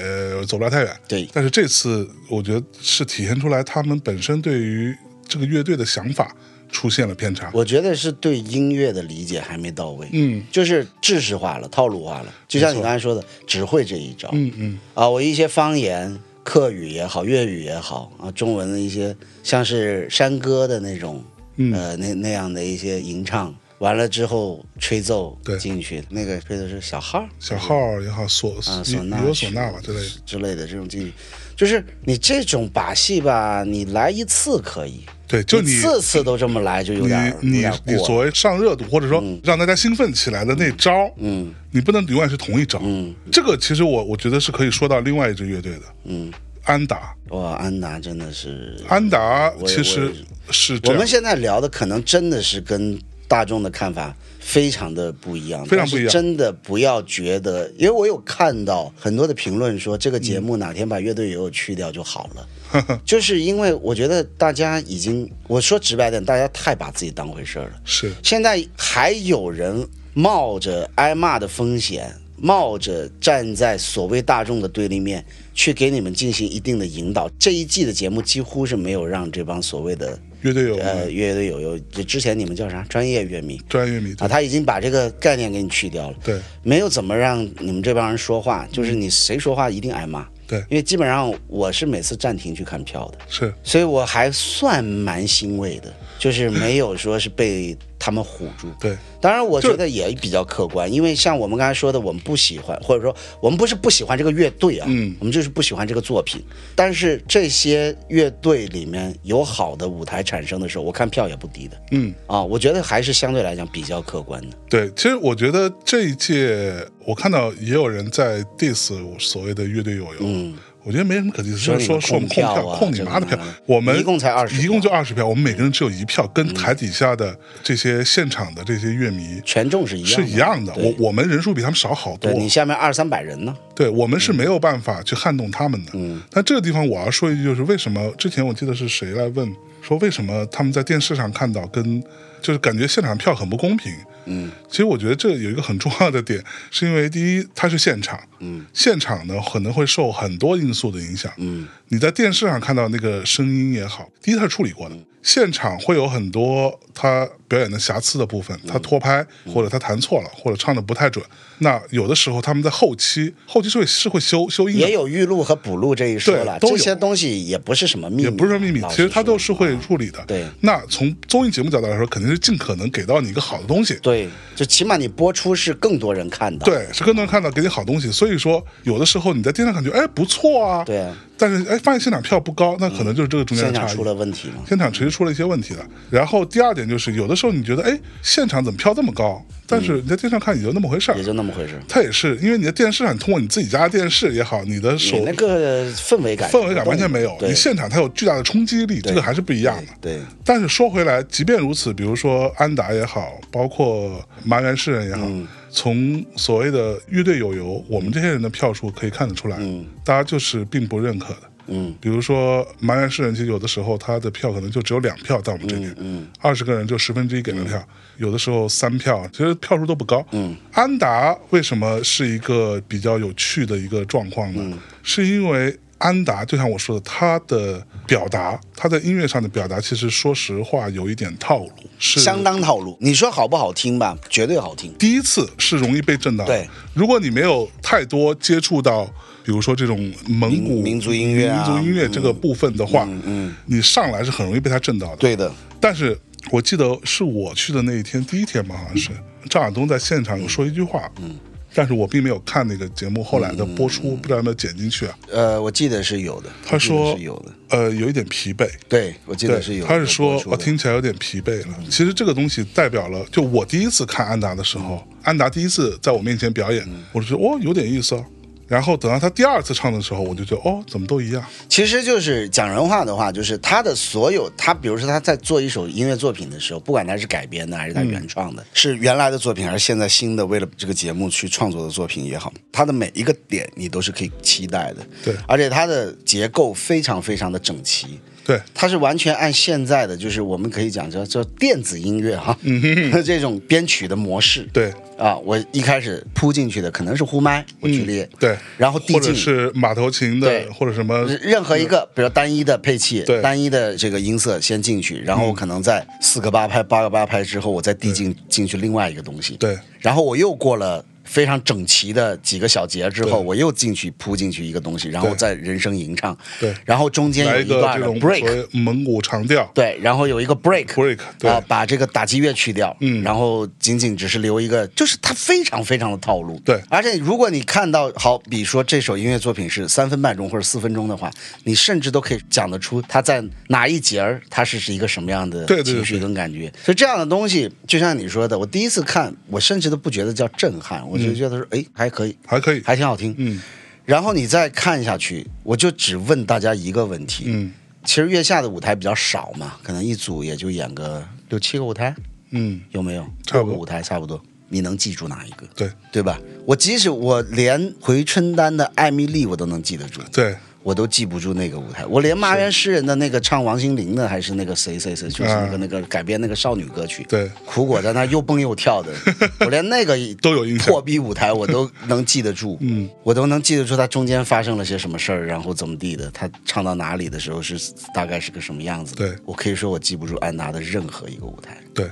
Speaker 2: 走不了太远。
Speaker 1: 对
Speaker 2: 但是这次我觉得是体现出来他们本身对于这个乐队的想法出现了偏差。
Speaker 1: 我觉得是对音乐的理解还没到位，
Speaker 2: 嗯
Speaker 1: 就是制式化了，套路化了，就像
Speaker 2: 没
Speaker 1: 你
Speaker 2: 错
Speaker 1: 刚才说的，只会这一招，
Speaker 2: 嗯嗯，
Speaker 1: 啊，我一些方言，客语也好，粤语也好啊，中文的一些像是山歌的那种，
Speaker 2: 嗯
Speaker 1: 呃，那那样的一些吟唱，完了之后吹奏
Speaker 2: 对
Speaker 1: 进去，那个吹的是小号儿
Speaker 2: 小号也好，唢
Speaker 1: 啊，
Speaker 2: 也
Speaker 1: 唢呐
Speaker 2: 也有
Speaker 1: 曲
Speaker 2: 唢呐吧之类的。
Speaker 1: 之类的这种进去，就是你这种把戏吧，你来一次可以，
Speaker 2: 对，就你
Speaker 1: 四次都这么来就有点儿有
Speaker 2: 你你
Speaker 1: 点儿
Speaker 2: 你所
Speaker 1: 过了，
Speaker 2: 谓上热度，或者说让大家兴奋起来的那招，
Speaker 1: 嗯
Speaker 2: 你不能永远是同一招。
Speaker 1: 嗯
Speaker 2: 这个其实我我觉得是可以说到另外一支乐队的
Speaker 1: 嗯，
Speaker 2: 安达，
Speaker 1: 哇，安达真的是
Speaker 2: 安达
Speaker 1: 我也
Speaker 2: 其
Speaker 1: 我
Speaker 2: 实
Speaker 1: 也是
Speaker 2: 是这
Speaker 1: 我
Speaker 2: 样
Speaker 1: 们现在聊的可能真的是跟大众的看法非常的不一样，
Speaker 2: 非常不一样
Speaker 1: 但是真的不要觉得，因为我有看到很多的评论说这个节
Speaker 2: 嗯
Speaker 1: 目哪天把乐队也有去掉就好了，就是因为我觉得大家已经，我说直白点，大家太把自己当回事儿了。
Speaker 2: 是
Speaker 1: 现在还有人冒着挨骂的风险，冒着站在所谓大众的对立面，去给你们进行一定的引导。这一季的节目几乎是没有让这帮所谓的
Speaker 2: 乐队有
Speaker 1: 呃乐队友友，就之前你们叫啥专业乐迷
Speaker 2: 专业迷，对
Speaker 1: 啊，他已经把这个概念给你去掉了，
Speaker 2: 对
Speaker 1: 没有怎么让你们这帮人说话，就是你谁说话一定挨骂。
Speaker 2: 对
Speaker 1: 因为基本上我是每次暂停去看票的，
Speaker 2: 是
Speaker 1: 所以我还算蛮欣慰的，就是没有说是被他们唬住。
Speaker 2: 对
Speaker 1: 当然，我
Speaker 2: 就
Speaker 1: 觉得也比较客观，因为像我们刚才说的，我们不喜欢，或者说我们不是不喜欢这个乐队啊，
Speaker 2: 嗯
Speaker 1: 我们就是不喜欢这个作品。但是这些乐队里面有好的舞台产生的时候，我看票也不低的
Speaker 2: 嗯。
Speaker 1: 啊，我觉得还是相对来讲比较客观的。
Speaker 2: 对，其实我觉得这一届，我看到也有人在 diss 我所谓的乐队友友，
Speaker 1: 嗯
Speaker 2: 我觉得没什么可 diss，
Speaker 1: 说你
Speaker 2: 就是说
Speaker 1: 们
Speaker 2: 说我们
Speaker 1: 控
Speaker 2: 控
Speaker 1: 票
Speaker 2: 票，
Speaker 1: 啊
Speaker 2: 控你
Speaker 1: 这个
Speaker 2: 妈的
Speaker 1: 那个
Speaker 2: 票
Speaker 1: 的，
Speaker 2: 我们
Speaker 1: 一共才20
Speaker 2: 一共就
Speaker 1: 票嗯
Speaker 2: 二十票，我们每个人只有一票，跟台底下的这些现场的这些乐迷
Speaker 1: 权重是一样
Speaker 2: 是
Speaker 1: 的，
Speaker 2: 一样的，
Speaker 1: 对
Speaker 2: 我我们人数比他们少好多
Speaker 1: 对，你下面二三百人呢，
Speaker 2: 对我们是没有办法去撼动他们的。
Speaker 1: 嗯，
Speaker 2: 但这个地方我要说一句，就是为什么之前我记得是谁来问说为什么他们在电视上看到跟就是感觉现场票很不公平。
Speaker 1: 嗯，
Speaker 2: 其实我觉得这有一个很重要的点，是因为第一它是现场，
Speaker 1: 嗯，
Speaker 2: 现场呢可能会受很多因素的影响，
Speaker 1: 嗯，
Speaker 2: 你在电视上看到那个声音也好，第一它是处理过的，
Speaker 1: 嗯
Speaker 2: 现场会有很多他表演的瑕疵的部分，
Speaker 1: 嗯
Speaker 2: 他拖拍或者他弹错了，或者唱的不太准。那有的时候他们在后期，后期是会是会修修音的
Speaker 1: 也，有预录和补录这一说
Speaker 2: 对
Speaker 1: 了，
Speaker 2: 都有
Speaker 1: 这些东西也不是什么秘密，
Speaker 2: 也不是说秘密
Speaker 1: 老，实
Speaker 2: 其实它
Speaker 1: 说啊
Speaker 2: 都是会处理的。
Speaker 1: 对
Speaker 2: 那从综艺节目角度来说，肯定是尽可能给到你一个好的东西。
Speaker 1: 对，就起码你播出是更多人看到，
Speaker 2: 对，是更多人看到给你好东西，所以说有的时候你在电视上感觉哎不错啊，
Speaker 1: 对啊嗯
Speaker 2: 但是哎发现现场票不高，那可能就是这个中间的
Speaker 1: 现
Speaker 2: 差
Speaker 1: 场
Speaker 2: 异。
Speaker 1: 出了问题嘛。
Speaker 2: 现场其实出了一些问题的。然后第二点就是，有的时候你觉得，哎，现场怎么票这么高？但是你在电视上看也就那么回事儿
Speaker 1: 嗯也。就那么回事。
Speaker 2: 它也是因为你的电视上，你通过你自己家的电视也好，你的手
Speaker 1: 你那个氛围感，
Speaker 2: 氛围感完全没有，
Speaker 1: 对
Speaker 2: 你现场它有巨大的冲击力，这个还是不一样的。
Speaker 1: 对，
Speaker 2: 但是说回来，即便如此，比如说安达也好，包括麻原诗人也好，
Speaker 1: 嗯
Speaker 2: 从所谓的乐队友游，我们这些人的票数可以看得出来，大家就是并不认可的。
Speaker 1: 嗯
Speaker 2: 比如说麻原市人，其实有的时候他的票可能就只有两票到我们这边，
Speaker 1: 嗯
Speaker 2: 二十、个人就十分之一给了票，有的时候三票，其实票数都不高。
Speaker 1: 嗯，
Speaker 2: 安达为什么是一个比较有趣的一个状况
Speaker 1: 嗯
Speaker 2: 呢？是因为安达就像我说的，他的表达，他在音乐上的表达，其实说实话有一点套路，是
Speaker 1: 相当套路。你说好不好听吧？绝对好听。
Speaker 2: 第一次是容易被震到的。
Speaker 1: 对，
Speaker 2: 如果你没有太多接触到，比如说这种蒙古
Speaker 1: 民民族音乐啊
Speaker 2: 民族音乐这个部分的话，
Speaker 1: 嗯嗯
Speaker 2: 你上来是很容易被它震到的。，
Speaker 1: 对的，
Speaker 2: 但是我记得是我去的那一天，第一天吧，好像是
Speaker 1: 嗯
Speaker 2: 张亚东在现场有说一句话，嗯，但是我并没有看那个节目后来的播出，不知道有没有剪进去啊。
Speaker 1: 呃，嗯我记得是有的。
Speaker 2: 他
Speaker 1: 我
Speaker 2: 说
Speaker 1: 记得是有的，
Speaker 2: 呃，有一点疲惫，
Speaker 1: 对我记
Speaker 2: 对，
Speaker 1: 得是有的。
Speaker 2: 他是
Speaker 1: 有
Speaker 2: 说
Speaker 1: 播出
Speaker 2: 我
Speaker 1: 的
Speaker 2: 听起来有点疲惫了。其实这个东西代表了，就我第一次看安达的时候，
Speaker 1: 嗯
Speaker 2: 安达第一次在我面前表演，我就觉得哦有点意思啊。然后等到他第二次唱的时候，我就觉得哦怎么都一样。
Speaker 1: 其实就是讲人话的话，就是他的所有，他比如说他在做一首音乐作品的时候，不管他是改编的还是
Speaker 2: 嗯
Speaker 1: 他原创的，是原来的作品还是现在新的为了这个节目去创作的作品也好，他的每一个点你都是可以期待的。
Speaker 2: 对
Speaker 1: 而且它的结构非常非常的整齐。
Speaker 2: 对，
Speaker 1: 它是完全按现在的，就是我们可以讲叫叫电子音乐哈、 这种编曲的模式。
Speaker 2: 嗯对嗯
Speaker 1: 啊，我一开始扑进去的可能是呼麦，我举例，
Speaker 2: 对，
Speaker 1: 然后递
Speaker 2: 或
Speaker 1: 进
Speaker 2: 者是马头琴
Speaker 1: 对呃
Speaker 2: 的，或者什么
Speaker 1: 任何一个，比如单一的配器
Speaker 2: 对、嗯
Speaker 1: 单一的这个音色先进去，然后我可能在四个八拍、八个八拍之后，我再递进进去另外一个东西。
Speaker 2: 对，
Speaker 1: 然后我又过了非常整齐的几个小节之后，
Speaker 2: 对
Speaker 1: 我又进去铺进去一个东西，然后再人声吟唱。
Speaker 2: 对
Speaker 1: 然后中间
Speaker 2: 来
Speaker 1: 有
Speaker 2: 一个
Speaker 1: 段
Speaker 2: 这
Speaker 1: 的
Speaker 2: 种所
Speaker 1: break。
Speaker 2: 谓蒙古长调。
Speaker 1: 对，然后有一个 break
Speaker 2: break，对
Speaker 1: 啊，把这个打击乐去掉，
Speaker 2: 嗯
Speaker 1: 然后仅仅只是留一个，就是它非常非常的套路，
Speaker 2: 对
Speaker 1: 而且如果你看到，好比说这首音乐作品是三分半钟或者四分钟的话，你甚至都可以讲得出它在哪一节儿它是是一个什么样的
Speaker 2: 对对对
Speaker 1: 情绪
Speaker 2: 对
Speaker 1: 跟感觉。所以这样的东西，就像你说的，我第一次看，我甚至都不觉得叫震撼，我就觉得说，哎、还可以，
Speaker 2: 还可以，
Speaker 1: 还挺好听，
Speaker 2: 嗯。
Speaker 1: 然后你再看下去，我就只问大家一个问题，
Speaker 2: 嗯
Speaker 1: 其实月下的舞台比较少嘛，可能一组也就演个六七个舞台，
Speaker 2: 嗯，
Speaker 1: 有没有？
Speaker 2: 差不多
Speaker 1: 六个舞台差不多。你能记住哪一个？
Speaker 2: 对
Speaker 1: 对吧？我即使我连回春丹的《艾米丽》我都能记得住，
Speaker 2: 对，
Speaker 1: 我都记不住那个舞台。我连麻原诗人的那个唱王心凌的，还是那个谁谁谁，就是那个
Speaker 2: 啊
Speaker 1: 那个改编那个少女歌曲，
Speaker 2: 对
Speaker 1: 苦果在那儿又蹦又跳 的，我连那个
Speaker 2: 都有印象
Speaker 1: 破逼舞台我都能记得 住，嗯，我都能记得住它中间发生了些什么事儿，然后怎么地的，他唱到哪里的时候是大概是个什么样子的。
Speaker 2: 对
Speaker 1: 我可以说我记不住安达的任何一个舞台，
Speaker 2: 对，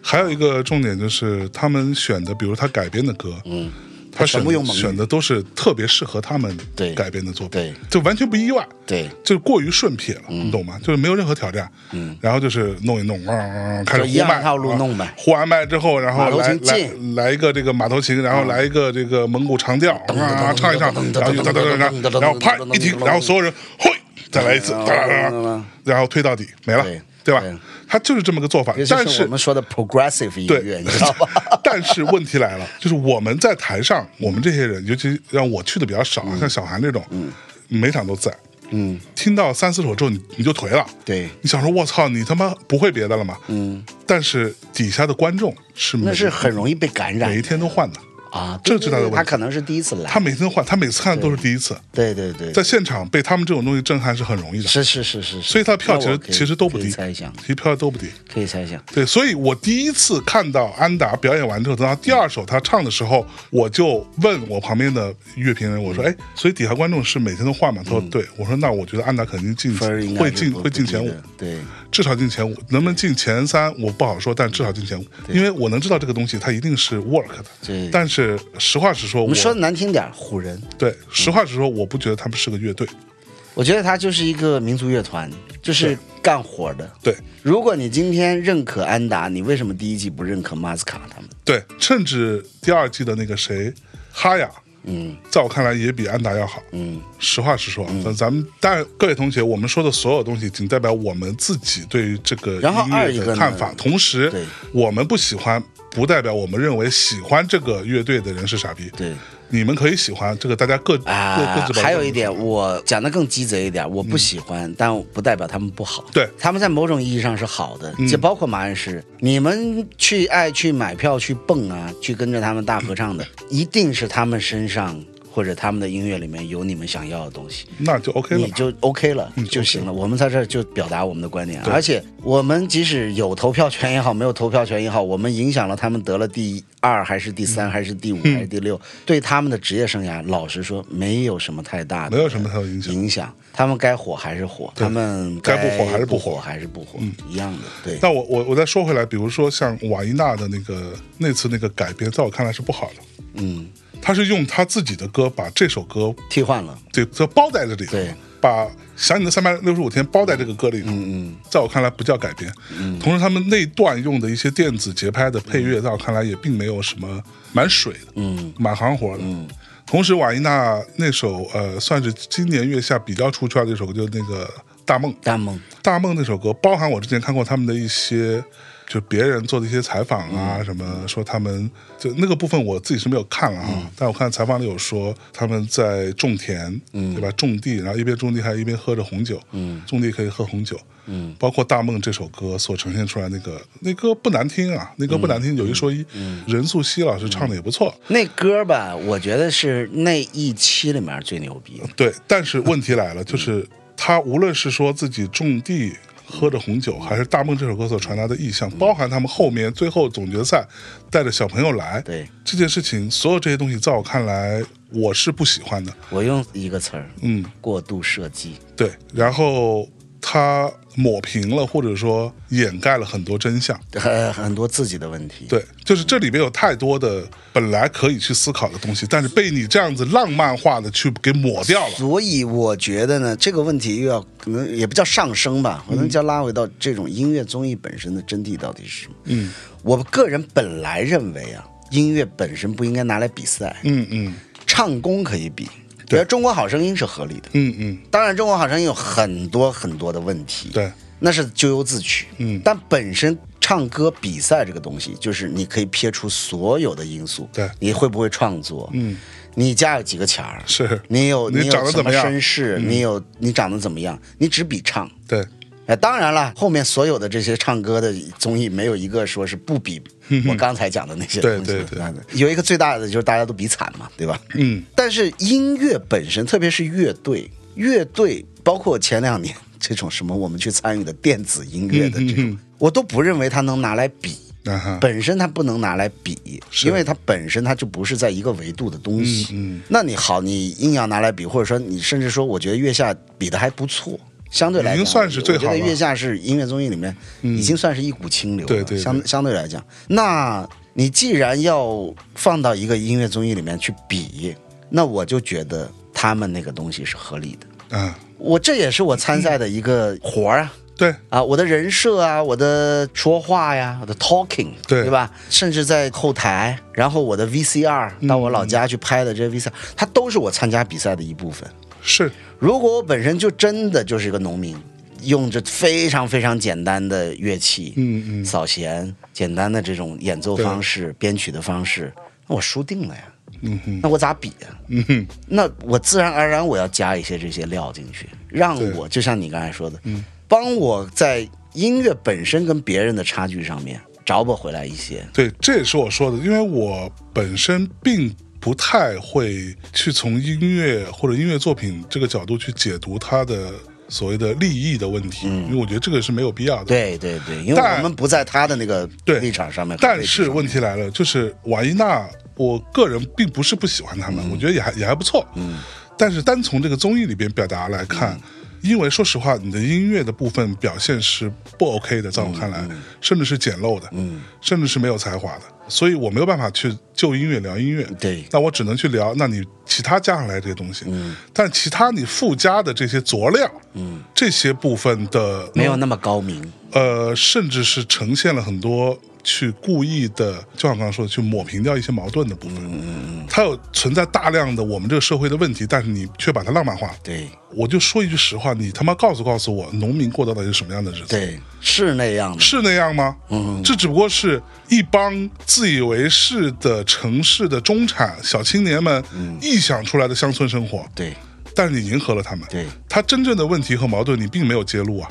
Speaker 2: 还有一个重点就是他们选的，比如他改编的歌，嗯，他选
Speaker 1: 全部用蒙语
Speaker 2: 选的都是特别适合他们
Speaker 1: 对
Speaker 2: 改编的作品，
Speaker 1: 对
Speaker 2: 就完全不意外，
Speaker 1: 对，
Speaker 2: 就是过于顺撇了，你懂吗？就是没有任何挑战，嗯，然后就是弄一弄，汪汪汪，开始
Speaker 1: 就一样
Speaker 2: 呼麦
Speaker 1: 套路
Speaker 2: 啊
Speaker 1: 弄呗
Speaker 2: 呼完麦之后，然
Speaker 1: 马
Speaker 2: 后
Speaker 1: 头
Speaker 2: 来
Speaker 1: 琴
Speaker 2: 来
Speaker 1: 进
Speaker 2: 来一个这个马头琴，然后来一个这个蒙古长调啊，唱一唱，然后就哒哒哒哒哒，然后啪一停，然后所有人嘿，再来一次，哒哒哒哒，然后推到底没了
Speaker 1: 对，
Speaker 2: 对吧
Speaker 1: 对？
Speaker 2: 他就是这么个做法
Speaker 1: 这，
Speaker 2: 但
Speaker 1: 就是
Speaker 2: 是
Speaker 1: 我们说的 progressive 音乐，
Speaker 2: 对，
Speaker 1: 你知道吧？
Speaker 2: 但是问题来了，就是我们在台上，我们这些人，尤其让我去的比较少，像小韩这种，每场都在。
Speaker 1: 嗯，
Speaker 2: 听到三四首之后，你你就颓了。
Speaker 1: 对
Speaker 2: 你想说，我操，你他妈不会别的了吗？嗯。但是底下的观众是每
Speaker 1: 那是很容易被感染
Speaker 2: 每一
Speaker 1: 的
Speaker 2: 天都换的，
Speaker 1: 啊，
Speaker 2: 这是他的问题
Speaker 1: 他可能是第一次来
Speaker 2: 他，每天都换，他每次看都是第一次，
Speaker 1: 对对对，
Speaker 2: 在现场被他们这种东西震撼是很容易的。
Speaker 1: 是是是是，是
Speaker 2: 所以他票
Speaker 1: 那
Speaker 2: 其实
Speaker 1: 我可以
Speaker 2: 其实都不
Speaker 1: 可以
Speaker 2: 低，
Speaker 1: 猜想，
Speaker 2: 其实票都不低。
Speaker 1: 可以猜想，
Speaker 2: 对，所以我第一次看到安达表演完之后，等到第二首他唱的时候，我就问我旁边的乐评人，我
Speaker 1: 嗯
Speaker 2: 说：“哎，所以底下观众是每天都换吗？”他说：“对。”我说：“那我觉得安达肯定进
Speaker 1: 分儿应该
Speaker 2: 会
Speaker 1: 是
Speaker 2: 进
Speaker 1: 不
Speaker 2: 会进
Speaker 1: 不低
Speaker 2: 前五
Speaker 1: 的，对，
Speaker 2: 至少进前五，能不能进前三我不好说，但至少进前五，因为我能知道这个东西它一定是 work
Speaker 1: 对
Speaker 2: 的。但是实话实说，
Speaker 1: 我
Speaker 2: 我
Speaker 1: 们说的难听点儿，唬人。
Speaker 2: 对，实话实说，我不觉得他们是个乐队。
Speaker 1: 我觉得他就是一个民族乐团，就是干活的。
Speaker 2: 对
Speaker 1: 如果你今天认可安达，你为什么第一季不认可马斯卡他们？
Speaker 2: 对，甚至第二季的那个谁，哈雅，
Speaker 1: 嗯
Speaker 2: 在我看来也比安达要好。
Speaker 1: 嗯，
Speaker 2: 实话实说，啊咱咱们当然各位同学，我们说的所有东西，仅代表我们自己对于这个
Speaker 1: 然后
Speaker 2: 音
Speaker 1: 二一
Speaker 2: 乐
Speaker 1: 个
Speaker 2: 的
Speaker 1: 呢
Speaker 2: 看法。同时
Speaker 1: 对，
Speaker 2: 我们不喜欢，不代表我们认为喜欢这个乐队的人是傻逼。
Speaker 1: 对
Speaker 2: 你们可以喜欢这个，大家各、各各
Speaker 1: 啊
Speaker 2: 自。表达
Speaker 1: 还有一点，我讲的更鸡贼一点，我不喜欢，但不代表他们不好。
Speaker 2: 对
Speaker 1: 他们在某种意义上是好的，就包括马恩师，你们去爱去买票去蹦啊，去跟着他们大合唱的，一定是他们身上。或者他们的音乐里面有你们想要的东西，
Speaker 2: 那就 OK 了
Speaker 1: 你
Speaker 2: 嘛。
Speaker 1: 就 OK 了
Speaker 2: 嗯
Speaker 1: 就行
Speaker 2: OK
Speaker 1: 了。我们在这儿就表达我们的观点，
Speaker 2: 对
Speaker 1: 而且我们即使有投票权也好，没有投票权也好，我们影响了他们得了第二还是第
Speaker 2: 嗯
Speaker 1: 三还是第五还是第六，对他们的职业生涯，老实说没有什么太大的
Speaker 2: 没有什么太大的影响
Speaker 1: 影响。他们该火还是火，
Speaker 2: 对
Speaker 1: 他们
Speaker 2: 该不火嗯还是不
Speaker 1: 不
Speaker 2: 火
Speaker 1: 还是不火，一样的。对，
Speaker 2: 但我我我再说回来，比如说像瓦依娜的那个那次那个改编，在我看来是不好的。
Speaker 1: 嗯，
Speaker 2: 她是用她自己的歌把这首歌
Speaker 1: 替换了，
Speaker 2: 这这包在这里头
Speaker 1: 对，
Speaker 2: 把《想你的三百六十五天》包在这个歌里头。嗯在我看来不叫改编。同时他们那段用的一些电子节拍的配乐，在我看来也并没有什么蛮水的，嗯，蛮行活的。嗯。同时，瓦依娜那首呃，算是今年月下比较出圈的一首歌，就是那个《大梦》。
Speaker 1: 大梦
Speaker 2: 大梦那首歌，包含我之前看过他们的一些，就别人做的一些采访啊，什么说他们就那个部分我自己是没有看了啊，但我看采访里有说他们在种田，嗯，对吧？种地，然后一边种地还一边喝着红酒，嗯，种地可以喝红酒，嗯，包括《大梦》这首歌所呈现出来那个那歌不难听啊，那歌不难听，有一说一，任素汐老师唱的也不错，
Speaker 1: 那歌吧，我觉得是那一期里面最牛逼。
Speaker 2: 对，但是问题来了，就是他无论是说自己种地。喝着红酒，还是《大梦》这首歌所传达的意象，包含他们后面最后总决赛带着小朋友来，
Speaker 1: 对
Speaker 2: 这件事情，所有这些东西，在我看来，我是不喜欢的。
Speaker 1: 我用一个词儿，
Speaker 2: 嗯，
Speaker 1: 过度设计。
Speaker 2: 对。然后他抹平了，或者说掩盖了很多真相。
Speaker 1: 很很多自己的问题。，
Speaker 2: 对，就是这里面有太多的本来可以去思考的东西，但是被你这样子浪漫化的去给抹掉了。
Speaker 1: 所以我觉得呢，这个问题又要可能也不叫上升吧，
Speaker 2: 嗯
Speaker 1: 可能叫拉回到这种音乐综艺本身的真谛到底是什么。
Speaker 2: 嗯
Speaker 1: 我个人本来认为啊，音乐本身不应该拿来比赛，
Speaker 2: 嗯嗯
Speaker 1: 唱功可以比，比如《中国好声音》是合理的。
Speaker 2: 嗯嗯，
Speaker 1: 当然，《中国好声音》有很多很多的问题，
Speaker 2: 对，
Speaker 1: 那是咎由自取。
Speaker 2: 嗯
Speaker 1: 但本身唱歌比赛这个东西，就是你可以撇除所有的因素，
Speaker 2: 对
Speaker 1: 你会不会创作，
Speaker 2: 嗯，
Speaker 1: 你家有几个钱儿，
Speaker 2: 是
Speaker 1: 你有
Speaker 2: 你
Speaker 1: 有
Speaker 2: 长得
Speaker 1: 什
Speaker 2: 怎么
Speaker 1: 么
Speaker 2: 样嗯
Speaker 1: 身世，你有你长得怎么样，你只比唱。
Speaker 2: 对。
Speaker 1: 哎，当然了，后面所有的这些唱歌的综艺，没有一个说是不比我刚才讲的那些东
Speaker 2: 嗯对
Speaker 1: 西。
Speaker 2: 对对
Speaker 1: 那有一个最大的就是大家都比惨嘛，对吧？
Speaker 2: 嗯。
Speaker 1: 但是音乐本身，特别是乐队，乐队包括前两年 这种什么我们去参与的电子音乐的这种，
Speaker 2: 嗯嗯嗯
Speaker 1: 我都不认为它能拿来比。
Speaker 2: 啊哈，
Speaker 1: 本身它不能拿来比，因为它本身它就不是在一个维度的东西。
Speaker 2: 嗯嗯
Speaker 1: 那你好，你硬要拿来比，或者说你甚至说，我觉得月下比的还不错，相对来
Speaker 2: 已
Speaker 1: 讲
Speaker 2: 经算是最好了嗯
Speaker 1: 我觉得月下是音乐综艺里面已经算是一股清流了。
Speaker 2: 对对对
Speaker 1: 相相对来讲，那你既然要放到一个音乐综艺里面去比，那我就觉得他们那个东西是合理的。
Speaker 2: 啊，
Speaker 1: 我这也是我参赛的一个活儿啊。
Speaker 2: 对，
Speaker 1: 啊，我的人设啊，我的说话呀，我的 talking，
Speaker 2: 对
Speaker 1: 吧？甚至在后台，然后我的 VCR 到我老家去拍的这些 VCR，、它都是我参加比赛的一部分。
Speaker 2: 是，
Speaker 1: 如果我本身就真的就是一个农民，用着非常非常简单的乐器，
Speaker 2: 嗯嗯
Speaker 1: 扫弦，简单的这种演奏方式、编曲的方式，那我输定了呀。
Speaker 2: 嗯哼，
Speaker 1: 那我咋比呀、
Speaker 2: 嗯哼，
Speaker 1: 那我自然而然我要加一些这些料进去，让
Speaker 2: 对嗯
Speaker 1: 我就像你刚才说的，帮我在音乐本身跟别人的差距上面找补回来一些。
Speaker 2: 对，这也是我说的，因为我本身并不太会去从音乐或者音乐作品这个角度去解读它的所谓的利益的问题，因为我觉得这个是没有必要的。
Speaker 1: 对对对，因为
Speaker 2: 但
Speaker 1: 我们不在他的那个
Speaker 2: 对
Speaker 1: 立场上面和
Speaker 2: 但
Speaker 1: 位置上
Speaker 2: 是
Speaker 1: 面。
Speaker 2: 问题来了，就是瓦依娜，我个人并不是不喜欢他们，我觉得也还也还不错。嗯，但是单从这个综艺里边表达来看。因为说实话，你的音乐的部分表现是不 OK 的，在我看来，甚至是简陋的，嗯，甚至是没有才华的，所以我没有办法去就音乐聊音乐，
Speaker 1: 对
Speaker 2: 那我只能去聊，那你其他加上来这些东西，嗯，但其他你附加的这些佐料，嗯，这些部分的
Speaker 1: 没有那么高明，
Speaker 2: 呃，甚至是呈现了很多去故意的，就像我刚刚说的，去抹平掉一些矛盾的部分。它有存在大量的我们这个社会的问题，但是你却把它浪漫化。
Speaker 1: 对
Speaker 2: 我就说一句实话，你他妈告诉告诉我，农民过到底是什么样的日子？，
Speaker 1: 对，是那样的。
Speaker 2: 是那样吗？嗯，这只不过是一帮自以为嗯是的城市的中产小青年们臆想出来的乡村生活。
Speaker 1: 对
Speaker 2: 但是你迎合了他们。
Speaker 1: 对，嗯
Speaker 2: 他真正的问题和矛盾你并没有揭露啊。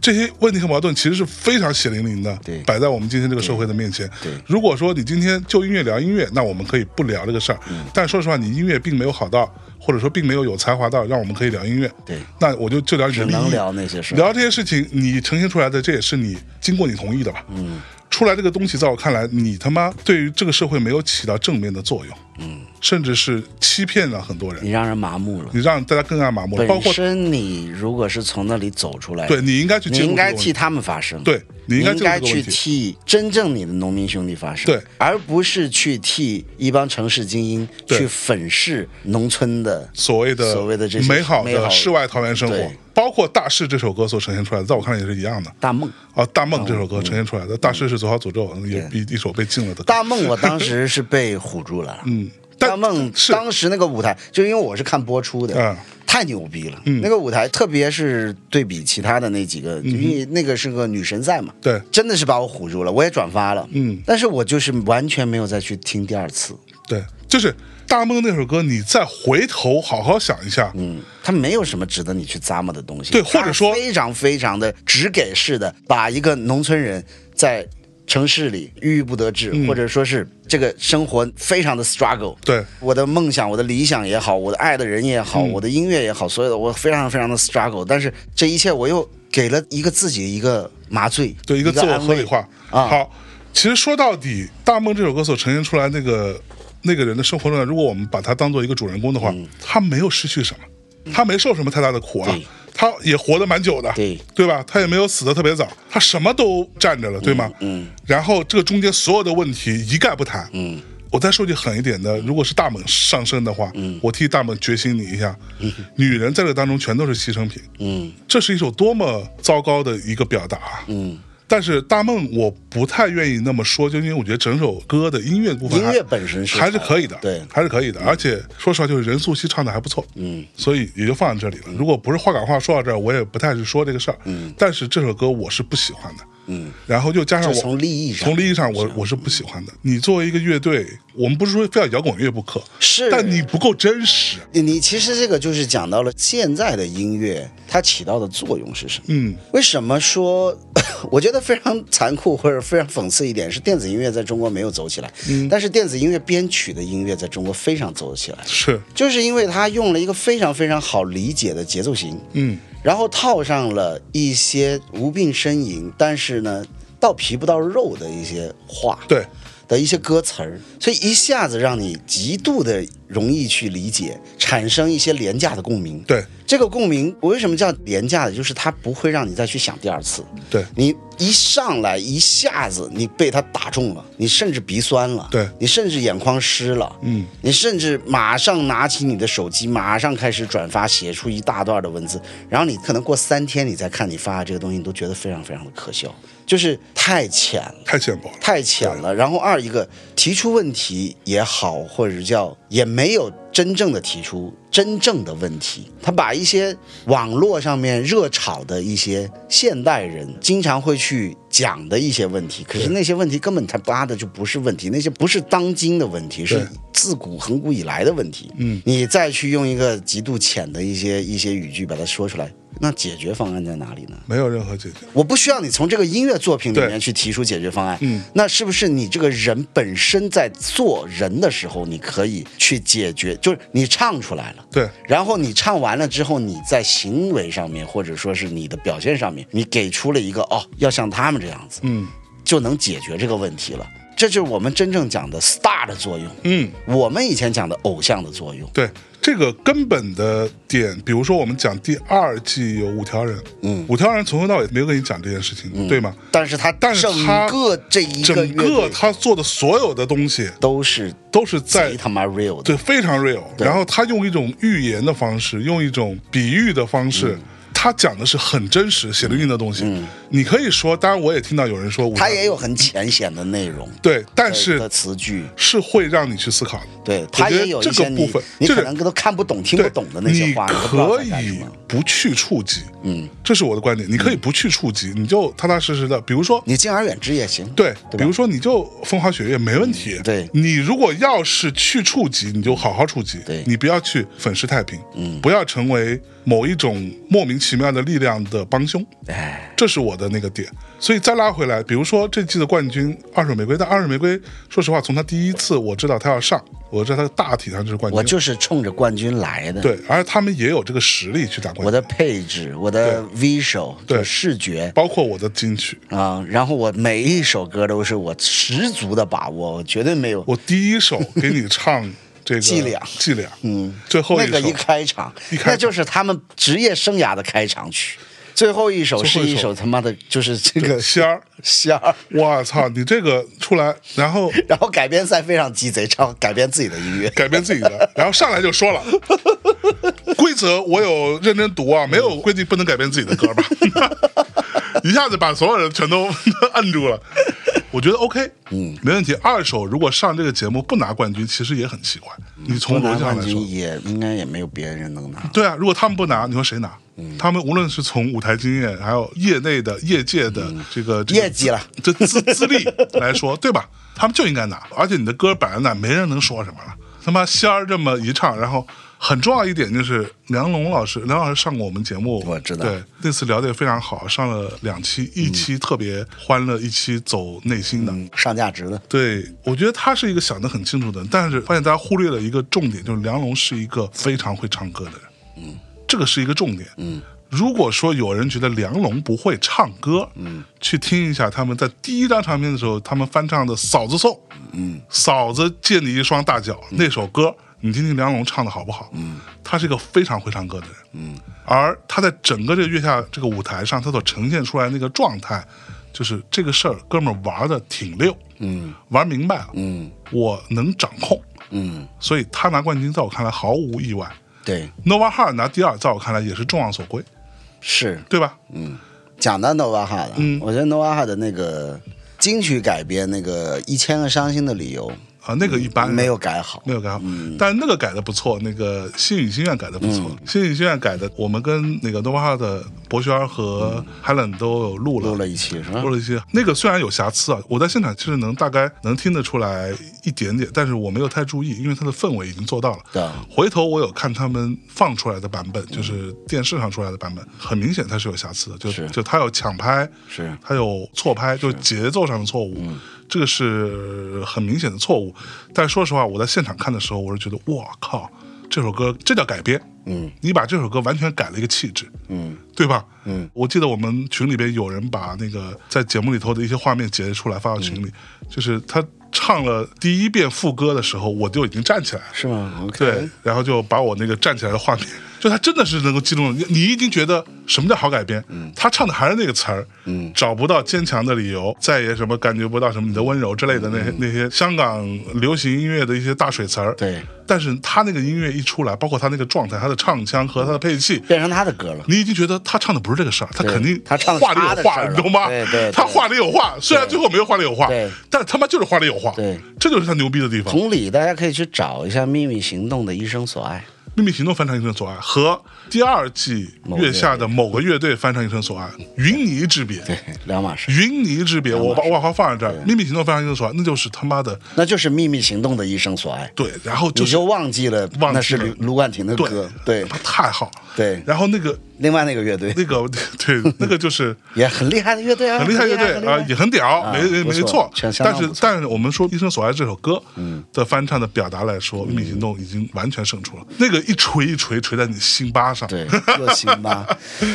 Speaker 2: 这些问题和矛盾其实是非常血淋淋的
Speaker 1: 对，
Speaker 2: 摆在我们今天这个社会的面前。
Speaker 1: 对
Speaker 2: 如果说你今天就音乐聊音乐，那我们可以不聊这个事儿。
Speaker 1: 嗯
Speaker 2: 但说实话，你音乐并没有好到，或者说并没有有才华到让我们可以聊音乐。
Speaker 1: 对，
Speaker 2: 那我就就聊你的
Speaker 1: 只
Speaker 2: 利
Speaker 1: 能
Speaker 2: 益。
Speaker 1: 聊那些事儿。
Speaker 2: 聊这些事情，你呈现出来的这也是你经过你同意的吧？嗯，出来这个东西，在我看来，你他妈对于这个社会没有起到正面的作用，嗯，甚至是欺骗了很多人，
Speaker 1: 你让人麻木了。
Speaker 2: 你让大家更加麻木了，包
Speaker 1: 本
Speaker 2: 括
Speaker 1: 身你如果是从那里走出来，
Speaker 2: 对你应该去
Speaker 1: 你
Speaker 2: 接触
Speaker 1: 应
Speaker 2: 这个
Speaker 1: 该
Speaker 2: 问
Speaker 1: 替
Speaker 2: 题，
Speaker 1: 他们发声。
Speaker 2: 对你
Speaker 1: 你
Speaker 2: 应该
Speaker 1: 应
Speaker 2: 接触
Speaker 1: 该
Speaker 2: 这个
Speaker 1: 去
Speaker 2: 问题，
Speaker 1: 替真正你的农民兄弟发声，
Speaker 2: 对，
Speaker 1: 而不是去替一帮城市精英
Speaker 2: 对
Speaker 1: 去粉饰农村的
Speaker 2: 所谓的
Speaker 1: 所谓的这些
Speaker 2: 美好
Speaker 1: 美好
Speaker 2: 的世外桃源生活
Speaker 1: 对，
Speaker 2: 包括《大势》这首歌所呈现出来的，在我看来也是一样的。
Speaker 1: 大梦。嗯
Speaker 2: 啊，《大梦》这首歌呈现出来的，《大势》是左小诅咒，也一一首被禁了的歌。
Speaker 1: 大梦，我当时是被唬住了。
Speaker 2: 嗯，但
Speaker 1: 大梦
Speaker 2: 是
Speaker 1: 当时那个舞台，就因为我是看播出的，
Speaker 2: 嗯
Speaker 1: 太牛逼了。那个舞台，特别是对比其他的那几个，因为那个是个女神赛嘛，
Speaker 2: 嗯对
Speaker 1: 真的是把我唬住了。我也转发了，
Speaker 2: 嗯
Speaker 1: 但是我就是完全没有再去听第二次。
Speaker 2: 对，就是《大梦》那首歌，你再回头好好想一下，
Speaker 1: 嗯，它没有什么值得你去咂摸的东西。
Speaker 2: 对或者说
Speaker 1: 它非常非常的直给式的，把一个农村人在城市里郁郁不得志，或者说是这个生活非常的 struggle。
Speaker 2: 嗯对嗯
Speaker 1: 我的梦想、我的理想也好，我的爱的人也好，我的音乐也好，所有的我非常非常的 struggle。但是这一切我又给了一个自己一个麻醉，
Speaker 2: 对一个自我合理化
Speaker 1: 安慰啊
Speaker 2: 好，其实说到底，《大梦》这首歌所呈现出来那个那个人的生活状态，如果我们把他当做一个主人公的话，他没有失去什么，他没受什么太大的苦啊
Speaker 1: 对。
Speaker 2: 他也活得蛮久的，
Speaker 1: 对
Speaker 2: 吧？他也没有死得特别早，他什么都占着了，对吗？嗯。然后这个中间所有的问题一概不谈。嗯。我再说句狠一点的，如果是大猛上身的话，嗯，我替大猛决心你一下，女人在这当中全都是牺牲品，
Speaker 1: 嗯
Speaker 2: 这是一首多么糟糕的一个表达啊！
Speaker 1: 嗯，
Speaker 2: 但是大梦我不太愿意那么说，就因为我觉得整首歌的音乐部分
Speaker 1: 音
Speaker 2: 还
Speaker 1: 乐本身是
Speaker 2: 还是
Speaker 1: 好
Speaker 2: 可以的，
Speaker 1: 对
Speaker 2: 还是可以的。而且说实话，就是任素汐唱的还不错，嗯，所以也就放在这里了。
Speaker 1: 嗯
Speaker 2: 如果不是话赶话说到这儿，我也不太去说这个事儿，嗯。但是这首歌我是不喜欢的，
Speaker 1: 嗯，
Speaker 2: 然后又加上
Speaker 1: 就
Speaker 2: 我
Speaker 1: 从利益上
Speaker 2: 从利益上我我是不喜欢的。你作为一个乐队，我们不是说非要摇滚乐不可，
Speaker 1: 是
Speaker 2: 但你不够真实，
Speaker 1: 你你其实这个就是讲到了现在的音乐它起到的作用是什么？
Speaker 2: 嗯，
Speaker 1: 为什么说 我觉得非常残酷或者非常讽刺一点是电子音乐在中国没有走起来，但是电子音乐编曲的音乐在中国非常走得起来，
Speaker 2: 是，
Speaker 1: 就是因为它用了一个非常非常好理解的节奏型，
Speaker 2: 嗯，
Speaker 1: 然后套上了一些无病呻吟，但是呢到皮不到肉的一些话，
Speaker 2: 对，
Speaker 1: 的一些歌词儿，所以一下子让你极度的容易去理解，产生一些廉价的共鸣。
Speaker 2: 对，
Speaker 1: 这个共鸣，我为什么叫廉价的？就是它不会让你再去想第二次。
Speaker 2: 对，
Speaker 1: 你一上来一下子你被它打中了，你甚至鼻酸了，
Speaker 2: 对
Speaker 1: 你甚至眼眶湿了，
Speaker 2: 嗯，
Speaker 1: 你甚至马上拿起你的手机，马上开始转发，写出一大段的文字，然后你可能过三天你再看你发的这个东西，你都觉得非常非常的可笑，就是太浅了。
Speaker 2: 太浅薄了。
Speaker 1: 太浅了。然后二一个提出问题也好，或者叫也没有真正的提出真正的问题。他把一些网络上面热炒的一些现代人经常会去讲的一些问题，可是那些问题根本他妈的就不是问题，那些不是当今的问题，是自古恒古以来的问题。
Speaker 2: 嗯，
Speaker 1: 你再去用一个极度浅的一些一些语句把它说出来，那解决方案在哪里呢？
Speaker 2: 没有任何解决，
Speaker 1: 我不需要你从这个音乐作品里
Speaker 2: 对
Speaker 1: 面去提出解决方案。
Speaker 2: 嗯，
Speaker 1: 那是不是你这个人本身在做人的时候，你可以去解决？就是你唱出来了，
Speaker 2: 对，
Speaker 1: 然后你唱完了之后，你在行为上面，或者说是你的表现上面，你给出了一个哦，要像他们这样子，
Speaker 2: 嗯
Speaker 1: 就能解决这个问题了。这就是我们真正讲的 star 的作用，
Speaker 2: 嗯，
Speaker 1: 我们以前讲的偶像的作用。
Speaker 2: 对，这个根本的点，比如说我们讲第二季有五条人，
Speaker 1: 嗯
Speaker 2: 五条人从头到尾没有跟你讲这件事情，对吗？
Speaker 1: 但是他
Speaker 2: 但是
Speaker 1: 整
Speaker 2: 他
Speaker 1: 个这一个
Speaker 2: 整
Speaker 1: 乐队
Speaker 2: 个他做的所有的东西
Speaker 1: 都是
Speaker 2: 都是在
Speaker 1: 贼他妈 real 的
Speaker 2: 对，非常 real。
Speaker 1: 对嗯
Speaker 2: 然后他用一种寓言的方式，用一种比喻的方式，他他讲的是很真实、血淋淋的东西。你可以说，当然我也听到有人说，
Speaker 1: 他也有很浅显的内容，
Speaker 2: 对，嗯但
Speaker 1: 的
Speaker 2: 是
Speaker 1: 词句，
Speaker 2: 是会让你去思考的。
Speaker 1: 对
Speaker 2: 我
Speaker 1: 他
Speaker 2: 觉得
Speaker 1: 也有一
Speaker 2: 这
Speaker 1: 些
Speaker 2: 个
Speaker 1: 你
Speaker 2: 部分
Speaker 1: 你
Speaker 2: 就
Speaker 1: 可
Speaker 2: 是
Speaker 1: 能都看不懂、听
Speaker 2: 对
Speaker 1: 不懂的那些话，
Speaker 2: 你
Speaker 1: 都不知道
Speaker 2: 可
Speaker 1: 在干什
Speaker 2: 以
Speaker 1: 么。
Speaker 2: 不去触及，
Speaker 1: 嗯，
Speaker 2: 这是我的观点。你可以不去触及，你就踏踏实实的，比如说。
Speaker 1: 你敬而远之也行，
Speaker 2: 对，
Speaker 1: 对吧
Speaker 2: 比如说你就风花雪月没问题。
Speaker 1: 对
Speaker 2: 你如果要是去触及，你就好好触及。
Speaker 1: 对
Speaker 2: 你不要去粉饰太平，嗯，不要成为某一种莫名其妙的力量的帮凶。
Speaker 1: 哎，
Speaker 2: 这是我的那个点。所以再拉回来，比如说这季的冠军二手玫瑰，但二手玫瑰，说实话，从他第一次我知道他要上，我知道他大体上就是冠军。
Speaker 1: 我就是冲着冠军来的。
Speaker 2: 对，而他们也有这个实力去打冠
Speaker 1: 我
Speaker 2: 军，
Speaker 1: 的配置，我的 visual，
Speaker 2: 对
Speaker 1: 就视觉
Speaker 2: 包括我的金曲。
Speaker 1: 啊、然后我每一首歌都是我十足的把握，我绝对没有。
Speaker 2: 我第一首给你唱这个
Speaker 1: 伎俩
Speaker 2: 伎俩，嗯，最后
Speaker 1: 那
Speaker 2: 一
Speaker 1: 个
Speaker 2: 首
Speaker 1: 一开场，
Speaker 2: 一开场
Speaker 1: 那就是他们职业生涯的开场曲。最后一首是
Speaker 2: 最后一
Speaker 1: 一
Speaker 2: 首
Speaker 1: 首他妈的，就是这个
Speaker 2: 仙儿，
Speaker 1: 仙儿，
Speaker 2: 我操，你这个出来，然后
Speaker 1: 然后改编赛非常鸡贼，唱改编自己的音乐。
Speaker 2: 改变自己 的，然后上来就说了，规则我有认真读啊，没有规定不能改变自己的歌吧？ 一下子把所有人全都 摁住了，我觉得 OK，嗯，没问题。二手如果上这个节目不拿冠军，其实也很奇怪。你从逻
Speaker 1: 嗯拿
Speaker 2: 辑上
Speaker 1: 冠
Speaker 2: 来说
Speaker 1: 军，也应该也没有别人能拿。
Speaker 2: 对啊，如果他们不拿，你说谁拿？
Speaker 1: 嗯
Speaker 2: 他们无论是从舞台经验，还有业内的、业界的这个、这个
Speaker 1: 嗯业绩了
Speaker 2: 这资资历来说，对吧？他们就应该拿，而且你的歌摆在那，没人能说什么了。他妈仙儿这么一唱，然后很重要一点就是梁龙老师，梁老师上过我们节目，
Speaker 1: 我知道嗯
Speaker 2: 对，那次聊得也非常好，上了两期，一期特别欢乐，一期走内心的。
Speaker 1: 上价值的，
Speaker 2: 对，我觉得他是一个想得很清楚的人，但是发现大家忽略了一个重点，就是梁龙是一个非常会唱歌的人。嗯，这个是一个重点。嗯，如果说有人觉得梁龙不会唱歌，嗯，去听一下他们在第一张唱片的时候，他们翻唱的《嫂子颂》，嗯，嫂子借你一双大脚、那首歌，你听听梁龙唱的好不好？嗯，他是一个非常会唱歌的人。嗯，而他在整个这个月下这个舞台上，他所呈现出来那个状态，就是这个事儿，哥们儿玩的挺溜。嗯，玩明白了。
Speaker 1: 嗯
Speaker 2: 我能掌控，
Speaker 1: 嗯，
Speaker 2: 所以他拿冠军在我看来毫无意外。
Speaker 1: 对，
Speaker 2: Nova h a r 拿第二，在我看来也是众望所归，
Speaker 1: 是
Speaker 2: 对吧？
Speaker 1: 嗯讲到 Nova h 了，
Speaker 2: 嗯
Speaker 1: 我觉得 Nova h 的那个金曲改编那个一千个伤心的理由
Speaker 2: 啊、那个一般
Speaker 1: 没有改嗯好，
Speaker 2: 没有改好，但那个改的不错，那个星语心愿改的不错，
Speaker 1: 嗯
Speaker 2: 星语心愿改的，我们跟那个 Nova h a r 的博轩和 Helen 都有录
Speaker 1: 嗯
Speaker 2: 了。
Speaker 1: 录了一期是吧
Speaker 2: 录？了一些，那个虽然有瑕疵啊，我在现场其实能大概能听得出来一点点，但是我没有太注意，因为它的氛围已经做到了。
Speaker 1: 对
Speaker 2: 回头我有看他们放出来的版本，就是电视上出来的版本，很明显它是有瑕疵的，就是就它有抢拍，
Speaker 1: 是
Speaker 2: 它有错拍，就是嗯节奏上的错误，这个是很明显的错误。但说实话，我在现场看的时候，我是觉得我靠，这首歌这叫改编，嗯，你把这首歌完全改了一个气质，
Speaker 1: 嗯，
Speaker 2: 对吧？嗯，我记得我们群里边有人把那个在节目里头的一些画面截出来发到群里，就是他唱了第一遍副歌的时候，我就已经站起来了。
Speaker 1: 是吗？OK，
Speaker 2: 对，然后就把我那个站起来的画面， 就他真的是能够击中你，你已经觉得什么叫好改编，
Speaker 1: 嗯
Speaker 2: 他唱的还是那个词儿，找不到坚强的理由，再也什么感觉不到什么你的温柔之类的那
Speaker 1: 嗯
Speaker 2: 些、那些香港流行音乐的一些大水词儿，
Speaker 1: 对，
Speaker 2: 但是他那个音乐一出来，包括他那个状态、他的唱腔和他的配器，
Speaker 1: 变成他的歌了。
Speaker 2: 你已经觉得他唱的不是这个事儿，他
Speaker 1: 嗯对
Speaker 2: 肯定
Speaker 1: 他唱
Speaker 2: 话里
Speaker 1: 他
Speaker 2: 有
Speaker 1: 的事
Speaker 2: 话，
Speaker 1: 儿
Speaker 2: 你
Speaker 1: 了
Speaker 2: 懂吗？
Speaker 1: 对对对
Speaker 2: 他话里有话，虽然最后没有话里有话
Speaker 1: 对，
Speaker 2: 但他妈就是话里有话，
Speaker 1: 对，
Speaker 2: 这就是他牛逼的地方。《
Speaker 1: 同理，大家可以去找一下《秘密行动》的《一生所爱
Speaker 2: 秘密行动》翻唱《一生所爱》和第二季
Speaker 1: 某
Speaker 2: 月下的某个乐队翻唱《一生所爱》，云泥之别，》，
Speaker 1: 两码事，
Speaker 2: 云泥之别，我把我把话放在这儿，《秘密行动》翻唱《一生所爱》，那就是他妈的
Speaker 1: 那就是《秘密行动》的《一生所爱》，
Speaker 2: 对，然后就
Speaker 1: 你
Speaker 2: 是
Speaker 1: 就忘记了
Speaker 2: 忘
Speaker 1: 那
Speaker 2: 记
Speaker 1: 是
Speaker 2: 了
Speaker 1: 卢卢冠廷的
Speaker 2: 对
Speaker 1: 歌，对
Speaker 2: 他妈太好了，
Speaker 1: 对
Speaker 2: 然后那个
Speaker 1: 另外那个 乐队
Speaker 2: 那个对那个就是。
Speaker 1: 也很厉害的乐队啊，
Speaker 2: 很厉害乐队
Speaker 1: 很厉
Speaker 2: 啊，
Speaker 1: 害
Speaker 2: 也很屌，
Speaker 1: 啊
Speaker 2: 没没
Speaker 1: 不
Speaker 2: 没
Speaker 1: 错
Speaker 2: 错
Speaker 1: 相。相
Speaker 2: 但
Speaker 1: 当
Speaker 2: 是
Speaker 1: 不错嗯
Speaker 2: 但是我们说《一生所爱》这首歌的翻唱的表达来说，《秘密行动》已经完全胜出了。那个一锤一锤锤在你心巴上，
Speaker 1: 对，又行 吧。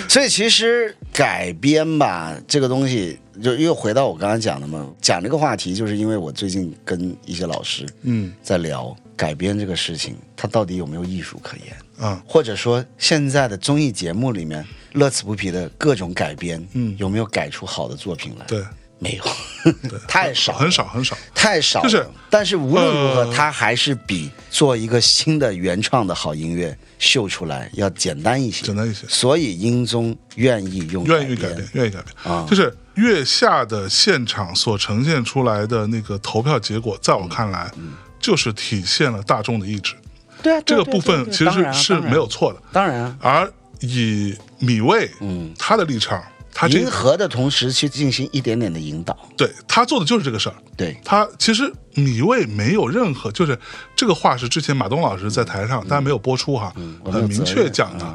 Speaker 1: 所以其实改编吧，这个东西就又回到我刚才讲的嘛，讲这个话题，就是因为我最近跟一些老师
Speaker 2: 嗯
Speaker 1: 在聊改编这个事情，它到底有没有艺术可言，
Speaker 2: 啊，
Speaker 1: 或者说现在的综艺节目里面乐此不疲的各种改编，
Speaker 2: 嗯
Speaker 1: 有没有改出好的作品来？
Speaker 2: 对，
Speaker 1: 没有， 太少，
Speaker 2: 很少很少。
Speaker 1: 太少了。
Speaker 2: 就是
Speaker 1: 但是无论如何，
Speaker 2: 呃
Speaker 1: 它还是比做一个新的原创的好音乐秀出来要简单一些，
Speaker 2: 简单一些
Speaker 1: 所以英宗愿意用，
Speaker 2: 愿意改变，，愿意改变
Speaker 1: 啊
Speaker 2: 就是月下的现场所呈现出来的那个投票结果，在我看来，就是体现了大众的意志。
Speaker 1: 对啊，
Speaker 2: 这
Speaker 1: 嗯对
Speaker 2: 个
Speaker 1: 啊
Speaker 2: 部分其实是是没有，错的。
Speaker 1: 对啊对啊当然啊
Speaker 2: 而以米未，嗯，他的立场，他
Speaker 1: 当然啊当然
Speaker 2: 这
Speaker 1: 迎
Speaker 2: 个
Speaker 1: 合的同时去进行一点点的引导，
Speaker 2: 对他做的就是这个事儿。
Speaker 1: 对，
Speaker 2: 他其实米未没有任何，就是这个话是之前马东老师在台上，但没有播出哈，
Speaker 1: 嗯我没
Speaker 2: 很
Speaker 1: 有
Speaker 2: 明
Speaker 1: 责
Speaker 2: 确
Speaker 1: 任嗯
Speaker 2: 讲的，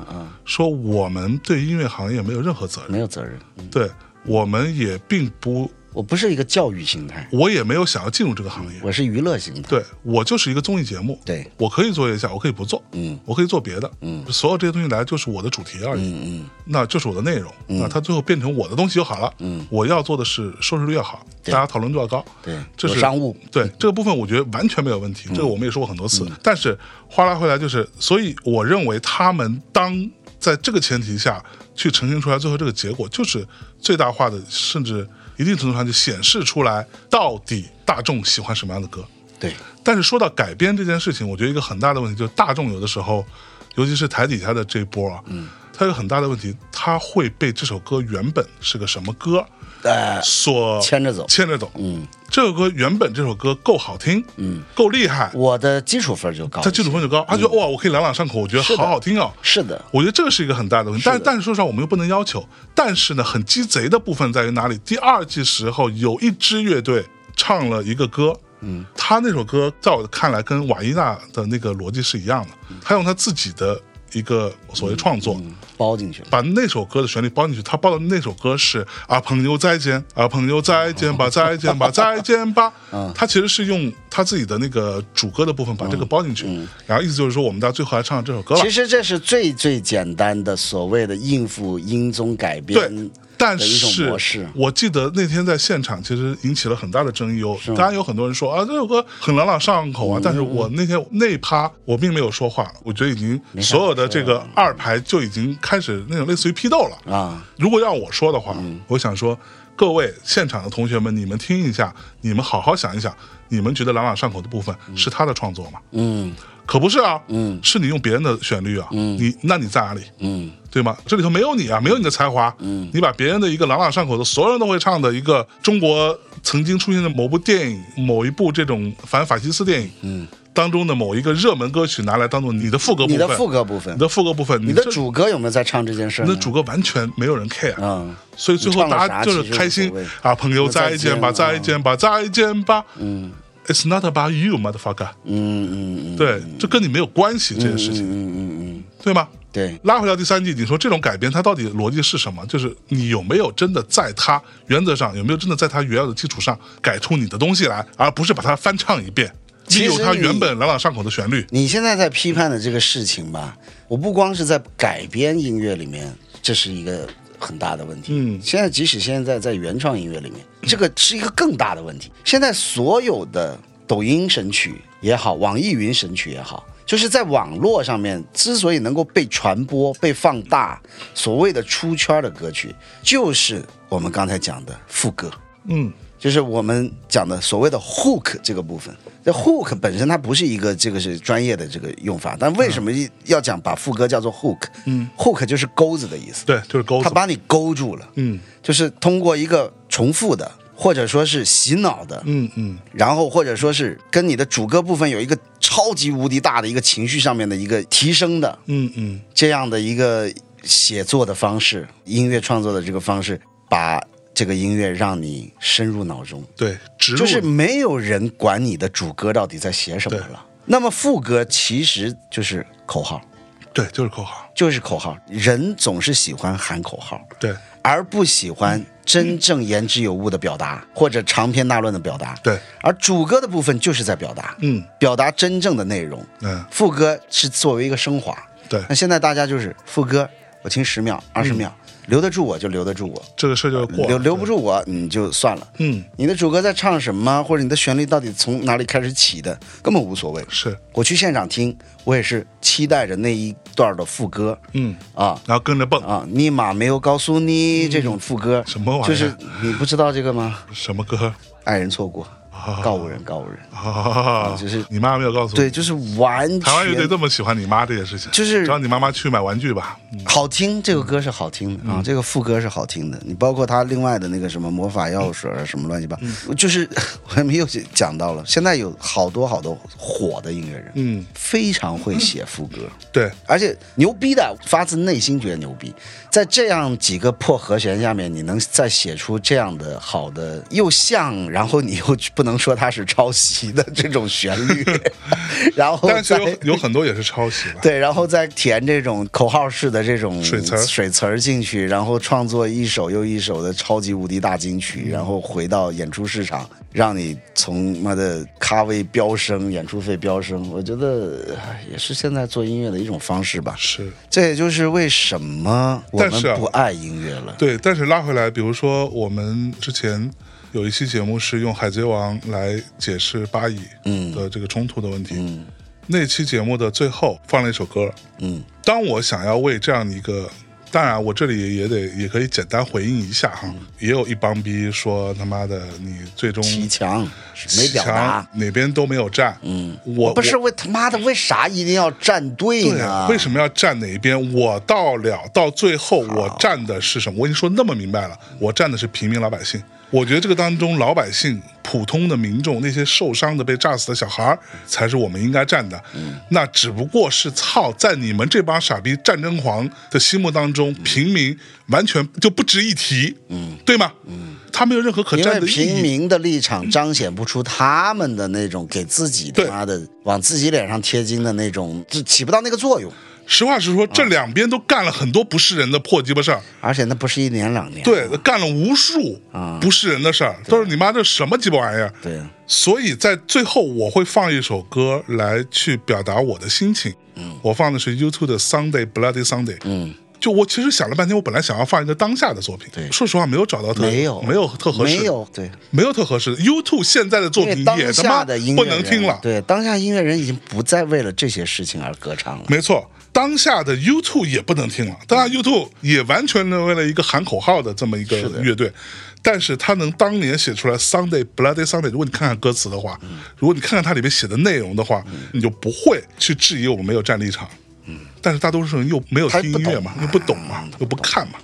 Speaker 2: 说我们对音乐行业没有任何责任，
Speaker 1: 没有责任，嗯
Speaker 2: 对我们也并不，
Speaker 1: 我不是一个教育形态，
Speaker 2: 我也没有想要进入这个行
Speaker 1: 嗯
Speaker 2: 业，
Speaker 1: 我是娱乐形态，
Speaker 2: 对我就是一个综艺节目，
Speaker 1: 对
Speaker 2: 我可以做一下，我可以不做，
Speaker 1: 嗯，
Speaker 2: 我可以做别的，嗯，所有这些东西来就是我的主题而已，
Speaker 1: 嗯嗯，
Speaker 2: 那就是我的内容，那它最后变成我的东西就好了。
Speaker 1: 嗯，
Speaker 2: 我要做的是收视率要好，大
Speaker 1: 对
Speaker 2: 家讨论度要高。
Speaker 1: 对
Speaker 2: 这是
Speaker 1: 有商务嗯
Speaker 2: 对这个部分，我觉得完全没有问题。这个我们也说过很多次。但是话拉回来，就是所以我认为他们当在这个前提下去呈现出来最后这个结果，就是最大化的，甚至一定程度上就显示出来到底大众喜欢什么样的歌。
Speaker 1: 对，
Speaker 2: 但是说到改编这件事情，我觉得一个很大的问题就是大众有的时候，尤其是台底下的这一波啊，嗯，它有很大的问题，它会被这首歌原本是个什么歌
Speaker 1: 呃，
Speaker 2: 所
Speaker 1: 牵着走
Speaker 2: 牵着走。嗯，这首歌原本这首歌够好听，嗯，够厉害，
Speaker 1: 我的基础分就高一些，
Speaker 2: 它基础分就高，他觉得哇，我可以朗朗上口，我觉得
Speaker 1: 是的
Speaker 2: 好好听哦。
Speaker 1: 是的，
Speaker 2: 我觉得这个是一个很大的问题，
Speaker 1: 的
Speaker 2: 但但是说实话，我们又不能要求。但是呢，很鸡贼的部分在于哪里？第二季时候有一支乐队唱了一个歌，嗯，他那首歌在我看来跟瓦依娜的那个逻辑是一样的，
Speaker 1: 嗯
Speaker 2: 他用他自己的一个所谓创作，
Speaker 1: 包进去了，
Speaker 2: 把那首歌的旋律包进去。他包的那首歌是啊，朋友再见，啊，朋友再见吧，再 见吧，再见吧。
Speaker 1: 嗯
Speaker 2: 他其实是用他自己的那个主歌的部分把这个包进去，然后意思就是说，我们到最后来唱这首歌了
Speaker 1: 其。实这嗯是最最简单的所谓的应付英宗改编
Speaker 2: 对，但
Speaker 1: 的一种模
Speaker 2: 是
Speaker 1: 式，
Speaker 2: 我记得那天在现场，其实引起了很大的争议哦。当然有很多人说啊，这首歌很朗朗上口
Speaker 1: 嗯
Speaker 2: 啊，但是我那天那一趴我并没有说话，我觉得已经所有的这个二排就已经开始那种类似于批斗了。
Speaker 1: 啊，
Speaker 2: 如果让我说的话，
Speaker 1: 嗯
Speaker 2: 我想说，各位现场的同学们，你们听一下，你们好好想一想，你们觉得朗朗上口的部分是他的创作吗？
Speaker 1: 嗯
Speaker 2: 可不是啊，
Speaker 1: 嗯
Speaker 2: 是你用别人的旋律啊，你那你在哪里？
Speaker 1: 嗯，
Speaker 2: 对吗？这里头没有你啊，没有你的才华。嗯，你把别人的一个朗朗上口的，所有人都会唱的一个中国曾经出现的某部电影、某一部这种反法西斯电影，嗯，当中的某一个热门歌曲拿来当做你的副歌部
Speaker 1: 你
Speaker 2: 分，
Speaker 1: 的副歌部
Speaker 2: 你
Speaker 1: 分，
Speaker 2: 的副歌部分，
Speaker 1: 你的
Speaker 2: 这
Speaker 1: 主啊歌有没有在唱这件事呢？
Speaker 2: 你的主歌完全没有人 care，、
Speaker 1: 嗯
Speaker 2: 所以最后
Speaker 1: 你唱了
Speaker 2: 大
Speaker 1: 啥
Speaker 2: 家就是开
Speaker 1: 其
Speaker 2: 心
Speaker 1: 实无所谓
Speaker 2: 啊，朋友再见吧，再
Speaker 1: 再
Speaker 2: 见
Speaker 1: 见
Speaker 2: 吧，再见吧。嗯，It's not about you, motherfucker。
Speaker 1: 嗯嗯嗯，
Speaker 2: 对，这跟你没有关系，这件事
Speaker 1: 嗯
Speaker 2: 情，
Speaker 1: 嗯嗯嗯，
Speaker 2: 对吗？
Speaker 1: 对，
Speaker 2: 拉回到第三季，你说这种改编它到底逻辑是什么？就是你有没有真的在它原则上有没有真的在它原有的基础上改出你的东西来，而不是把它翻唱一遍，
Speaker 1: 其
Speaker 2: 利
Speaker 1: 实
Speaker 2: 用它
Speaker 1: 你
Speaker 2: 原本朗朗上口的旋律。
Speaker 1: 你现在在批判的这个事情吧，我不光是在改编音乐里面，这是一个很大的问题。
Speaker 2: 嗯
Speaker 1: 现在即使现在在原创音乐里面，这个是一个更大的问题。现在所有的抖音神曲也好，网易云神曲也好。就是在网络上面，之所以能够被传播、被放大，所谓的出圈的歌曲，就是我们刚才讲的副歌。
Speaker 2: 嗯，
Speaker 1: 就是我们讲的所谓的 hook 这个部分。这 hook 本身它不是一个这个是专业的这个用法，但为什么一要讲把副歌叫做 hook？嗯，hook 就是钩子的意思，
Speaker 2: 对，就是钩
Speaker 1: 它
Speaker 2: 子。
Speaker 1: 把你勾住了，
Speaker 2: 嗯
Speaker 1: 就是通过一个重复的或者说是洗脑的，
Speaker 2: 嗯嗯，
Speaker 1: 然后或者说是跟你的主歌部分有一个超级无敌大的一个情绪上面的一个提升的，
Speaker 2: 嗯嗯，
Speaker 1: 这样的一个写作的方式，音乐创作的这个方式，把这个音乐让你深入脑中。
Speaker 2: 对，植入
Speaker 1: 就是没有人管你的主歌到底在写什么
Speaker 2: 对
Speaker 1: 了。那么副歌其实就是口号，
Speaker 2: 对，就是口号。
Speaker 1: 就是口号。人总是喜欢喊口号，
Speaker 2: 对
Speaker 1: 而不喜欢真正言之有物的表达、或者长篇大论的表达。
Speaker 2: 嗯对，
Speaker 1: 而主歌的部分就是在表达，
Speaker 2: 嗯
Speaker 1: 表达真正的内容。
Speaker 2: 嗯
Speaker 1: 副歌是作为一个升华。
Speaker 2: 对嗯
Speaker 1: 那现在大家就是副歌，我听十秒、二十秒，留得住我就留得住我，
Speaker 2: 这个事儿就过
Speaker 1: 留
Speaker 2: 了，
Speaker 1: 留不住我你就算了。
Speaker 2: 嗯，
Speaker 1: 你的主歌在唱什么，或者你的旋律到底从哪里开始起的，根本无所谓。
Speaker 2: 是，
Speaker 1: 我去现场听，我也是期待着那一段的副歌
Speaker 2: 嗯，
Speaker 1: 啊
Speaker 2: 然后跟着蹦，
Speaker 1: 啊，尼玛没有告诉你这种副歌，
Speaker 2: 什么玩意儿
Speaker 1: 就是你不知道这个吗？
Speaker 2: 什么歌
Speaker 1: 爱人错过，告五人，告五人。
Speaker 2: 啊？
Speaker 1: 就是
Speaker 2: 你妈没有告诉
Speaker 1: 对，
Speaker 2: 你，
Speaker 1: 就是完全
Speaker 2: 台湾乐队这么喜欢你妈这件事情，
Speaker 1: 就是
Speaker 2: 让你妈妈去买玩具吧，嗯
Speaker 1: 好听，这个歌是好听的、啊，这个副歌是好听的。你包括他另外的那个什么魔法药水啊，什么乱七八，
Speaker 2: 嗯
Speaker 1: 就是我还没有讲到了。现在有好多好多火的音乐人，
Speaker 2: 嗯，
Speaker 1: 非常会写副歌，
Speaker 2: 对，
Speaker 1: 而且牛逼的，发自内心觉得牛逼。在这样几个破和弦下面，你能再写出这样的好的，又像，然后你又不能说它是抄袭的这种旋律， 然后
Speaker 2: 但是
Speaker 1: 再
Speaker 2: 有有很多也是抄袭 了，
Speaker 1: 对，然后再填这种口号式的这种
Speaker 2: 水词儿
Speaker 1: 水词儿进去，然后创作一首又一首的超级无敌大金曲，然后回到演出市场，让你从妈的咖位飙升，演出费飙升。我觉得唉也是现在做音乐的一种方式吧。
Speaker 2: 是。
Speaker 1: 这也就是为什么我
Speaker 2: 但
Speaker 1: 们
Speaker 2: 是啊
Speaker 1: 不爱音乐了。
Speaker 2: 对，但是拉回来，比如说我们之前有一期节目是用《海贼王》来解释巴以
Speaker 1: 嗯
Speaker 2: 的这个冲突的问题。那期节目的最后放了一首歌。
Speaker 1: 嗯，
Speaker 2: 当我想要为这样的一个，当然啊我这里也得也可以简单回应一下
Speaker 1: 嗯
Speaker 2: 哈，也有一帮逼说他妈的你最终
Speaker 1: 骑墙没
Speaker 2: 骑
Speaker 1: 表
Speaker 2: 墙
Speaker 1: 达，
Speaker 2: 哪边都没有站。嗯，我
Speaker 1: 不是
Speaker 2: 我
Speaker 1: 为他妈的为啥一定要站队
Speaker 2: 对
Speaker 1: 呢？
Speaker 2: 啊，为什么要站哪一边？我到了到最后，我站的是什么？我跟你说那么明白了，我站的是平民老百姓。我觉得这个当中，老百姓、普通的民众，那些受伤的、被炸死的小孩儿，才是我们应该站的。
Speaker 1: 嗯
Speaker 2: 那只不过是操，在你们这帮傻逼战争狂的心目当
Speaker 1: 嗯
Speaker 2: 中，平民完全就不值一提，嗯，对吗？嗯，他没有任何可
Speaker 1: 因
Speaker 2: 站
Speaker 1: 为
Speaker 2: 的意
Speaker 1: 平
Speaker 2: 义。
Speaker 1: 民的立场彰显不出他们的那种给自己他
Speaker 2: 对
Speaker 1: 妈的往自己脸上贴金的那种，就起不到那个作用。
Speaker 2: 实话实说，这
Speaker 1: 啊
Speaker 2: 两边都干了很多不是人的破鸡巴事儿。
Speaker 1: 而且那不是一年两年，
Speaker 2: 对，干了无数
Speaker 1: 啊
Speaker 2: 不是人的事儿，都是你妈这什么鸡巴玩意儿。
Speaker 1: 对啊，
Speaker 2: 所以在最后，我会放一首歌来去表达我的心情。嗯，我放的是 YouTube 的 Sunday Bloody Sunday。
Speaker 1: 嗯，
Speaker 2: 就我其实想了半天，我本来想要放一个当下的作品，
Speaker 1: 对
Speaker 2: 说实话没有找到特
Speaker 1: 没有
Speaker 2: 没有特合适，
Speaker 1: 没有对，
Speaker 2: 没有特合适的。YouTube 现在的作
Speaker 1: 因为
Speaker 2: 品
Speaker 1: 当
Speaker 2: 也他
Speaker 1: 下
Speaker 2: 妈
Speaker 1: 的音乐
Speaker 2: 不
Speaker 1: 人
Speaker 2: 能听了。
Speaker 1: 对，当下音乐人已经不再为了这些事情而歌唱了。
Speaker 2: 没错，当下的 YouTube 也不能听了，当下 YouTube 也完全沦为了一个喊口号的这么一个乐队，但是他能当年写出来 Sunday Bloody Sunday，如果你看看歌词的话，如果你看看它里面写的内容的话，你就不会去质疑我们没有站立场。但是大多数人又没有听音乐嘛，又嗯不懂嘛，嗯又不看嘛。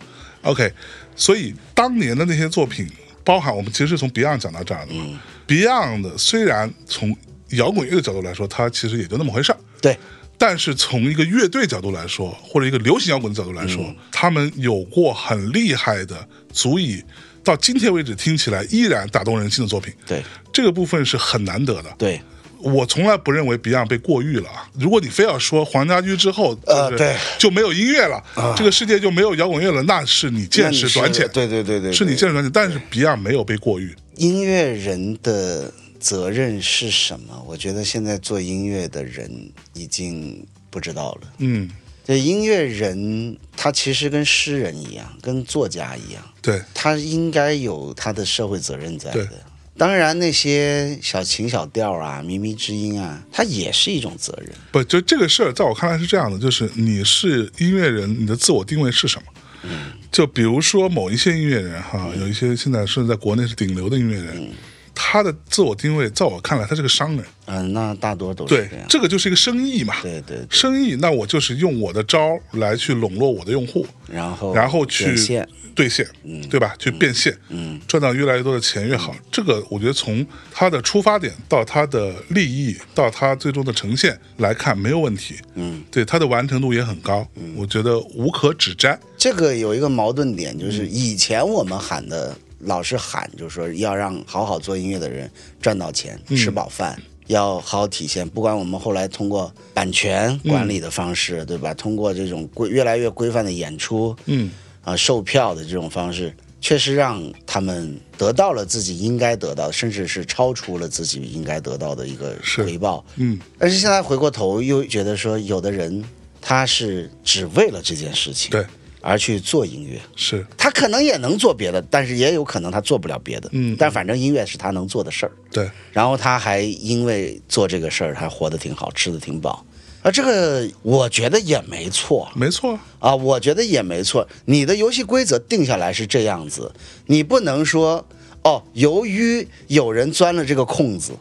Speaker 2: OK，所以当年的那些作品，包含我们其实是从 Beyond 讲到这儿的嘛。Beyond 虽然从摇滚乐的角度来说，它其实也就那么回事儿。
Speaker 1: 对，
Speaker 2: 但是从一个乐队角度来说，或者一个流行摇滚的角度来
Speaker 1: 嗯
Speaker 2: 说，他们有过很厉害的，足以到今天为止听起来依然打动人心的作品。
Speaker 1: 对，
Speaker 2: 这个部分是很难得的。
Speaker 1: 对，
Speaker 2: 我从来不认为 Beyond 被过誉了啊！如果你非要说黄家驹之后，
Speaker 1: 呃
Speaker 2: 就是
Speaker 1: 对啊
Speaker 2: 就没有音乐了，这个世界就没有摇滚乐了，那是你
Speaker 1: 那
Speaker 2: 见
Speaker 1: 你
Speaker 2: 识
Speaker 1: 是
Speaker 2: 短浅，
Speaker 1: 对对对对，
Speaker 2: 是你
Speaker 1: 对
Speaker 2: 见识短浅。但是 Beyond 没有被过誉，
Speaker 1: 音乐人的责任是什么？我觉得现在做音乐的人已经不知道了。
Speaker 2: 嗯，
Speaker 1: 这音乐人他其实跟诗人一样，跟作家一样，
Speaker 2: 对，
Speaker 1: 他应该有他的社会责任在
Speaker 2: 对
Speaker 1: 的。当然，那些小情小调啊、靡靡之音啊，它也是一种责任。
Speaker 2: 不，就这个事儿，在我看来是这样的，就是你是音乐人，你的自我定位是什么？
Speaker 1: 嗯
Speaker 2: 就比如说某一些音乐人哈，有一些现在甚至在国内是顶流的音乐人，他的自我定位，在我看来，他是个商人，
Speaker 1: 嗯、那大多都是
Speaker 2: 对
Speaker 1: 这样，。
Speaker 2: 这个就是一个生意嘛，
Speaker 1: 对对对，
Speaker 2: 生意，那我就是用我的招儿来去笼络我的用户，
Speaker 1: 然后
Speaker 2: 然后去
Speaker 1: 哦变现嗯
Speaker 2: 兑现，对吧？去变现，赚到越来越多的钱越好。这个我觉得从它的出发点到它的利益到它最终的呈现来看没有问题，嗯，对它的完成度也很高，
Speaker 1: 嗯
Speaker 2: 我觉得无可指摘。
Speaker 1: 这个有一个矛盾点，
Speaker 2: 嗯
Speaker 1: 就是以前我们喊的，老是喊，就是说要让好好做音乐的人赚到钱、
Speaker 2: 嗯
Speaker 1: 吃饱饭，要好好体现。不管我们后来通过版权管理的方式，对吧？通过这种规越来越规范的演出，
Speaker 2: 嗯，
Speaker 1: 啊、售票的这种方式，确实让他们得到了自己应该得到，甚至是超出了自己应该得到的一个
Speaker 2: 是
Speaker 1: 回报。
Speaker 2: 嗯，
Speaker 1: 但是现在回过头又觉得说，有的人他是只为了这件事情，
Speaker 2: 对，
Speaker 1: 而去做音乐。
Speaker 2: 是
Speaker 1: 他可能也能做别的，但是也有可能他做不了别的。
Speaker 2: 嗯
Speaker 1: 但反正音乐是他能做的事儿。
Speaker 2: 对，
Speaker 1: 然后他还因为做这个事儿，还活得挺好，吃的挺饱。啊，这个我觉得也没错
Speaker 2: 没错，
Speaker 1: 啊，我觉得也没错。你的游戏规则定下来是这样子，你不能说哦，由于有人钻了这个空子，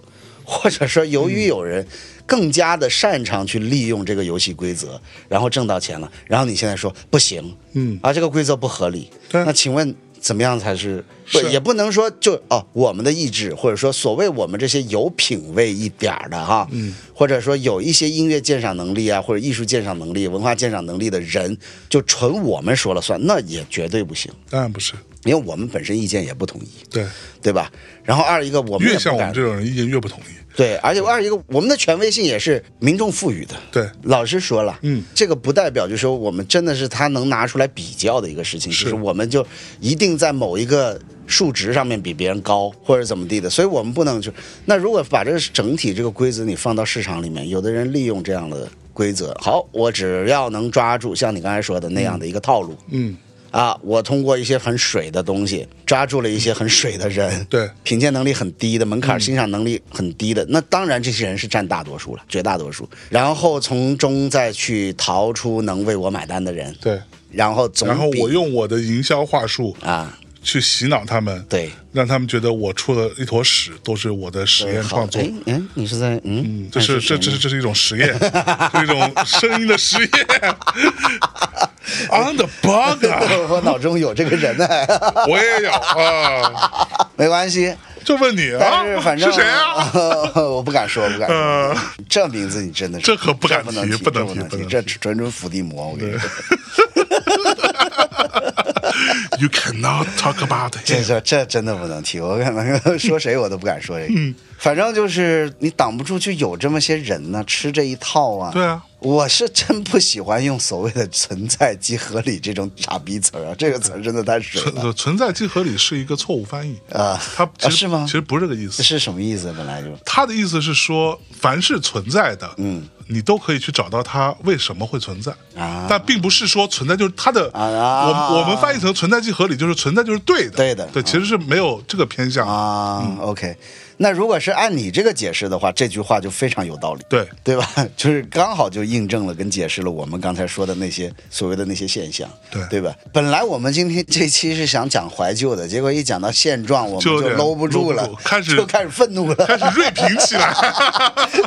Speaker 1: 或者说由于有人更加的擅长去利用这个游戏规则，然后挣到钱了，然后你现在说不行，
Speaker 2: 嗯
Speaker 1: 啊，这个规则不合理。
Speaker 2: 对
Speaker 1: 那请问怎么样才是？不
Speaker 2: 是
Speaker 1: 也不能说就哦，我们的意志，或者说所谓我们这些有品位一点儿的哈，嗯，或者说有一些音乐鉴赏能力啊，或者艺术鉴赏能力、文化鉴赏能力的人，就纯我们说了算，那也绝对不行，
Speaker 2: 当然不是。
Speaker 1: 因为我们本身意见也不统一，
Speaker 2: 对，
Speaker 1: 对吧？然后二一个我们也
Speaker 2: 越
Speaker 1: 不
Speaker 2: 像我
Speaker 1: 敢
Speaker 2: 们这种人，意见越不统一。
Speaker 1: 对，而且二一个我们的权威性也是民众赋予的，
Speaker 2: 对，
Speaker 1: 老师说了，
Speaker 2: 嗯
Speaker 1: 这个不代表就是说我们真的是他能拿出来比较的一个事情，
Speaker 2: 是
Speaker 1: 就是我们就一定在某一个数值上面比别人高或者怎么地的，所以我们不能就那如果把这个整体这个规则你放到市场里面，有的人利用这样的规则，好，我只要能抓住像你刚才说的那样的一个套路，
Speaker 2: 嗯，
Speaker 1: 啊，我通过一些很水的东西抓住了一些很水的人，
Speaker 2: 对
Speaker 1: 评鉴能力很低的，门槛
Speaker 2: 嗯
Speaker 1: 欣赏能力很低的，那当然这些人是占大多数了，绝大多数。然后从中再去淘出能为我买单的人，
Speaker 2: 对。
Speaker 1: 然后总比
Speaker 2: 然后我用我的营销话术
Speaker 1: 啊，
Speaker 2: 去洗脑他们，
Speaker 1: 对，
Speaker 2: 让他们觉得我出了一坨屎，都是我的实验
Speaker 1: 好
Speaker 2: 创作
Speaker 1: 哎。哎，你是在嗯，
Speaker 2: 这是这这是这是一种实验， 是一种声音的实验。On the bug，啊
Speaker 1: 我脑中有这个人呢、
Speaker 2: 我也有啊，
Speaker 1: 没关系。
Speaker 2: 就问你
Speaker 1: 但是
Speaker 2: 啊，
Speaker 1: 反正、
Speaker 2: 是谁啊？？
Speaker 1: 我不敢说，不敢说。
Speaker 2: 呃，
Speaker 1: 这名字你真的是
Speaker 2: 这可不敢
Speaker 1: 这不能
Speaker 2: 提
Speaker 1: 提，
Speaker 2: 不能
Speaker 1: 这
Speaker 2: 提不能
Speaker 1: 这纯纯伏地魔，我跟你说。
Speaker 2: You cannot talk about
Speaker 1: 这
Speaker 2: him。
Speaker 1: 这这真的不能提，我可能说 谁我都不敢说这个。
Speaker 2: 嗯
Speaker 1: 反正就是你挡不住就有这么些人呢，吃这一套啊。
Speaker 2: 对啊，
Speaker 1: 我是真不喜欢用所谓的“存在即合理”这种傻逼词儿啊，这个词儿真的太水了
Speaker 2: 存存在即合理是一个错误翻译，
Speaker 1: 啊！
Speaker 2: 它其
Speaker 1: 啊
Speaker 2: 实
Speaker 1: 是吗
Speaker 2: 其？实不是这个意
Speaker 1: 这
Speaker 2: 思。
Speaker 1: 是什么意思？本来就
Speaker 2: 他的意思是说，凡是存在的，嗯，你都可以去找到它为什么会存在
Speaker 1: 啊
Speaker 2: 但并不是说存在就是它的
Speaker 1: 啊啊
Speaker 2: 我我们翻译成存在即合理，就是存在就是对的，
Speaker 1: 对的
Speaker 2: 对，其实是没有这个偏向，
Speaker 1: 啊、o k 那如果是按你这个解释的话，这句话就非常有道理。
Speaker 2: 对
Speaker 1: 对吧？ 就是刚好就印证了跟解释了我们刚才说的那些所谓的那些现象，
Speaker 2: 对
Speaker 1: 吧？本来我们今天这期是想讲怀旧的，结果一讲到现状，我们
Speaker 2: 就有
Speaker 1: 就
Speaker 2: 点
Speaker 1: 搂不住了
Speaker 2: 搂不住，开始
Speaker 1: 就开始愤怒
Speaker 2: 开
Speaker 1: 了。
Speaker 2: 始锐评 起来，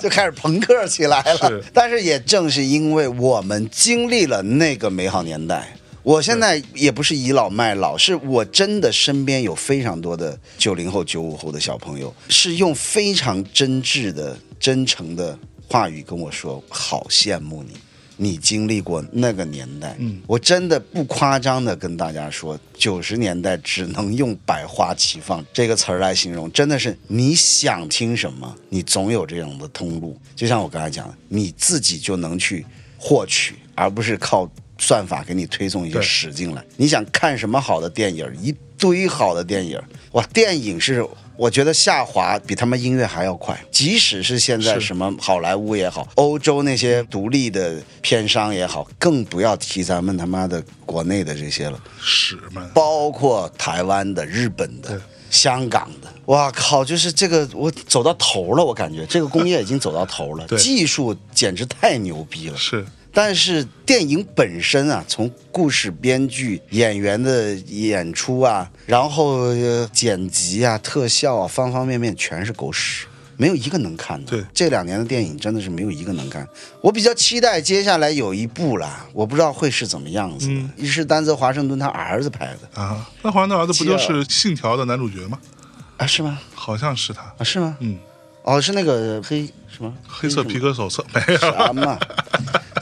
Speaker 1: 就开始朋克起来了
Speaker 2: 是，
Speaker 1: 但是也正是因为我们经历了那个美好年代，我现在也不是倚老卖老，是我真的身边有非常多的九零后、九五后的小朋友，是用非常真挚的、真诚的话语跟我说：“好羡慕你。”你经历过那个年代，嗯，我真的不夸张的跟大家说，九十年代只能用百花齐放这个词儿来形容，真的是你想听什么，你总有这样的通路。就像我刚才讲的，你自己就能去获取，而不是靠算法给你推送一些
Speaker 2: 对
Speaker 1: 使进来。你想看什么好的电影儿，一堆好的电影儿，哇，电影是。我觉得下滑比他们音乐还要快，即使是现在
Speaker 2: 是
Speaker 1: 什么好莱坞也好，欧洲那些独立的片商也好，更不要提咱们他妈的国内的这些了。
Speaker 2: 屎们，
Speaker 1: 包括台湾的、日本的
Speaker 2: 对、
Speaker 1: 香港的。哇靠！就是这个，我走到头了，我感觉这个工业已经走到头了，
Speaker 2: 对
Speaker 1: 技术简直太牛逼了。
Speaker 2: 是
Speaker 1: 但是电影本身啊，从故事编剧、演员的演出啊，然后、呃剪辑啊、特效啊，方方面面全是狗屎，没有一个能看的。
Speaker 2: 对
Speaker 1: 这两年的电影真的是没有一个能看。我比较期待接下来有一部啦，我不知道会是怎么样子的。
Speaker 2: 嗯
Speaker 1: 是丹泽华盛顿他儿子拍的
Speaker 2: 啊，那华纳儿子不
Speaker 1: 饥
Speaker 2: 就
Speaker 1: 饿
Speaker 2: 是《信条》的男主角吗？
Speaker 1: 啊？是吗？
Speaker 2: 好像是他，
Speaker 1: 啊，是吗？
Speaker 2: 嗯，
Speaker 1: 哦，是那个黑什么
Speaker 2: 黑色皮
Speaker 1: 什
Speaker 2: 革手册没
Speaker 1: 么
Speaker 2: 有
Speaker 1: 啥嘛？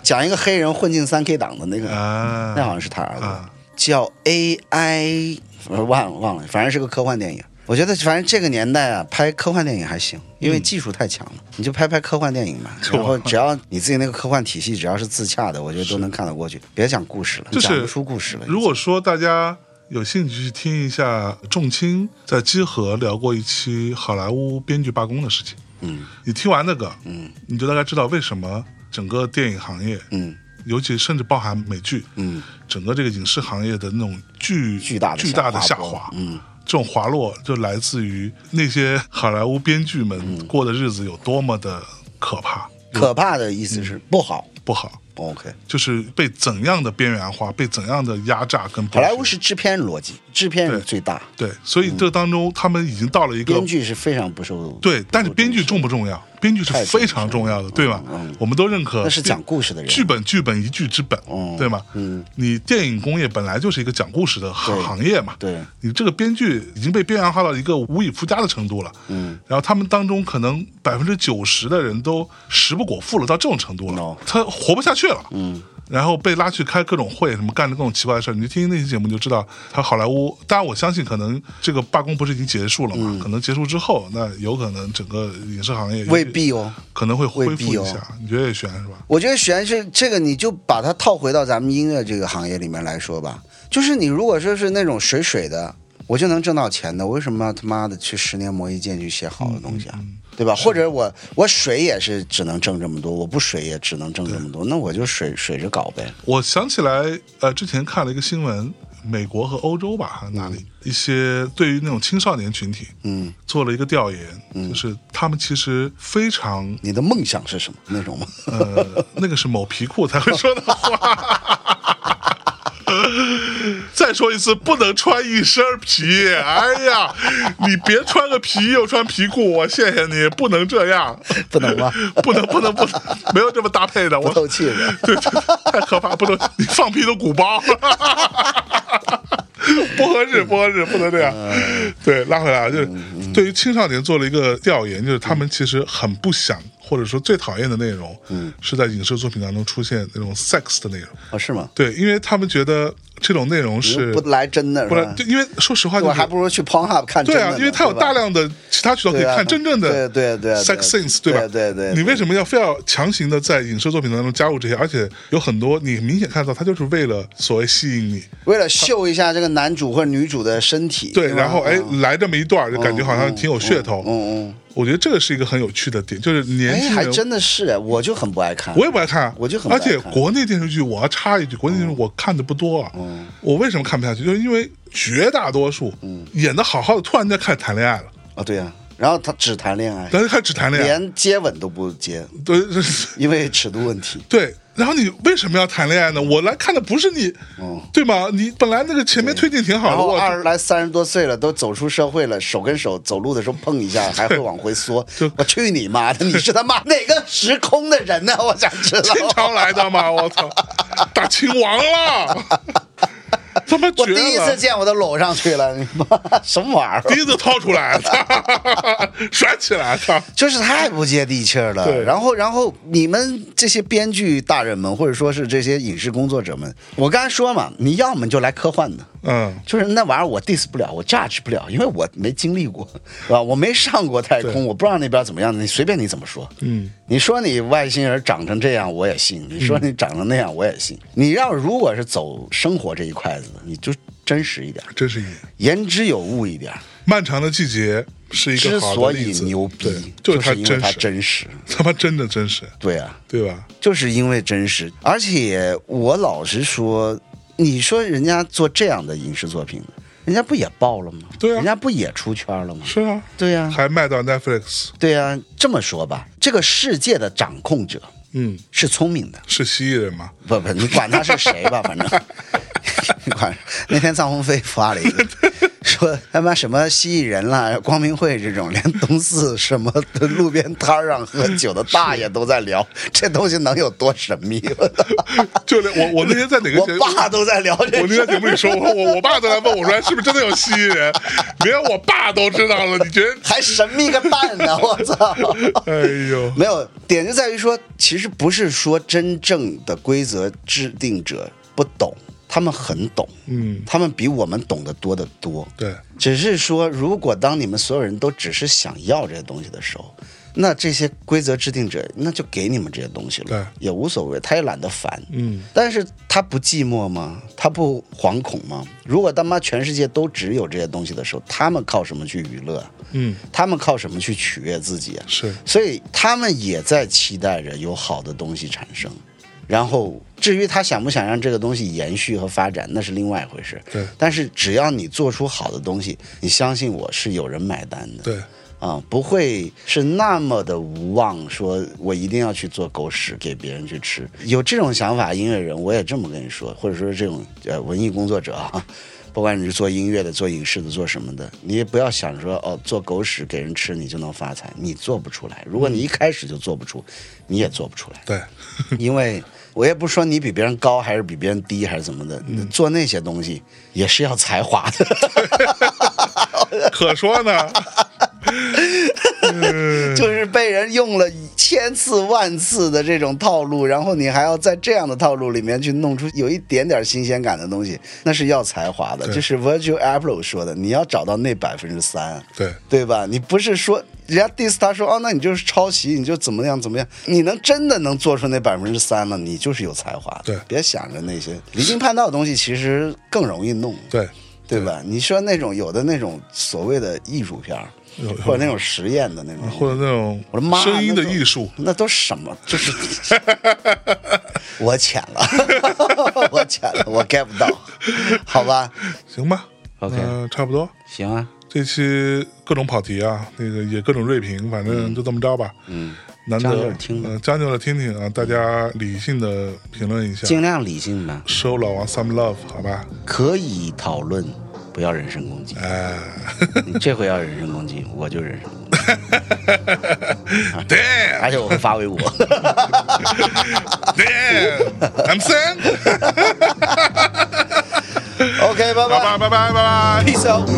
Speaker 1: 讲一个黑人混进三 K 党的那个
Speaker 2: 啊
Speaker 1: 那好像是他儿子，
Speaker 2: 啊
Speaker 1: 叫 AI，呃忘了忘了，反正是个科幻电影。我觉得反正这个年代啊，拍科幻电影还行，因
Speaker 2: 嗯
Speaker 1: 为技术太强了，你就拍拍科幻电影嘛。
Speaker 2: 就
Speaker 1: 然后
Speaker 2: 往
Speaker 1: 只要你自己那个科幻体系只要是自洽的，我觉得都能看得过去。别讲故事了，
Speaker 2: 就是
Speaker 1: 讲不出故事了。
Speaker 2: 如果说大家有兴趣去听一下重青在集合聊过一期好莱坞编剧罢工的事情，
Speaker 1: 嗯
Speaker 2: 你听完那个，
Speaker 1: 嗯
Speaker 2: 你就大概知道为什么整个电影行业
Speaker 1: 嗯
Speaker 2: 尤其甚至包含美剧，
Speaker 1: 嗯，
Speaker 2: 整个这个影视行业的那种巨
Speaker 1: 巨大的
Speaker 2: 巨大的下
Speaker 1: 坡
Speaker 2: 滑，
Speaker 1: 嗯，
Speaker 2: 这种滑落就来自于那些好莱坞编剧
Speaker 1: 嗯
Speaker 2: 们过的日子有多么的可怕、
Speaker 1: 可怕的意思是
Speaker 2: 嗯
Speaker 1: 不好。
Speaker 2: 不好，
Speaker 1: OK，
Speaker 2: 就是被怎样的边缘化，被怎样的压榨跟剥
Speaker 1: 好
Speaker 2: 削
Speaker 1: 莱坞是制片逻辑，制片是最大，
Speaker 2: 对，所以这当中他们已经到了一个
Speaker 1: 嗯编剧是非常不受
Speaker 2: 对，但是编剧重不重要？编剧是
Speaker 1: 太重嗯
Speaker 2: 非常重要的，对吧？我们都认可，
Speaker 1: 那是讲故事的人
Speaker 2: 剧本剧本一剧之本，
Speaker 1: 嗯
Speaker 2: 对吗？
Speaker 1: 嗯，
Speaker 2: 你电影工业本来就是一个讲故事的行
Speaker 1: 对
Speaker 2: 行业嘛，
Speaker 1: 对
Speaker 2: 你这个编剧已经被边缘化到一个无以复加的程度了，
Speaker 1: 嗯，
Speaker 2: 然后他们当中可能百分之九十的人都食不果腹了，到这种程度了，
Speaker 1: No
Speaker 2: 他活不下去了，嗯。然后被拉去开各种会，什么干的各种奇怪的事儿，你就听听那期节目就知道，他好莱坞。当然，我相信可能这个罢工不是已经结束了
Speaker 1: 嗯
Speaker 2: 嘛？可能结束之后，那有可能整个影视行业
Speaker 1: 未必哦。
Speaker 2: 可能会恢
Speaker 1: 未
Speaker 2: 复
Speaker 1: 必
Speaker 2: 一
Speaker 1: 哦
Speaker 2: 下。你觉得也悬是吧？
Speaker 1: 我觉得玄是这个，你就把它套回到咱们音乐这个行业里面来说吧。就是你如果说是那种水水的，我就能挣到钱的，我为什么要他妈的去十年磨一剑去写好的东西啊？
Speaker 2: 嗯
Speaker 1: 对吧？或者我我水也是只能挣这么多，我不水也只能挣这么多，那我就水水着搞呗。
Speaker 2: 我想起来，呃，之前看了一个新闻，美国和欧洲吧，还是哪里，一些对于那种青少年群体
Speaker 1: 嗯，
Speaker 2: 做了一个调研，就是他们其实非常
Speaker 1: 你的梦想是什么那 种吗？
Speaker 2: 呃，那个是某皮裤才会说的话。 再说一次，不能穿一身皮。哎呀，你别穿个皮又穿皮裤，我谢谢你，不能这样，
Speaker 1: 不能吗？
Speaker 2: 不能，不能，不能，没有这么搭配的，我
Speaker 1: 不透气的，
Speaker 2: 对，对太可怕，不能，你放屁都鼓包， 不合适，不合适，不能这样。
Speaker 1: 嗯
Speaker 2: 对，拉回来啊，就是对于青少年做了一个调研，就是他们其实很不想，或者说最讨厌的内容，
Speaker 1: 嗯
Speaker 2: 是在影视作品当中出现那种 sex 的内容。
Speaker 1: 哦，是吗？
Speaker 2: 对，因为他们觉得这种内容是
Speaker 1: 不来真的是
Speaker 2: 不
Speaker 1: 吧
Speaker 2: 然，？就因为说实话，就
Speaker 1: 我
Speaker 2: 是
Speaker 1: 还不如去 p o n h u b 看真
Speaker 2: 对
Speaker 1: 的
Speaker 2: 啊
Speaker 1: 呢，
Speaker 2: 因为它有
Speaker 1: 对吧
Speaker 2: 大量的其他渠道可以
Speaker 1: 对啊
Speaker 2: 看真正
Speaker 1: 对
Speaker 2: 的
Speaker 1: 对对对
Speaker 2: sex scenes，对吧？
Speaker 1: 对对对对
Speaker 2: 你为什么要非要强行的在影视作品当中加入这些？而且有很多你明显看到，它就是为了所谓吸引你，
Speaker 1: 为了秀一下这个男主或女主的身体，
Speaker 2: 对，
Speaker 1: 吧
Speaker 2: 然后哎
Speaker 1: 嗯
Speaker 2: 来这么一段，就感觉好像挺有噱
Speaker 1: 嗯
Speaker 2: 头。
Speaker 1: 嗯，
Speaker 2: 我觉得这个是一个很有趣的点，就是
Speaker 1: 嗯
Speaker 2: 年
Speaker 1: 哎，
Speaker 2: 轻
Speaker 1: 还
Speaker 2: 人。
Speaker 1: 真的是，我就很不爱看，
Speaker 2: 我也不爱看啊，
Speaker 1: 我就很不爱
Speaker 2: 而
Speaker 1: 看
Speaker 2: 且国内电视剧，我要插一句，国内电视剧我看的不多啊。
Speaker 1: 嗯
Speaker 2: 我为什么看不下去？就是因为绝大多数演的好好的，突然间开始谈恋爱了，
Speaker 1: 啊，对呀、然后他只谈恋爱，
Speaker 2: 然后就开始只谈恋爱，
Speaker 1: 连接吻都不接，
Speaker 2: 对，
Speaker 1: 因为尺度问题。
Speaker 2: 对，然后你为什么要谈恋爱呢？我来看的不是你，对吗？你本来那个前面推进挺 好
Speaker 1: 然
Speaker 2: 的，
Speaker 1: 后嗯
Speaker 2: 我
Speaker 1: 二十来三十多岁了，都走出社会了，手跟手走路的时候碰一下，还会往回缩
Speaker 2: 就。
Speaker 1: 我去你妈 的！你是他妈哪个时空的人呢？我想知道。
Speaker 2: 清朝来的 嘛，我操，打秦王了，他妈绝
Speaker 1: 我第一次
Speaker 2: 了！
Speaker 1: 见我都搂上去了，你妈什么玩 意儿？
Speaker 2: 笛子掏出来，操 甩起来，操！
Speaker 1: 就是太不接地气儿了
Speaker 2: 对。
Speaker 1: 然后，然后你们这些编剧大人们，或者说是这些影视工作者们，我刚才说嘛，你要么就来科幻的。
Speaker 2: 嗯，
Speaker 1: 就是那玩意儿，我 diss 不了，我 judge 不了，因为我没经历过，是吧？我没上过太
Speaker 2: 对
Speaker 1: 空，我不知道那边怎么样。你随便你怎么说，
Speaker 2: 嗯，
Speaker 1: 你说你外星人长成这样我也信，你说你长成那样我也信。你要如果是走生活这一块子，你就真实一点，
Speaker 2: 真是一年。
Speaker 1: 言之有物一点。
Speaker 2: 漫长的季节是一
Speaker 1: 之
Speaker 2: 个好
Speaker 1: 所
Speaker 2: 的例
Speaker 1: 以
Speaker 2: 子，
Speaker 1: 牛逼
Speaker 2: 对，，就是它
Speaker 1: 因为它
Speaker 2: 真实，
Speaker 1: 真实，
Speaker 2: 他妈真的真实，
Speaker 1: 对啊。
Speaker 2: 对吧？
Speaker 1: 就是因为真实。而且我老实说，你说人家做这样的影视作品，人家不也爆了吗？
Speaker 2: 对啊
Speaker 1: 人家不也出圈了吗？
Speaker 2: 是啊，
Speaker 1: 对呀、
Speaker 2: 还卖到 Netflix，
Speaker 1: 对呀、这么说吧，这个世界的掌控者
Speaker 2: 嗯，
Speaker 1: 是聪明的，
Speaker 2: 是蜥蜴人吗？
Speaker 1: 不不，你管他是谁 吧，反正你管。那天臧鸿飞发了一 个，说他妈什么蜥蜴人啦、光明会这种，连东四什么的路边摊儿上喝酒的大爷都在聊，这东西能有多神秘？
Speaker 2: 就连我我那天在哪个节
Speaker 1: 我爸都在聊这
Speaker 2: 我那
Speaker 1: 事
Speaker 2: 天
Speaker 1: 儿。
Speaker 2: 节目里说，我我我爸都来问我说，哎是不是真的有蜥蜴人？连我爸都知道了，你觉得？
Speaker 1: 还神秘个蛋呢！我操！
Speaker 2: 哎呦，
Speaker 1: 没有点就在于说，其实不是说真正的规则制定者不懂，他们很懂，
Speaker 2: 嗯，
Speaker 1: 他们比我们懂得多得多。
Speaker 2: 对，
Speaker 1: 只是说，如果当你们所有人都只是想要这些东西的时候，那这些规则制定者那就给你们这些东西
Speaker 2: 对
Speaker 1: 了，也无所谓，他也懒得烦。
Speaker 2: 嗯，
Speaker 1: 但是他不寂寞吗？他不惶恐吗？如果他妈全世界都只有这些东西的时候，他们靠什么去娱乐？
Speaker 2: 嗯，
Speaker 1: 他们靠什么去取悦自己啊？
Speaker 2: 是
Speaker 1: 所以他们也在期待着有好的东西产生。然后，至于他想不想让这个东西延续和发展，那是另外一回事。
Speaker 2: 对
Speaker 1: 但是只要你做出好的东西，你相信我是有人买单的。
Speaker 2: 对，
Speaker 1: 啊、不会是那么的无望，说我一定要去做狗屎给别人去吃。有这种想法，音乐人我也这么跟你说，或者说这种呃文艺工作者啊， 不管你是做音乐的、做影视的、做什么的，你也不要想说哦，做狗屎给人吃你就能发财，你做不出来。如果你一开始就做不出，你也做不出来。
Speaker 2: 对，
Speaker 1: 因为我也不说你比别人高还是比别人低还是怎么的，做那些东西也是要才华的。
Speaker 2: 可说呢。嗯
Speaker 1: 就是被人用了千次万次的这种套路，然后你还要在这样的套路里面去弄出有一点点新鲜感的东西，那是要才华的。
Speaker 2: 对
Speaker 1: 这是 Virgil Abloh 说的，你要找到那百分之三，
Speaker 2: 对，
Speaker 1: 对吧？你不是说人家 diss 他说哦，那你就是抄袭，你就怎么样怎么样？你能真的能做出那百分之三了，你就是有才华的。
Speaker 2: 对
Speaker 1: 别想着那些离经叛道的东西，其实更容易弄。
Speaker 2: 对，
Speaker 1: 对吧？你说那种有的那种所谓的艺术片儿
Speaker 2: 有有，
Speaker 1: 或者那种实验的那种，
Speaker 2: 或者那种
Speaker 1: 我的妈！
Speaker 2: 声音的
Speaker 1: 那都
Speaker 2: 艺术，
Speaker 1: 那都什么？这是 我浅了， 我浅了，我 get 不到，好吧
Speaker 2: 行吧
Speaker 1: OK
Speaker 2: 那差不多。
Speaker 1: 行啊，
Speaker 2: 这期各种跑题啊，那个也各种锐评，反正就这么着吧。嗯，难
Speaker 1: 将就
Speaker 2: 得
Speaker 1: 着听
Speaker 2: 呃，将就着听听啊，大家理性的评论一下。
Speaker 1: 尽量理性吧，
Speaker 2: 收老王 some love，好吧？
Speaker 1: 可以讨论，不要人身攻击。
Speaker 2: 哎，
Speaker 1: 啊你这回要人身攻击，我就人身攻击，
Speaker 2: 对
Speaker 1: 而且我会发微 博。
Speaker 2: 对，I'm Sam，
Speaker 1: OK，拜
Speaker 2: 好
Speaker 1: 拜
Speaker 2: 吧，拜拜拜拜。
Speaker 1: ，peace out。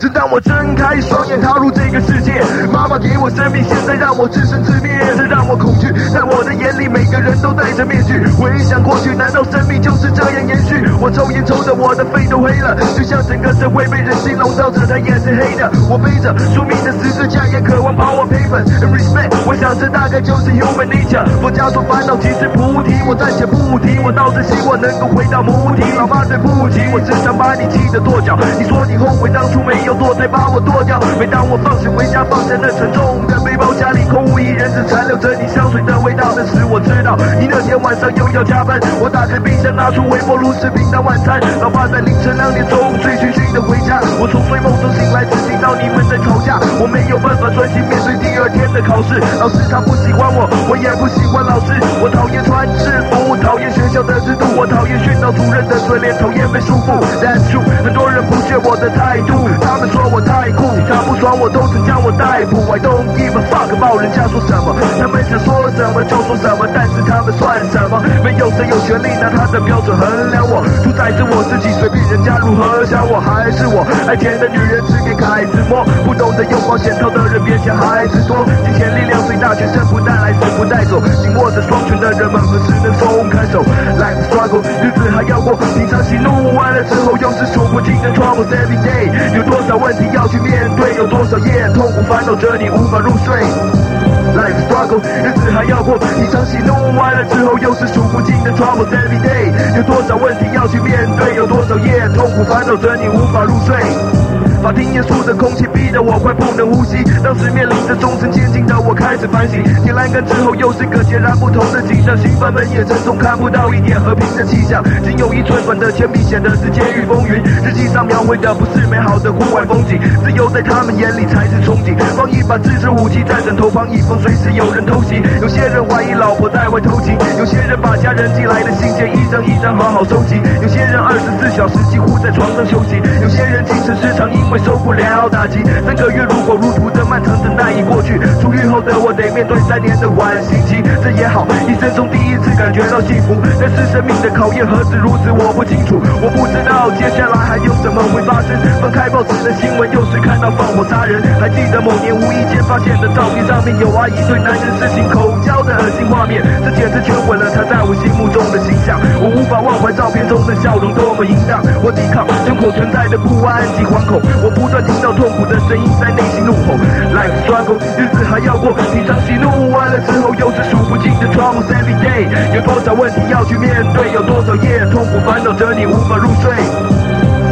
Speaker 4: 直 到我睁开双眼踏入这个世界。妈妈给我生命，现在让我自生自灭，这让我恐惧。在我的眼里，每个人都戴着面具。回想过去，难道生命就是这样延续？我抽烟抽的我的肺都黑了，就像整个社会被人性笼罩着，他也是黑的。我背着宿命的十字架，也渴望 power payment and respect。我想这大概就是 human nature。佛家说烦恼其实菩提，我暂且不提，我倒是希望能够回到母体。老妈对不起，我时常把你气得跺脚。你说你后悔当初没有做，才把我剁掉。每当我放学回家，放下那沉重的背包，家里空无一人，只残留着你香水的味道。那时我知道，你那天晚上又要加班。我打开冰箱，拿出微波炉吃平淡晚餐。老爸在凌晨两点钟醉醺醺的回家，我从睡梦中醒来，只听到你们在吵架。我没有办法专心面对第二天的考试，老师他不喜欢我，我也不喜欢老师。我讨厌穿制服，讨厌学校的制度，我讨厌训导主任的嘴脸，讨厌被束缚。That's true，很多人不屑我的态度，他们说我太酷，他不爽我都曾将我逮捕。I don't give a fuck about 人家说什么，他们想说什么就说什么，但是他们算什么？没有谁有权利拿他的标准衡量我，主宰着我自己，随便人家如何想我，还是我。爱钱的女人只给凯子摸，不懂得用光显套的人别想孩子多。金钱力量最大，全身不带来死不带走。紧握着双拳的人们何时能松开手？Life struggle，日子还要过，平常喜怒完了之后又是数不尽的 troubles every day。有多少问题要去面对？有多少夜痛苦烦恼着你无法入睡？Life struggle，日子还要过，一场喜怒完了之后，又是数不尽的 troubles every day。有多少问题要去面对，有多少夜痛苦烦恼着你无法入睡。法庭严肃的空气逼得我快不能呼吸，当时面临着终身监禁的我开始反省。铁栏杆之后又是个截然不同的景象，刑犯们也沉重，看不到一点和平的气象，仅有一寸短的铅笔写的是监狱风云，日记上描绘的不是美好的户外风景，自由在他们眼里才是憧憬。放一把自制武器在枕头旁以防随时有人偷袭。有些人怀疑老婆在外偷情，有些人把家人寄来的信件一张一张好好收集，有些人二十四小时几乎在床上休息，有些人精神失常因为受不了打击。三个月如火如荼的漫长的难以过去，出狱后的我得面对三年的缓刑期，这也好，一生中第一次感觉到幸福。但是生命的考验何止如此，我不清楚，我不知道接下来还有什么会发生。翻开报纸的新闻，又是看到放火杀人，还记得某年无意间发现的照片上面有阿姨对男人事情口交的恶心画面，这简直全毁了她在我心目中的形象。我无法忘怀照片中的笑容多么淫荡，我抵抗胸口存在的不安及惶恐，我不断听到痛苦的声音在内心怒吼。Life struggle，日子还要过，平常喜怒完了之后又是数不尽的 troubles every day，有多少问题要去面对，有多少夜痛苦烦恼着你无法入睡。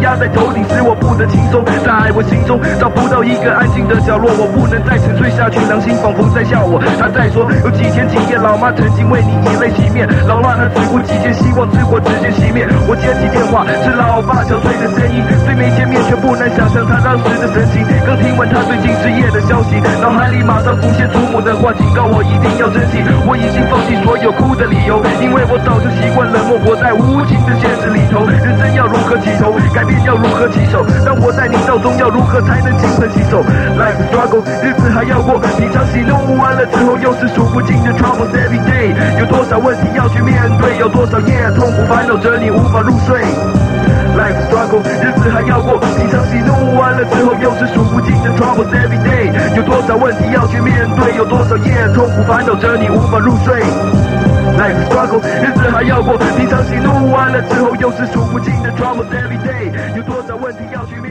Speaker 4: 压在头顶，使我不能轻松。在我心中找不到一个安静的角落，我不能再沉睡下去。良心仿佛在笑我，他在说有几天几夜，老妈曾经为你以泪洗面，老辣她只顾几件，希望之火直接熄灭。我接起电话，是老爸憔悴的声音，虽没见面，却不难想象他当时的神情。刚听完他最近失业的消息，脑海里马上浮现祖母的话，警告我一定要珍惜。我已经放弃所有哭的理由，因为我早就习惯冷漠，活在无情的现实里头。人生要如何起头，改变要如何起手？当我在你道中，要如何才能精神洗手？Life struggle，日子还要过，平常喜怒完了之后，又是数不尽的 troubles every day。有多少问题要去面对？有多少夜痛苦烦恼着你无法入睡？Life struggle，日子还要过，平常喜怒完了之后，又是数不尽的 troubles every day。有多少问题要去面对？有多少夜痛苦烦恼着你无法入睡？Life struggle，日子还要过，平常喜怒完了之后，又是数不尽的 troubles every day。有多少问题要去面？